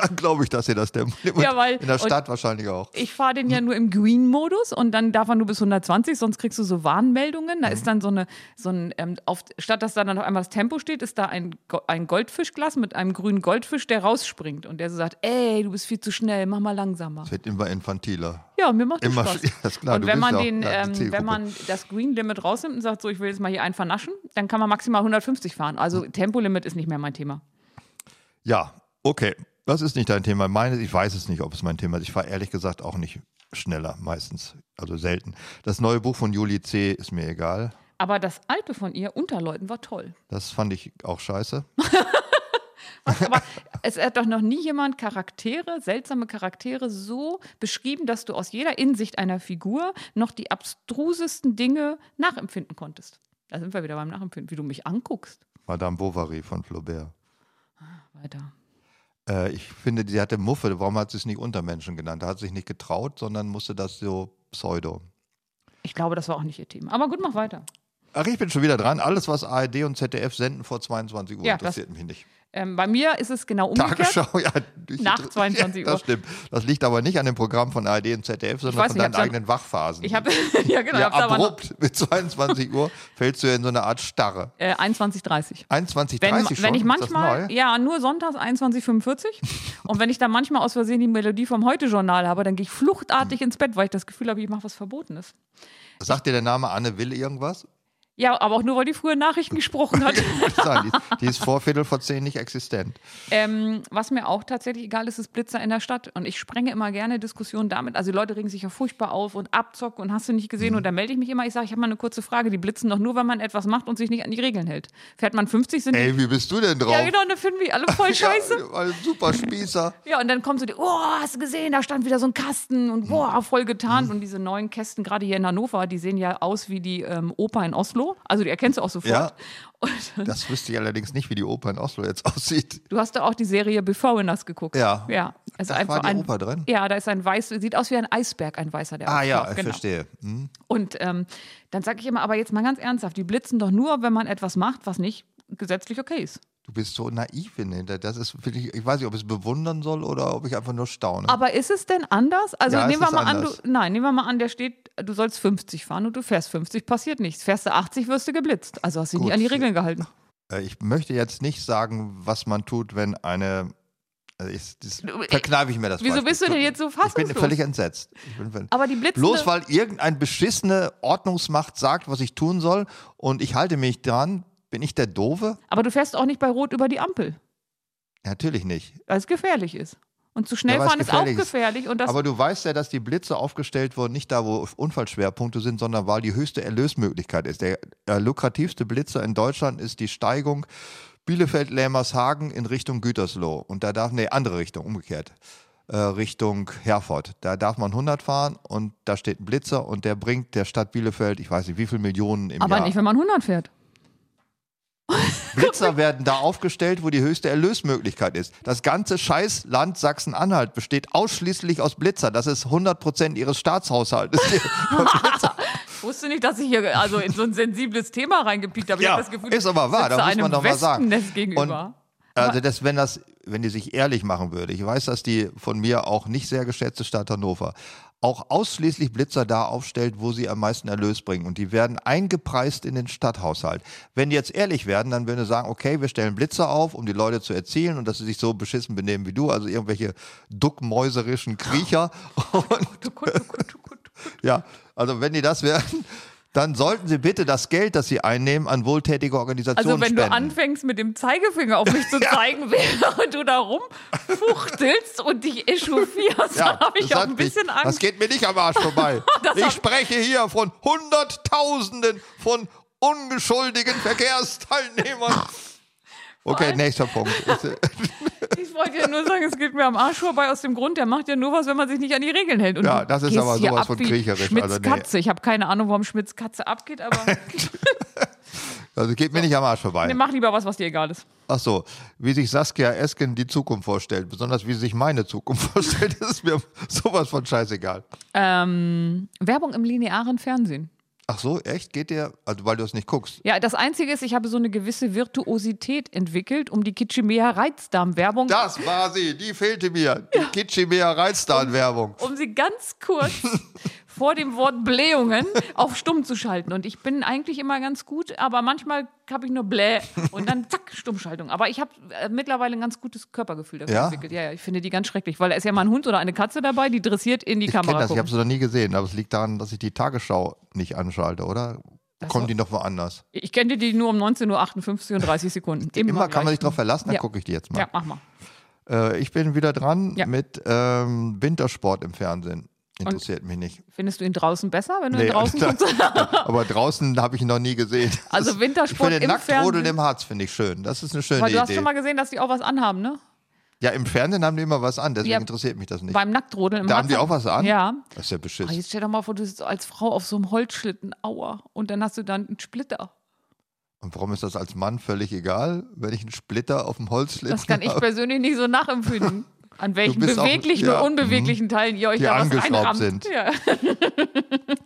Speaker 2: Dann glaube ich, dass sie das der
Speaker 3: Ja, weil-
Speaker 2: in der
Speaker 3: und-
Speaker 2: Stadt wahrscheinlich auch.
Speaker 3: Ich fahre den ja nur im Green-Modus und dann darf er nur bis 120, sonst kriegst du so Warnmeldungen. Da
Speaker 2: Mhm.
Speaker 3: ist dann so eine, so ein, ähm, auf, statt dass da dann auf einmal das Tempo steht, ist da ein, Go- ein Goldfischglas mit einem grünen Goldfisch, der rausspringt und der so sagt, ey, du bist viel zu schnell, mach mal langsamer.
Speaker 2: Es wird immer infantiler.
Speaker 3: Ja, mir macht das
Speaker 2: Immer
Speaker 3: Spaß.
Speaker 2: sch- Ja, ist klar,
Speaker 3: und
Speaker 2: du
Speaker 3: wenn
Speaker 2: bist
Speaker 3: man,
Speaker 2: ja auch
Speaker 3: den,
Speaker 2: klar die
Speaker 3: ähm,
Speaker 2: Zielgruppe.
Speaker 3: wenn man das Green Limit rausnimmt und sagt, so, ich will jetzt mal hier einen vernaschen, dann kann man maximal 150 fahren.
Speaker 2: Hm.
Speaker 3: Also Tempolimit ist nicht mehr mein Thema.
Speaker 2: Ja, okay. Das ist nicht dein Thema. Meine, ich weiß es nicht, ob es mein Thema ist. Ich fahre ehrlich gesagt auch nicht schneller, meistens. Also selten. Das neue Buch von Juli C. ist mir egal.
Speaker 3: Aber das alte von ihr, Unterleuten, war toll.
Speaker 2: Das fand ich auch scheiße.
Speaker 3: Aber es hat doch noch nie jemand Charaktere, seltsame Charaktere so beschrieben, dass du aus jeder Insicht einer Figur noch die abstrusesten Dinge nachempfinden konntest. Da sind wir wieder beim Nachempfinden, wie du mich anguckst.
Speaker 2: Madame Bovary von Flaubert.
Speaker 3: Weiter.
Speaker 2: Äh, ich finde, sie hatte Muffe. Warum hat sie es nicht Untermenschen genannt? Da hat sie sich nicht getraut, sondern musste das so pseudo.
Speaker 3: Ich glaube, das war auch nicht ihr Thema. Aber gut, mach weiter.
Speaker 2: Ach, ich bin schon wieder dran. Alles, was ARD und ZDF senden vor 22 Uhr,
Speaker 3: Ja, das-
Speaker 2: interessiert mich nicht.
Speaker 3: Ähm, bei mir ist es genau umgekehrt.
Speaker 2: Tagesschau, ja. ich-
Speaker 3: Nach 22 Uhr.
Speaker 2: Das stimmt. Das liegt aber nicht an dem Programm von ARD und ZDF, sondern
Speaker 3: weiß
Speaker 2: von deinen
Speaker 3: nicht, ich hab's ja-
Speaker 2: eigenen Wachphasen.
Speaker 3: Ich habe ja genau,
Speaker 2: ja,
Speaker 3: ich hab's aber noch,
Speaker 2: abrupt mit 22 Uhr fällst du ja in so eine Art Starre.
Speaker 3: äh, 21:30.
Speaker 2: 21,
Speaker 3: Wenn,
Speaker 2: 30 schon,
Speaker 3: wenn ich
Speaker 2: ist
Speaker 3: manchmal,
Speaker 2: das neu?
Speaker 3: ja, nur sonntags 21.45 und wenn ich dann manchmal aus Versehen die Melodie vom Heute-Journal habe, dann gehe ich fluchtartig ins Bett, weil ich das Gefühl habe, ich mache was Verbotenes.
Speaker 2: Sagt dir der Name Anne Will irgendwas?
Speaker 3: Ja, aber auch nur, weil die früher Nachrichten gesprochen hat.
Speaker 2: Kann ich sagen, die, die ist vor Viertel vor zehn nicht existent.
Speaker 3: Ähm, was mir auch tatsächlich egal ist, ist Blitzer in der Stadt. Und ich sprenge immer gerne Diskussionen damit. Also die Leute regen sich ja furchtbar auf und abzocken und hast du nicht
Speaker 2: Mhm.
Speaker 3: gesehen. Und da melde ich mich immer, ich sage, ich habe mal eine kurze Frage. Die blitzen doch nur, wenn man etwas macht und sich nicht an die Regeln hält. Fährt man 50, sind
Speaker 2: Ey, wie bist du denn
Speaker 3: die,
Speaker 2: drauf?
Speaker 3: ja genau, und dann finden wir alle voll scheiße.
Speaker 2: Ja, ein super Spießer.
Speaker 3: Ja, und dann kommen so die, oh, hast du gesehen, da stand wieder so ein Kasten
Speaker 2: Hm.
Speaker 3: und boah, voll getarnt. Und diese neuen Kästen, gerade hier in Hannover, die sehen ja aus wie die ähm, Oper in Oslo. Also die erkennst du auch sofort.
Speaker 2: Ja.
Speaker 3: Und
Speaker 2: Das wüsste ich allerdings nicht, wie die Oper in Oslo jetzt aussieht.
Speaker 3: du hast da auch die Serie Beforeigners geguckt.
Speaker 2: Ja.
Speaker 3: Ja. Also
Speaker 2: Da
Speaker 3: einfach
Speaker 2: war die
Speaker 3: ein,
Speaker 2: Oper drin?
Speaker 3: Ja, da ist ein weiß, sieht aus wie ein Eisberg, ein weißer, der
Speaker 2: Ah ja,
Speaker 3: aufploppt,
Speaker 2: ich verstehe. Hm.
Speaker 3: Und ähm, dann sage ich immer, aber jetzt mal ganz ernsthaft, die blitzen doch nur, wenn man etwas macht, was nicht gesetzlich okay ist.
Speaker 2: Du bist so naiv, Nilda. Das ist wirklich, ich weiß nicht, ob ich es bewundern soll oder ob ich einfach nur staune.
Speaker 3: Aber ist es denn anders? Also
Speaker 2: Ja, es
Speaker 3: nehmen wir
Speaker 2: ist
Speaker 3: mal
Speaker 2: anders.
Speaker 3: an, du, nein, nehmen wir mal an, der steht, du sollst 50 fahren und du fährst 50, passiert nichts. Fährst du 80, wirst du geblitzt. Also hast du dich
Speaker 2: Gut.
Speaker 3: nicht an die Regeln gehalten.
Speaker 2: Äh, ich möchte jetzt nicht sagen, was man tut, wenn eine. Also ich, das,
Speaker 3: Du, ich-
Speaker 2: verkneife ich mir das.
Speaker 3: Wieso
Speaker 2: Beispiel.
Speaker 3: bist du denn jetzt so
Speaker 2: Ich bin
Speaker 3: fassungslos? ne-
Speaker 2: völlig entsetzt. Ich bin völlig
Speaker 3: aber die blitzen.
Speaker 2: Bloß weil irgendein beschissene Ordnungsmacht sagt, was ich tun soll und ich halte mich dran, bin ich der Doofe?
Speaker 3: aber du fährst auch nicht bei Rot über die Ampel,
Speaker 2: Natürlich nicht.
Speaker 3: weil es gefährlich ist. Und zu schnell
Speaker 2: Ja, weil es
Speaker 3: fahren ist
Speaker 2: gefährlich
Speaker 3: auch
Speaker 2: ist.
Speaker 3: gefährlich. Und das
Speaker 2: Aber du weißt ja, dass die Blitze aufgestellt wurden, nicht da, wo Unfallschwerpunkte sind, sondern weil die höchste Erlösmöglichkeit ist. Der äh, lukrativste Blitzer in Deutschland ist die Steigung Bielefeld-Lämmershagen in Richtung Gütersloh. Und da darf, nee, andere Richtung, umgekehrt. äh, Richtung Herford. Da darf man 100 fahren und da steht ein Blitzer und der bringt der Stadt Bielefeld, ich weiß nicht, wie viel Millionen im
Speaker 3: aber
Speaker 2: Jahr.
Speaker 3: nicht, wenn man 100 fährt.
Speaker 2: Blitzer werden da aufgestellt, wo die höchste Erlösmöglichkeit ist. Das ganze Scheißland Sachsen-Anhalt besteht ausschließlich aus Blitzer. Das ist 100 Prozent ihres Staatshaushaltes.
Speaker 3: wusste nicht, dass ich hier also in so ein sensibles Thema reingepiekt habe. Ich
Speaker 2: Ja,
Speaker 3: hab das Gefühl,
Speaker 2: ist aber wahr, da
Speaker 3: sitze
Speaker 2: muss man
Speaker 3: einem
Speaker 2: doch mal sagen.
Speaker 3: Wespennest gegenüber.
Speaker 2: also das, wenn das, wenn die sich ehrlich machen würde, ich weiß, dass die von mir auch nicht sehr geschätzte Stadt Hannover auch ausschließlich Blitzer da aufstellt, wo sie am meisten Erlös bringen. Und die werden eingepreist in den Stadthaushalt. Wenn die jetzt ehrlich werden, dann würden sie sagen, okay, wir stellen Blitzer auf, um die Leute zu erzielen und dass sie sich so beschissen benehmen wie du, also irgendwelche duckmäuserischen Kriecher. Und Ja, also wenn die das werden, dann sollten sie bitte das Geld, das sie einnehmen, an wohltätige Organisationen
Speaker 3: also wenn du
Speaker 2: spenden.
Speaker 3: anfängst mit dem Zeigefinger auf mich zu zeigen, während du da rumfuchtelst und dich echauffierst, dann habe ich
Speaker 2: das
Speaker 3: auch
Speaker 2: hat
Speaker 3: ein bisschen
Speaker 2: mich, Das
Speaker 3: Angst.
Speaker 2: geht mir nicht am Arsch vorbei.
Speaker 3: Das
Speaker 2: ich
Speaker 3: hab-
Speaker 2: spreche hier von Hunderttausenden von ungeschuldigen Verkehrsteilnehmern. Okay, nächster Punkt. äh,
Speaker 3: Ich wollte ja nur sagen, es geht mir am Arsch vorbei aus dem Grund, der macht ja nur was, wenn man sich nicht an die Regeln hält. Und
Speaker 2: Ja,
Speaker 3: du
Speaker 2: das ist
Speaker 3: gehst
Speaker 2: aber
Speaker 3: hier
Speaker 2: sowas
Speaker 3: ab
Speaker 2: von
Speaker 3: wie
Speaker 2: kriecherisch,
Speaker 3: Schmitz
Speaker 2: also nee.
Speaker 3: Katze. Ich habe keine Ahnung, warum Schmitz Katze abgeht, aber
Speaker 2: Also geht mir nicht am Arsch vorbei.
Speaker 3: nee, mach lieber was, was dir egal ist.
Speaker 2: Ach so, wie sich Saskia Esken die Zukunft vorstellt, besonders wie sie sich meine Zukunft vorstellt, ist mir sowas von scheißegal.
Speaker 3: Ähm, Werbung im linearen Fernsehen.
Speaker 2: Ach so, echt? Geht dir, also weil du es nicht guckst.
Speaker 3: Ja, das Einzige ist, ich habe so eine gewisse Virtuosität entwickelt, um die Kitschimea Reizdarm-Werbung,
Speaker 2: Das war sie, die fehlte mir. Die Kitschimea Reizdarn-Werbung.
Speaker 3: um sie ganz kurz vor dem Wort Blähungen auf stumm zu schalten. Und ich bin eigentlich immer ganz gut, aber manchmal habe ich nur Bläh und dann zack, Stummschaltung. Aber ich habe äh, mittlerweile ein ganz gutes Körpergefühl dafür
Speaker 2: Ja?
Speaker 3: entwickelt. Ja, ja, ich finde die ganz schrecklich, weil da ist ja mal ein Hund oder eine Katze dabei, die dressiert in die
Speaker 2: Ich kenne
Speaker 3: Kamera.
Speaker 2: das, ich habe
Speaker 3: gucken.
Speaker 2: es noch nie gesehen, aber es liegt daran, dass ich die Tagesschau nicht anschalte, oder? Kommen die noch woanders?
Speaker 3: Ich, kenne die nur um 19.58 Uhr und 30 Sekunden. Immer,
Speaker 2: Immer kann man
Speaker 3: gleich. ne?
Speaker 2: sich drauf verlassen, dann
Speaker 3: Ja.
Speaker 2: gucke ich die jetzt
Speaker 3: Ja,
Speaker 2: mal.
Speaker 3: mach mal.
Speaker 2: Äh, ich bin wieder dran
Speaker 3: Ja.
Speaker 2: mit ähm, Wintersport im Fernsehen. Interessiert mich nicht.
Speaker 3: Findest du ihn draußen besser, wenn du
Speaker 2: Nee,
Speaker 3: ihn draußen
Speaker 2: da-
Speaker 3: guckst?
Speaker 2: aber draußen habe ich ihn noch nie gesehen.
Speaker 3: Also
Speaker 2: Das-
Speaker 3: Wintersport
Speaker 2: Ich finde
Speaker 3: im
Speaker 2: Nacktrodeln
Speaker 3: Fernsehen.
Speaker 2: im Harz finde ich schön. Das ist eine schöne
Speaker 3: Weil du hast
Speaker 2: Idee.
Speaker 3: schon mal gesehen, dass die auch was anhaben, ne?
Speaker 2: ja, im Fernsehen haben die immer was an, deswegen
Speaker 3: Ja.
Speaker 2: interessiert mich das nicht.
Speaker 3: Beim Nacktrodeln. im
Speaker 2: Da haben
Speaker 3: Harz-
Speaker 2: die auch was an?
Speaker 3: Ja.
Speaker 2: Das ist ja
Speaker 3: Aber
Speaker 2: beschissen.
Speaker 3: Ah, jetzt stell doch mal vor, du sitzt als Frau auf so einem Holzschlitten, aua, und dann hast du dann einen Splitter.
Speaker 2: Und warum ist das als Mann völlig egal, wenn ich einen Splitter auf dem Holzschlitten
Speaker 3: Das kann ich
Speaker 2: habe,
Speaker 3: persönlich nicht so nachempfinden. An welchen
Speaker 2: bist auch-
Speaker 3: beweglichen
Speaker 2: ja, mhm.
Speaker 3: und unbeweglichen Teilen ihr euch
Speaker 2: die
Speaker 3: da was
Speaker 2: angeschraubt
Speaker 3: einrammt.
Speaker 2: sind.
Speaker 3: Ja.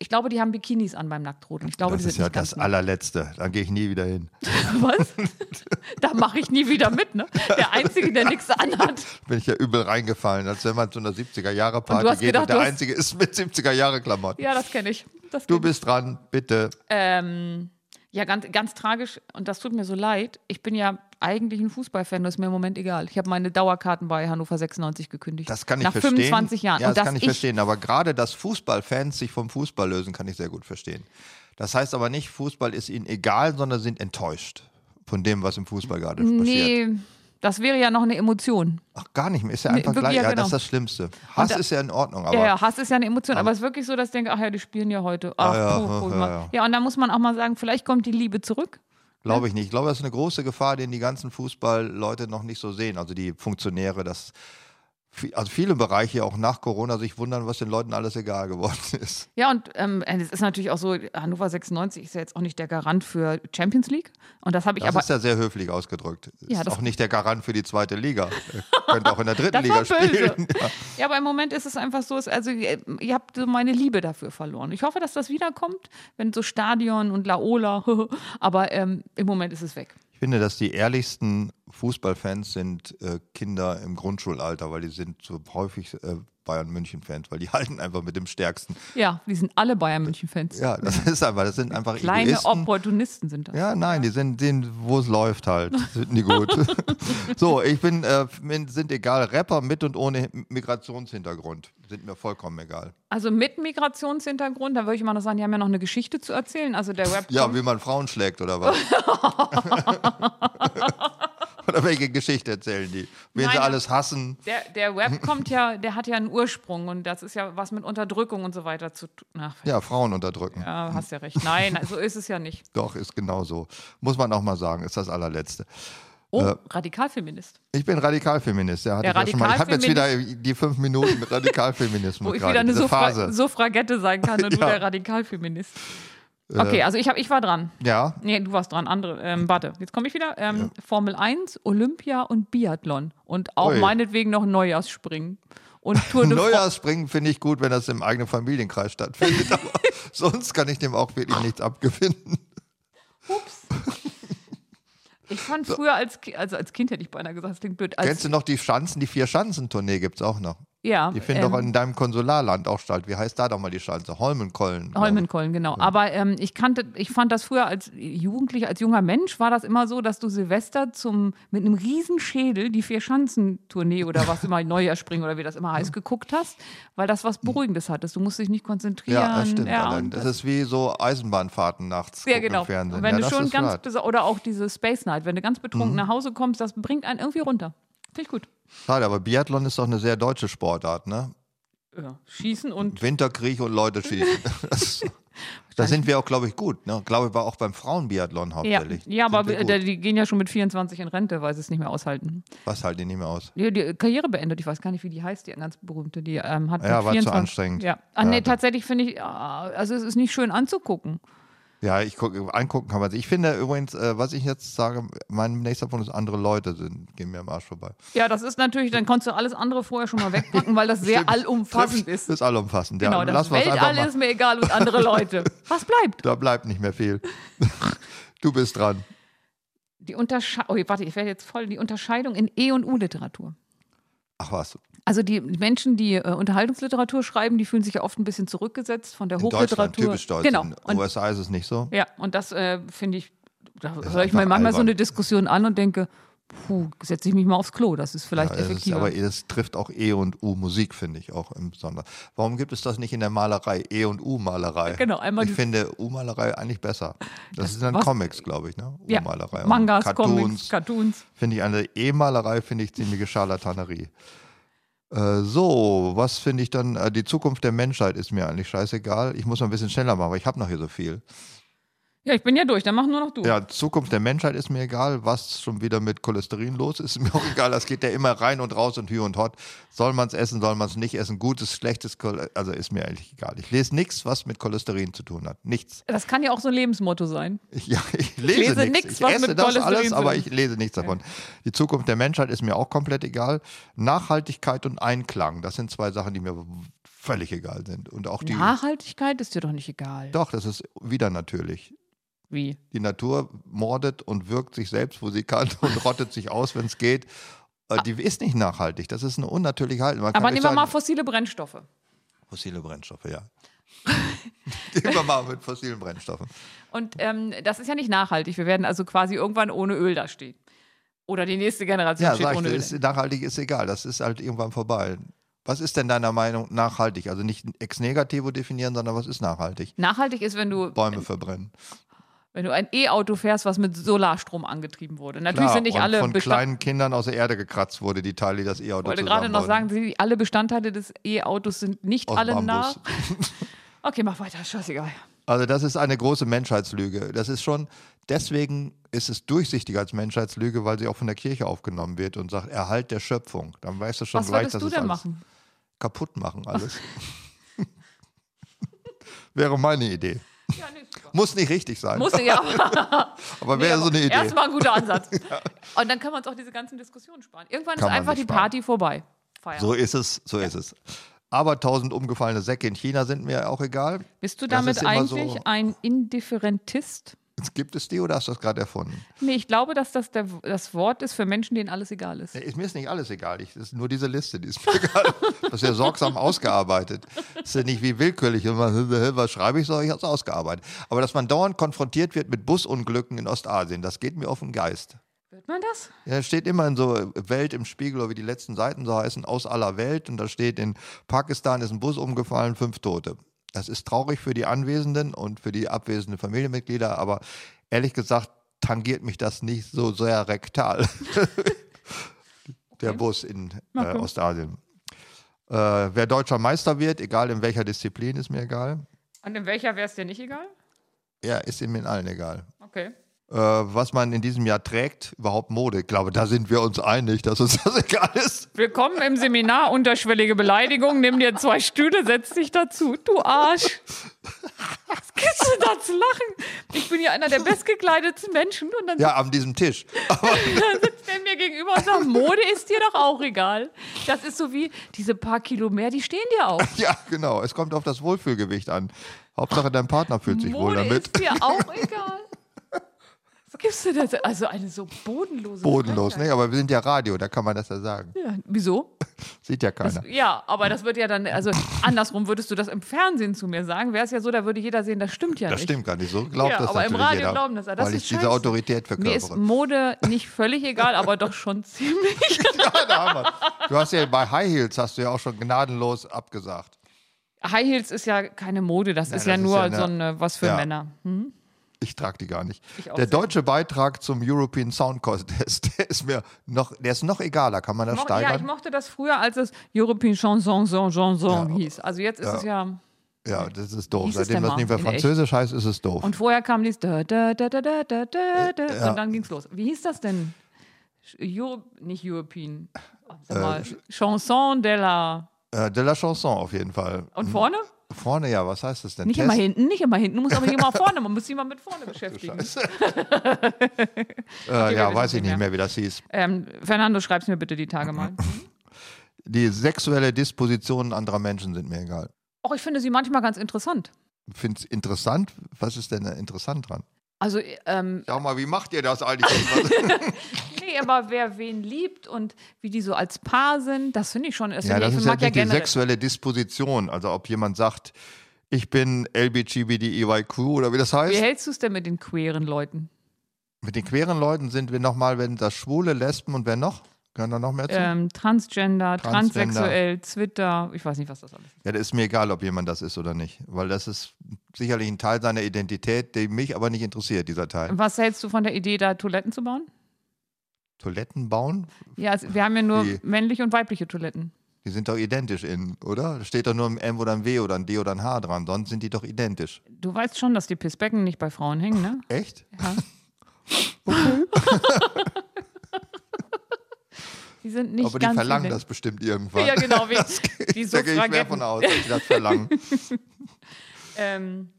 Speaker 3: Ich glaube, die haben Bikinis an beim Nacktrodeln. Ich glaube,
Speaker 2: Das
Speaker 3: die
Speaker 2: ist
Speaker 3: sind
Speaker 2: ja
Speaker 3: nicht ganz
Speaker 2: das allerletzte. Dann gehe ich nie wieder hin.
Speaker 3: nackt. Was? Da mache ich nie wieder mit, ne? Der Einzige, der nichts anhat.
Speaker 2: Bin ich ja übel reingefallen, als wenn man zu einer 70er-Jahre-Party
Speaker 3: Und du hast
Speaker 2: geht und
Speaker 3: gedacht,
Speaker 2: der
Speaker 3: du hast-
Speaker 2: Einzige ist mit 70er-Jahre-Klamotten.
Speaker 3: Ja, das kenne ich. Das
Speaker 2: Du
Speaker 3: kenn ich.
Speaker 2: bist dran, bitte.
Speaker 3: Ähm, Ja, ganz, ganz tragisch, und das tut mir so leid. Ich bin ja eigentlich ein Fußballfan, das ist mir im Moment egal. Ich habe meine Dauerkarten bei Hannover 96 gekündigt.
Speaker 2: Das kann ich
Speaker 3: Nach
Speaker 2: verstehen.
Speaker 3: 25 Jahren.
Speaker 2: Ja,
Speaker 3: und
Speaker 2: das
Speaker 3: dass
Speaker 2: kann ich, verstehen. Aber gerade, dass Fußballfans sich vom Fußball lösen, kann ich sehr gut verstehen. Das heißt aber nicht, Fußball ist ihnen egal, sondern sind enttäuscht von dem, was im Fußball gerade passiert.
Speaker 3: Nee, das wäre ja noch eine Emotion.
Speaker 2: Ach, gar nicht mehr. Ist ja einfach
Speaker 3: wirklich,
Speaker 2: gleich.
Speaker 3: ja,
Speaker 2: Ja, das
Speaker 3: genau.
Speaker 2: ist das Schlimmste. Hass
Speaker 3: da-
Speaker 2: ist ja in Ordnung, aber
Speaker 3: Ja, ja, Hass ist ja eine Emotion, aber es ist wirklich so, dass ich denke, ach ja, die spielen ja heute. Ach,
Speaker 2: ja,
Speaker 3: puh,
Speaker 2: ach,
Speaker 3: puh,
Speaker 2: ja,
Speaker 3: mal.
Speaker 2: ja.
Speaker 3: ja, und dann muss man auch mal sagen, vielleicht kommt die Liebe zurück.
Speaker 2: glaube ich nicht. Ich glaube, das ist eine große Gefahr, den die ganzen Fußballleute noch nicht so sehen. Also die Funktionäre, dass vi- also viele Bereiche auch nach Corona sich wundern, was den Leuten alles egal geworden ist.
Speaker 3: Ja, und ähm, es ist natürlich auch so, Hannover 96 ist ja jetzt auch nicht der Garant für Champions League. Und das habe ich
Speaker 2: Das
Speaker 3: aber.
Speaker 2: ist ja sehr höflich ausgedrückt. Ist
Speaker 3: Ja, das-
Speaker 2: auch nicht der Garant für die zweite Liga. Könnte auch in der dritten
Speaker 3: Das
Speaker 2: Liga
Speaker 3: war böse.
Speaker 2: spielen. Ja.
Speaker 3: Ja, aber im Moment ist es einfach so, es- also ihr ihr habt so meine Liebe dafür verloren. Ich hoffe, dass das wiederkommt, wenn so Stadion und Laola, aber ähm, im Moment ist es weg.
Speaker 2: Ich finde, dass die ehrlichsten Fußballfans sind äh, Kinder im Grundschulalter, weil die sind so häufig äh, Bayern München Fans, weil die halten einfach mit dem Stärksten.
Speaker 3: Ja, die sind alle Bayern München-Fans.
Speaker 2: Ja, das ist einfach, das sind einfach
Speaker 3: Mhm. Kleine
Speaker 2: Egoisten.
Speaker 3: Opportunisten sind das.
Speaker 2: Ja, nein, die sind, denen, wo es läuft halt, sind die gut. so, ich bin, äh, mir sind egal, Rapper mit und ohne Migrationshintergrund sind mir vollkommen egal.
Speaker 3: Also mit Migrationshintergrund, da würde ich mal noch sagen, die haben ja noch eine Geschichte zu erzählen. Also der Rap.
Speaker 2: Ja, wie man Frauen schlägt oder was? oder welche Geschichte erzählen die? Wen
Speaker 3: Nein,
Speaker 2: sie
Speaker 3: das-
Speaker 2: alles hassen?
Speaker 3: Der, der Rap kommt ja, der hat ja einen Ursprung und das ist ja was mit Unterdrückung und so weiter zu tun. Ach,
Speaker 2: Ja, Frauen unterdrücken.
Speaker 3: ja, hast ja recht. Nein, so ist es ja nicht.
Speaker 2: Doch, ist genau so. Muss man auch mal sagen, ist das allerletzte.
Speaker 3: Oh, Radikalfeminist.
Speaker 2: Ich bin Radikalfeminist, ja, hatte
Speaker 3: Der
Speaker 2: ich ja schon mal. Ich habe jetzt wieder
Speaker 3: Radikalfeminist-
Speaker 2: die fünf Minuten Radikalfeminismus
Speaker 3: Wo ich
Speaker 2: gerade,
Speaker 3: wieder eine
Speaker 2: diese
Speaker 3: Suffra
Speaker 2: Phase.
Speaker 3: Suffragette sein kann und du
Speaker 2: Ja.
Speaker 3: der Radikalfeminist. Okay, also ich, hab, ich war dran.
Speaker 2: Ja,
Speaker 3: Nee, du warst dran. Andere. Ähm, warte, jetzt komme ich wieder. Ähm, Formel 1, Olympia und Biathlon. Und auch
Speaker 2: Ui.
Speaker 3: meinetwegen noch Neujahrsspringen. Und Tour de France.
Speaker 2: Neujahrsspringen finde ich gut, wenn das im eigenen Familienkreis stattfindet, aber sonst kann ich dem auch wirklich nichts abgewinnen.
Speaker 3: Ups. Ich fand früher als, Ki- also als Kind hätte ich beinahe gesagt, das klingt blöd. Als,
Speaker 2: Kennst du noch die Schanzen, die Vier-Schanzentournee gibt es auch noch.
Speaker 3: ja,
Speaker 2: Die finden
Speaker 3: ähm,
Speaker 2: doch in deinem Konsularland auch statt. Wie heißt da doch mal die Schanze? Holmenkollen. glaub ich.
Speaker 3: Holmenkollen, genau. Aber ähm, ich kannte, ich fand das früher als Jugendlicher, als junger Mensch, war das immer so, dass du Silvester zum mit einem riesen Schädel die vier Schanzentournee oder was immer Neujahrspringen oder wie das immer heißt geguckt hast, weil das was Beruhigendes hattest. Du musst dich nicht konzentrieren.
Speaker 2: Hm. Ja, das stimmt.
Speaker 3: Ja,
Speaker 2: Alter.
Speaker 3: und
Speaker 2: das ist wie so Eisenbahnfahrten nachts.
Speaker 3: Ja,
Speaker 2: gucken im
Speaker 3: genau.
Speaker 2: Fernsehen.
Speaker 3: Und wenn
Speaker 2: ja,
Speaker 3: du
Speaker 2: das
Speaker 3: schon
Speaker 2: ist
Speaker 3: ganz,
Speaker 2: wahr. Mhm.
Speaker 3: bes- oder auch diese Space Night, wenn du ganz betrunken nach Hause kommst, das bringt einen irgendwie runter. Finde ich gut.
Speaker 2: Schade, aber Biathlon ist doch eine sehr deutsche Sportart, ne?
Speaker 3: Ja. Schießen und
Speaker 2: Winterkrieg und Leute schießen. das, da sind wir auch, glaube ich, gut. Ne? Glaube ich, war auch beim Frauenbiathlon
Speaker 3: Ja,
Speaker 2: hauptsächlich.
Speaker 3: ja aber
Speaker 2: Sind wir
Speaker 3: wir,
Speaker 2: gut.
Speaker 3: die, die gehen ja schon mit 24 in Rente, weil sie es nicht mehr aushalten.
Speaker 2: was halt die nicht mehr aus?
Speaker 3: Die, die Karriere beendet, ich weiß gar nicht, wie die heißt, die ganz berühmte. Die ähm, hat
Speaker 2: Ja,
Speaker 3: mit
Speaker 2: war zu
Speaker 3: 24,
Speaker 2: anstrengend.
Speaker 3: Ja. Ach,
Speaker 2: Ja,
Speaker 3: nee,
Speaker 2: da-
Speaker 3: tatsächlich finde ich, ah, also es ist nicht schön anzugucken.
Speaker 2: Ja, ich guck, angucken kann man sich. Ich finde übrigens, äh, was ich jetzt sage, mein nächster Punkt ist, andere Leute sind, gehen mir am Arsch vorbei.
Speaker 3: Ja, das ist natürlich, dann konntest du alles andere vorher schon mal wegpacken, weil das sehr allumfassend
Speaker 2: Das
Speaker 3: ist.
Speaker 2: ist allumfassend.
Speaker 3: Genau,
Speaker 2: ja,
Speaker 3: das
Speaker 2: lassen wir's einfach
Speaker 3: Weltall
Speaker 2: mal.
Speaker 3: ist mir egal und andere Leute. Was bleibt?
Speaker 2: Da bleibt nicht mehr viel. du bist dran.
Speaker 3: Die Unterscheidung, oh, warte, ich werde jetzt voll, die Unterscheidung in E- und U-Literatur.
Speaker 2: Ach was,
Speaker 3: Also die Menschen, die äh, Unterhaltungsliteratur schreiben, die fühlen sich ja oft ein bisschen zurückgesetzt von der
Speaker 2: in Deutschland,
Speaker 3: Hochliteratur.
Speaker 2: typisch Deutsch.
Speaker 3: Genau.
Speaker 2: In den
Speaker 3: Und
Speaker 2: USA ist es nicht so.
Speaker 3: Ja, und das äh, finde ich, da
Speaker 2: ist
Speaker 3: höre ich mir
Speaker 2: einfach
Speaker 3: manchmal so
Speaker 2: albern.
Speaker 3: eine Diskussion an und denke, puh, setze ich mich mal aufs Klo, das ist vielleicht
Speaker 2: Ja, es ist,
Speaker 3: effektiver.
Speaker 2: aber eh das trifft auch E und U Musik, finde ich auch im Besonderen. Warum gibt es das nicht in der Malerei? E und U Malerei.
Speaker 3: Genau, einmal
Speaker 2: Ich
Speaker 3: die-
Speaker 2: finde U Malerei eigentlich besser. Das, sind dann
Speaker 3: was-
Speaker 2: Comics, glaube ich, ne? U
Speaker 3: ja,
Speaker 2: Malerei. Und
Speaker 3: Mangas,
Speaker 2: Cartoons.
Speaker 3: Comics, Cartoons.
Speaker 2: Finde ich eine E-Malerei, finde ich ziemliche Scharlatanerie. Äh, so, was finde ich dann? Äh, die Zukunft der Menschheit ist mir eigentlich scheißegal. Ich muss mal ein bisschen schneller machen, weil ich habe noch hier so viel.
Speaker 3: Ja, ich bin ja durch, dann mach nur noch du.
Speaker 2: Ja, Zukunft der Menschheit ist mir egal. Was schon wieder mit Cholesterin los ist, ist mir auch egal. Das geht ja immer rein und raus und hü und hot. Soll man es essen, soll man es nicht essen? Gutes, schlechtes, Chol- also ist mir eigentlich egal. Ich lese nichts, was mit Cholesterin zu tun hat. Nichts.
Speaker 3: Das kann ja auch so ein Lebensmotto sein.
Speaker 2: Ich, ja, ich lese,
Speaker 3: lese
Speaker 2: nichts.
Speaker 3: nichts,
Speaker 2: Ich
Speaker 3: was
Speaker 2: esse
Speaker 3: mit
Speaker 2: das
Speaker 3: Cholesterin
Speaker 2: alles,
Speaker 3: zu
Speaker 2: aber
Speaker 3: tun
Speaker 2: ich lese nichts davon. Die Zukunft der Menschheit ist mir auch komplett egal. Nachhaltigkeit und Einklang, das sind zwei Sachen, die mir völlig egal sind. Und auch die.
Speaker 3: Nachhaltigkeit ist dir doch nicht egal.
Speaker 2: Doch, das ist wieder natürlich.
Speaker 3: Wie?
Speaker 2: Die Natur mordet und wirkt sich selbst, wo sie kann und rottet sich aus, wenn es geht. Äh, Die ist nicht nachhaltig. Das ist eine unnatürliche Haltung. Man kann
Speaker 3: Aber
Speaker 2: nicht
Speaker 3: nehmen wir mal
Speaker 2: sagen-
Speaker 3: fossile Brennstoffe.
Speaker 2: fossile Brennstoffe, ja. Immer mal mit fossilen Brennstoffen.
Speaker 3: Und ähm, das ist ja nicht nachhaltig. Wir werden also quasi irgendwann ohne Öl da stehen. Oder die nächste Generation
Speaker 2: Ja,
Speaker 3: steht
Speaker 2: sag ich,
Speaker 3: ohne
Speaker 2: dir,
Speaker 3: Öl.
Speaker 2: ist, nachhaltig ist egal, das ist halt irgendwann vorbei. Was ist denn deiner Meinung nachhaltig? Also nicht ex negativo definieren, sondern was ist nachhaltig?
Speaker 3: nachhaltig ist, wenn du,
Speaker 2: Bäume verbrennen.
Speaker 3: wenn du ein E-Auto fährst, was mit Solarstrom angetrieben wurde. Natürlich
Speaker 2: Klar,
Speaker 3: sind nicht
Speaker 2: und
Speaker 3: alle
Speaker 2: von
Speaker 3: Bestand-
Speaker 2: kleinen Kindern aus der Erde gekratzt wurde, die Teile, die das E-Auto
Speaker 3: wollte gerade noch
Speaker 2: zusammenbauen.
Speaker 3: sagen, sie, alle Bestandteile des E-Autos sind nicht
Speaker 2: Aus
Speaker 3: alle
Speaker 2: Bambus.
Speaker 3: nach. Okay, mach weiter, scheißegal.
Speaker 2: Also das ist eine große Menschheitslüge. Das ist schon, deswegen ist es durchsichtig als Menschheitslüge, weil sie auch von der Kirche aufgenommen wird und sagt, Erhalt der Schöpfung. Dann weißt du schon
Speaker 3: Was
Speaker 2: gleich,
Speaker 3: würdest
Speaker 2: dass
Speaker 3: du
Speaker 2: es
Speaker 3: denn
Speaker 2: alles
Speaker 3: machen?
Speaker 2: kaputt machen alles. wäre meine Idee.
Speaker 3: Ja, nee, super.
Speaker 2: Muss nicht richtig sein,
Speaker 3: Muss ich ja, aber
Speaker 2: aber wäre
Speaker 3: nee,
Speaker 2: so eine Idee.
Speaker 3: erstmal ein guter Ansatz. Und dann können wir uns auch diese ganzen Diskussionen sparen. Irgendwann
Speaker 2: Kann
Speaker 3: ist
Speaker 2: man
Speaker 3: einfach
Speaker 2: sich
Speaker 3: die
Speaker 2: sparen.
Speaker 3: Party vorbei. Feier.
Speaker 2: So ist es, so ist es. Aber tausend umgefallene Säcke in China sind mir auch egal.
Speaker 3: Bist du
Speaker 2: Das
Speaker 3: damit
Speaker 2: ist immer
Speaker 3: eigentlich
Speaker 2: so-
Speaker 3: ein Indifferentist?
Speaker 2: Gibt es die oder hast du das gerade erfunden?
Speaker 3: Nee, ich glaube, dass das der, das Wort ist für Menschen, denen alles egal ist.
Speaker 2: Ja, Ist mir ist nicht alles egal. Ich, ist nur diese Liste, die ist mir egal. Das ist ja sorgsam ausgearbeitet. Ist ja nicht wie willkürlich. Und man, Was schreibe ich so? Ich habe es ausgearbeitet. Aber dass man dauernd konfrontiert wird mit Busunglücken in Ostasien, das geht mir auf den Geist.
Speaker 3: Hört man das?
Speaker 2: Ja, da steht immer in so Welt im Spiegel, oder wie die letzten Seiten so heißen, aus aller Welt. Und da steht in Pakistan ist ein Bus umgefallen, fünf Tote. Das ist traurig für die Anwesenden und für die abwesenden Familienmitglieder, aber ehrlich gesagt tangiert mich das nicht so sehr rektal. Der Bus in äh,
Speaker 3: Okay.
Speaker 2: Ostasien. Äh, wer deutscher Meister wird, egal in welcher Disziplin, ist mir egal.
Speaker 3: Und in welcher wäre es dir nicht egal?
Speaker 2: Ja, ist ihm in allen egal.
Speaker 3: Okay.
Speaker 2: äh, was man in diesem Jahr trägt, überhaupt Mode. Ich glaube, da sind wir uns einig, dass uns das egal ist.
Speaker 3: Willkommen im Seminar Unterschwellige Beleidigung. Nimm dir zwei Stühle, setz dich dazu. Du Arsch. Was gibt's denn da zu lachen? Ich bin ja einer der bestgekleidetsten Menschen und dann
Speaker 2: Ja, an diesem Tisch. Aber
Speaker 3: sitzt er mir gegenüber und sagt, Mode ist dir doch auch egal. Das ist so wie diese paar Kilo mehr, die stehen dir auch.
Speaker 2: ja, genau. Es kommt auf das Wohlfühlgewicht an. Hauptsache, dein Partner fühlt sich wohl
Speaker 3: Mode
Speaker 2: damit.
Speaker 3: ist dir auch egal. Was gibst du denn? da- Also eine so bodenlose
Speaker 2: Bodenlos,
Speaker 3: Frechheit.
Speaker 2: ne? Aber wir sind ja Radio, da kann man das ja sagen.
Speaker 3: Ja, wieso?
Speaker 2: Sieht ja keiner.
Speaker 3: Ja, aber das wird ja dann, also andersrum würdest du das im Fernsehen zu mir sagen, wäre es ja so, da würde jeder sehen, das stimmt ja
Speaker 2: Das
Speaker 3: nicht.
Speaker 2: stimmt gar nicht. So glaubt
Speaker 3: Ja,
Speaker 2: das
Speaker 3: aber im
Speaker 2: natürlich
Speaker 3: Radio
Speaker 2: jeder,
Speaker 3: glauben das. Das
Speaker 2: weil
Speaker 3: ist
Speaker 2: ich diese
Speaker 3: scheiße.
Speaker 2: Autorität
Speaker 3: Mir ist
Speaker 2: verkörpere.
Speaker 3: Mode nicht völlig egal, aber doch schon ziemlich.
Speaker 2: Ja, da haben wir's. du hast ja bei High Heels hast du ja auch schon gnadenlos abgesagt.
Speaker 3: High Heels ist ja keine Mode, das ist
Speaker 2: das
Speaker 3: ja
Speaker 2: ist
Speaker 3: nur
Speaker 2: ja eine-
Speaker 3: so eine, was für
Speaker 2: Ja.
Speaker 3: Männer.
Speaker 2: Ich trage die gar nicht.
Speaker 3: Ich auch
Speaker 2: Der
Speaker 3: nicht.
Speaker 2: deutsche Beitrag zum European Sound Contest, der ist mir noch, der ist noch egaler. Kann man das
Speaker 3: Mo- Ja, ich
Speaker 2: steigern?
Speaker 3: mochte das früher, als es European Chanson Chanson Chanson hieß. Also jetzt ist es ja.
Speaker 2: Ja, das ist doof.
Speaker 3: Hieß es
Speaker 2: Seitdem
Speaker 3: denn
Speaker 2: das
Speaker 3: mal
Speaker 2: nicht mehr
Speaker 3: in echt?
Speaker 2: Französisch heißt, ist es doof.
Speaker 3: Und vorher kam dieses da, da, da, da, da, da, da, da.
Speaker 2: Äh, ja.
Speaker 3: und dann ging's los. Wie hieß das denn? Euro, nicht European. Oh, Sag mal, Chanson de la.
Speaker 2: äh, de la Chanson auf jeden Fall.
Speaker 3: Und vorne?
Speaker 2: Vorne ja, was heißt das denn?
Speaker 3: Nicht immer hinten, nicht immer hinten. Du musst aber immer vorne. Man muss sich immer mit vorne beschäftigen.
Speaker 2: äh,
Speaker 3: wir
Speaker 2: ja,
Speaker 3: wissen
Speaker 2: weiß ich
Speaker 3: nicht
Speaker 2: nicht
Speaker 3: mehr.
Speaker 2: mehr, wie das hieß.
Speaker 3: Ähm, Fernando, schreib's mir bitte die Tage
Speaker 2: Mhm.
Speaker 3: mal.
Speaker 2: Die sexuelle Dispositionen anderer Menschen sind mir egal.
Speaker 3: Auch ich finde sie manchmal ganz interessant.
Speaker 2: Find's interessant. Was ist denn da interessant dran?
Speaker 3: Also, ähm,
Speaker 2: Sag mal, wie macht ihr das eigentlich?
Speaker 3: nee, aber wer wen liebt und wie die so als Paar sind, das finde ich schon. Das
Speaker 2: Ja,
Speaker 3: finde
Speaker 2: das
Speaker 3: ich, ich
Speaker 2: ist ja
Speaker 3: mag
Speaker 2: nicht die
Speaker 3: generell-
Speaker 2: sexuelle Disposition. Also ob jemand sagt, ich bin LBGBDEYQ oder wie das heißt.
Speaker 3: Wie hältst du es denn mit den queeren Leuten?
Speaker 2: Mit den queeren Leuten sind wir nochmal, wenn das schwule, Lesben und wer noch? Können da noch mehr zu?
Speaker 3: Ähm, Transgender,
Speaker 2: Hm. Transgender.
Speaker 3: transsexuell, Twitter, ich weiß nicht, was das alles ist.
Speaker 2: Ja, das ist mir egal, ob jemand das ist oder nicht. Weil das ist sicherlich ein Teil seiner Identität, der mich aber nicht interessiert, dieser Teil.
Speaker 3: Was hältst du von der Idee, da Toiletten zu bauen?
Speaker 2: Toiletten bauen,
Speaker 3: Ja, es, wir haben ja nur
Speaker 2: Wie?
Speaker 3: männliche und weibliche Toiletten.
Speaker 2: die sind doch identisch innen, oder? Da steht doch nur ein M oder ein W oder ein D oder ein H dran. Sonst sind die doch identisch.
Speaker 3: Du weißt schon, dass die Pissbecken nicht bei Frauen hängen, ne?
Speaker 2: Echt?
Speaker 3: Ja. die sind nicht
Speaker 2: aber die
Speaker 3: ganz
Speaker 2: verlangen
Speaker 3: ident-
Speaker 2: das bestimmt irgendwann.
Speaker 3: Ja, genau, wie die
Speaker 2: da gehe ich schwer
Speaker 3: Suffragetten.
Speaker 2: von aus, dass die das verlangen.
Speaker 3: Ähm,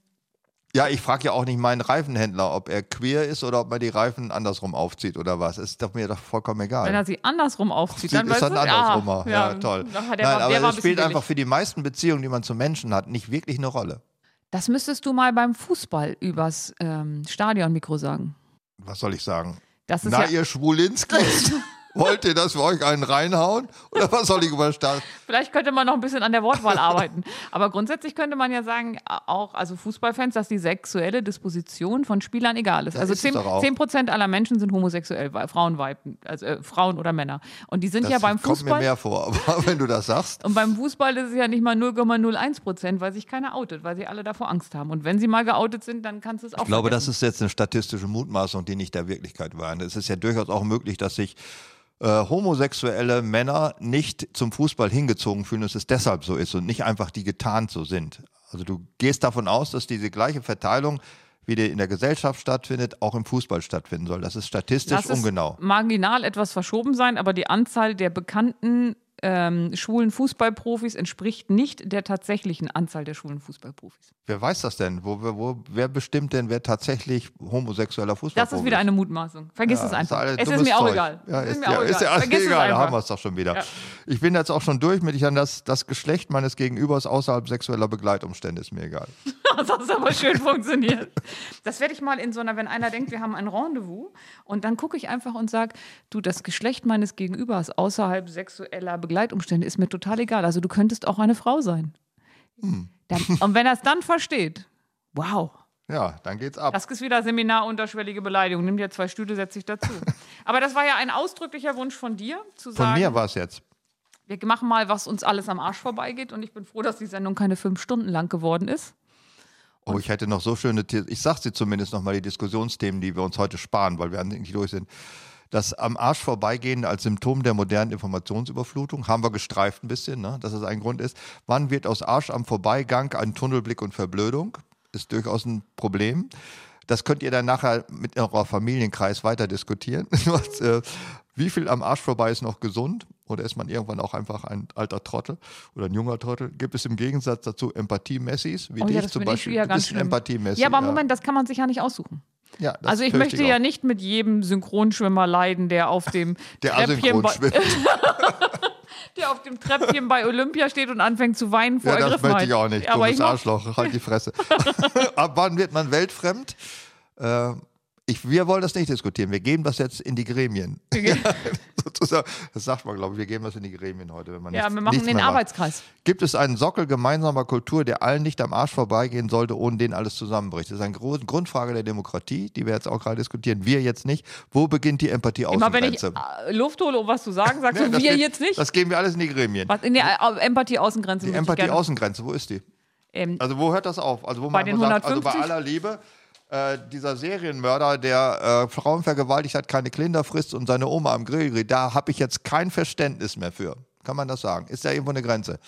Speaker 2: Ja, ich frage ja auch nicht meinen Reifenhändler, ob er queer ist oder ob man die Reifen andersrum aufzieht oder was. Ist doch mir doch vollkommen egal.
Speaker 3: wenn er sie andersrum aufzieht,
Speaker 2: Sieht,
Speaker 3: dann
Speaker 2: ist
Speaker 3: weißt
Speaker 2: dann
Speaker 3: du,
Speaker 2: andersrum. oh,
Speaker 3: ah,
Speaker 2: ja, toll.
Speaker 3: Ach,
Speaker 2: Nein,
Speaker 3: der war, der war
Speaker 2: aber
Speaker 3: ein
Speaker 2: es
Speaker 3: bisschen
Speaker 2: spielt
Speaker 3: billig.
Speaker 2: einfach für die meisten Beziehungen, die man zu Menschen hat, nicht wirklich eine Rolle.
Speaker 3: Das müsstest du mal beim Fußball übers ähm, Stadionmikro sagen.
Speaker 2: Was soll ich sagen?
Speaker 3: Das ist
Speaker 2: Na,
Speaker 3: ja,
Speaker 2: ihr Schwulinskis. Wollt ihr, dass wir euch einen reinhauen? Oder was soll ich überstarten?
Speaker 3: Vielleicht könnte man noch ein bisschen an der Wortwahl arbeiten. Aber grundsätzlich könnte man ja sagen, auch also Fußballfans, dass die sexuelle Disposition von Spielern egal ist. also
Speaker 2: ist es doch auch.
Speaker 3: 10 Prozent aller Menschen sind homosexuell, weil Frauen, Weiben, also, äh, Frauen oder Männer. Und die sind ja beim
Speaker 2: kommt mir
Speaker 3: Fußball.
Speaker 2: mehr vor, aber wenn du das sagst.
Speaker 3: Und beim Fußball ist es ja nicht mal 0,01 Prozent, weil sich keiner outet, weil sie alle davor Angst haben. Und wenn sie mal geoutet sind, dann kannst du es auch.
Speaker 2: Ich glaube, das ist jetzt eine statistische Mutmaßung, die nicht der Wirklichkeit war. Es ist ja durchaus auch möglich, dass sich äh, homosexuelle Männer nicht zum Fußball hingezogen fühlen, dass es deshalb so ist und nicht einfach die getarnt so sind. Also du gehst davon aus, dass diese gleiche Verteilung, wie die in der Gesellschaft stattfindet, auch im Fußball stattfinden soll. Das ist statistisch
Speaker 3: Lass es
Speaker 2: ungenau.
Speaker 3: marginal etwas verschoben sein, aber die Anzahl der bekannten ähm, schwulen Fußballprofis entspricht nicht der tatsächlichen Anzahl der schwulen Fußballprofis.
Speaker 2: Wer weiß das denn? Wo, wo- wo, wer bestimmt denn, wer tatsächlich homosexueller Fußball
Speaker 3: Das ist wieder eine Mutmaßung. Vergiss es einfach.
Speaker 2: alles
Speaker 3: es ist
Speaker 2: dummes
Speaker 3: mir auch
Speaker 2: Zeug.
Speaker 3: egal.
Speaker 2: Ja,
Speaker 3: Es
Speaker 2: ist,
Speaker 3: mir
Speaker 2: ja,
Speaker 3: auch
Speaker 2: ist ja alles
Speaker 3: Vergiss es
Speaker 2: egal, da haben wir
Speaker 3: einfach.
Speaker 2: es doch schon wieder.
Speaker 3: Ja.
Speaker 2: Ich bin jetzt auch schon durch mit, ich an das, das Geschlecht meines Gegenübers außerhalb sexueller Begleitumstände ist mir egal.
Speaker 3: Das hat aber schön funktioniert. Das werde ich mal in so einer, wenn einer denkt, wir haben ein Rendezvous und dann gucke ich einfach und sage, du, das Geschlecht meines Gegenübers außerhalb sexueller Begleitumstände ist mir total egal. Also du könntest auch eine Frau sein.
Speaker 2: Hm.
Speaker 3: Dann, und wenn er es dann versteht, wow.
Speaker 2: Ja, dann geht's ab.
Speaker 3: Das ist wieder Seminar unterschwellige Beleidigung. Nimm dir zwei Stühle, setz dich dazu. Aber das war ja ein ausdrücklicher Wunsch von dir, zu
Speaker 2: Von
Speaker 3: sagen,
Speaker 2: mir war es jetzt.
Speaker 3: wir machen mal, was uns alles am Arsch vorbeigeht. Und ich bin froh, dass die Sendung keine fünf Stunden lang geworden ist.
Speaker 2: Oh, ich hätte noch so schöne, The- ich sag sie zumindest nochmal, die Diskussionsthemen, die wir uns heute sparen, weil wir eigentlich durch sind. Das am Arsch vorbeigehen als Symptom der modernen Informationsüberflutung, haben wir gestreift ein bisschen, ne? dass es ein Grund ist. Wann wird aus Arsch am Vorbeigang ein Tunnelblick und Verblödung? Ist durchaus ein Problem. Das könnt ihr dann nachher mit eurer Familienkreis weiter diskutieren. Was, äh, wie viel am Arsch vorbei ist noch gesund? Oder ist man irgendwann auch einfach ein alter Trottel oder ein junger Trottel? Gibt es im Gegensatz dazu Empathie-Messis, wie
Speaker 3: Oh
Speaker 2: dich
Speaker 3: ja, das
Speaker 2: zum
Speaker 3: bin ich
Speaker 2: Beispiel?
Speaker 3: wieder
Speaker 2: du
Speaker 3: ganz
Speaker 2: bist ein
Speaker 3: schlimm.
Speaker 2: Empathie-Messi.
Speaker 3: Ja, aber Moment, das kann man sich ja nicht aussuchen.
Speaker 2: Ja, das
Speaker 3: also ich
Speaker 2: fürchte
Speaker 3: möchte
Speaker 2: auch.
Speaker 3: ja nicht mit jedem Synchronschwimmer leiden, der auf dem
Speaker 2: Der
Speaker 3: Treppchen
Speaker 2: asynchron
Speaker 3: bei,
Speaker 2: schwimmt.
Speaker 3: der auf dem Treppchen bei Olympia steht und anfängt zu weinen vor
Speaker 2: Ja, das
Speaker 3: Ergriffenheit.
Speaker 2: möchte ich auch nicht.
Speaker 3: Aber
Speaker 2: Dummes
Speaker 3: ich mag,
Speaker 2: Arschloch, halt die Fresse. Ab wann wird man weltfremd? Äh, ich, wir wollen das nicht diskutieren. Wir geben das jetzt in die Gremien. Sozusagen. Das sagt man, glaube ich. Wir geben das in die Gremien heute, wenn man
Speaker 3: ja,
Speaker 2: nichts,
Speaker 3: wir machen
Speaker 2: nichts
Speaker 3: den
Speaker 2: mehr macht.
Speaker 3: Arbeitskreis.
Speaker 2: Gibt es einen Sockel gemeinsamer Kultur, der allen nicht am Arsch vorbeigehen sollte, ohne den alles zusammenbricht? Das ist eine große Grundfrage der Demokratie, die wir jetzt auch gerade diskutieren. Wir jetzt nicht. Wo beginnt die Empathie
Speaker 3: Immer wenn ich
Speaker 2: Außengrenze?
Speaker 3: äh, Luft hole, um was zu sagen, sagst du,
Speaker 2: das
Speaker 3: wir
Speaker 2: geht-
Speaker 3: jetzt nicht.
Speaker 2: Das geben wir alles in die Gremien.
Speaker 3: Was in der äh,
Speaker 2: Die
Speaker 3: Empathie-Außengrenze möchte ich
Speaker 2: Empathie
Speaker 3: gerne-
Speaker 2: Außengrenze, wo ist die?
Speaker 3: ähm,
Speaker 2: Also wo hört das auf? Also wo
Speaker 3: Bei
Speaker 2: man
Speaker 3: den
Speaker 2: einfach sagt, also bei
Speaker 3: 150?
Speaker 2: aller Liebe, äh, dieser Serienmörder, der äh, Frauen vergewaltigt hat, keine Kinder frisst und seine Oma am Grill grillt, da habe ich jetzt kein Verständnis mehr für. Kann man das sagen? Ist da irgendwo eine Grenze?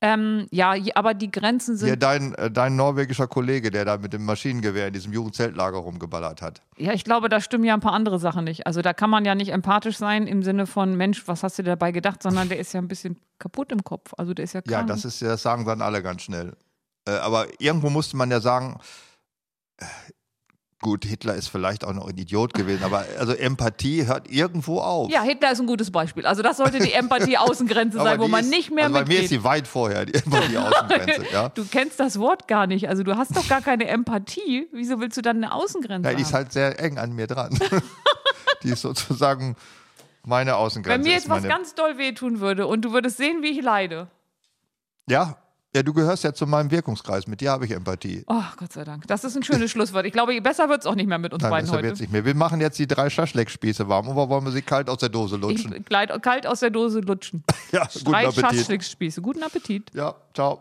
Speaker 3: ähm, ja, je- aber die Grenzen
Speaker 2: Hier
Speaker 3: sind.
Speaker 2: dein, äh, dein norwegischer Kollege, der da mit dem Maschinengewehr in diesem Jugendzeltlager rumgeballert hat.
Speaker 3: Ja, ich glaube, da stimmen ja ein paar andere Sachen nicht. Also da kann man ja nicht empathisch sein im Sinne von Mensch, was hast du dir dabei gedacht, sondern der ist ja ein bisschen kaputt im Kopf. Also der ist ja
Speaker 2: Ja,
Speaker 3: krank.
Speaker 2: das ist ja- das sagen dann alle ganz schnell. Äh, aber irgendwo musste man ja sagen, äh, gut, Hitler ist vielleicht auch noch ein Idiot gewesen, aber also Empathie hört irgendwo auf.
Speaker 3: ja, Hitler ist ein gutes Beispiel. Also das sollte die Empathie-Außengrenze sein,
Speaker 2: Aber
Speaker 3: wo
Speaker 2: die
Speaker 3: man
Speaker 2: ist-
Speaker 3: nicht mehr
Speaker 2: also Bei mir ist
Speaker 3: mitgeht.
Speaker 2: sie weit vorher, die, die Außengrenze. ja.
Speaker 3: Du kennst das Wort gar nicht. Also du hast doch gar keine Empathie. Wieso willst du dann eine Außengrenze
Speaker 2: ja, die ist
Speaker 3: haben?
Speaker 2: halt sehr eng an mir dran. die ist sozusagen meine Außengrenze.
Speaker 3: Wenn mir
Speaker 2: ist
Speaker 3: jetzt was
Speaker 2: meine-
Speaker 3: ganz doll wehtun würde und du würdest sehen, wie ich leide.
Speaker 2: ja, ja, du gehörst ja zu meinem Wirkungskreis. Mit dir habe ich Empathie.
Speaker 3: Oh, Gott sei Dank. Das ist ein schönes Schlusswort. Ich glaube, besser wird es auch nicht mehr mit uns
Speaker 2: Nein,
Speaker 3: beiden
Speaker 2: das wird
Speaker 3: heute.
Speaker 2: nicht mehr. Wir machen jetzt die drei Schaschlik-Spieße warm oder wollen wir sie kalt aus der Dose
Speaker 3: Ich,
Speaker 2: lutschen?
Speaker 3: gleit- kalt aus der Dose lutschen.
Speaker 2: ja, guten
Speaker 3: Drei
Speaker 2: Appetit.
Speaker 3: Schaschlikspieße. Guten Appetit.
Speaker 2: Ja, ciao.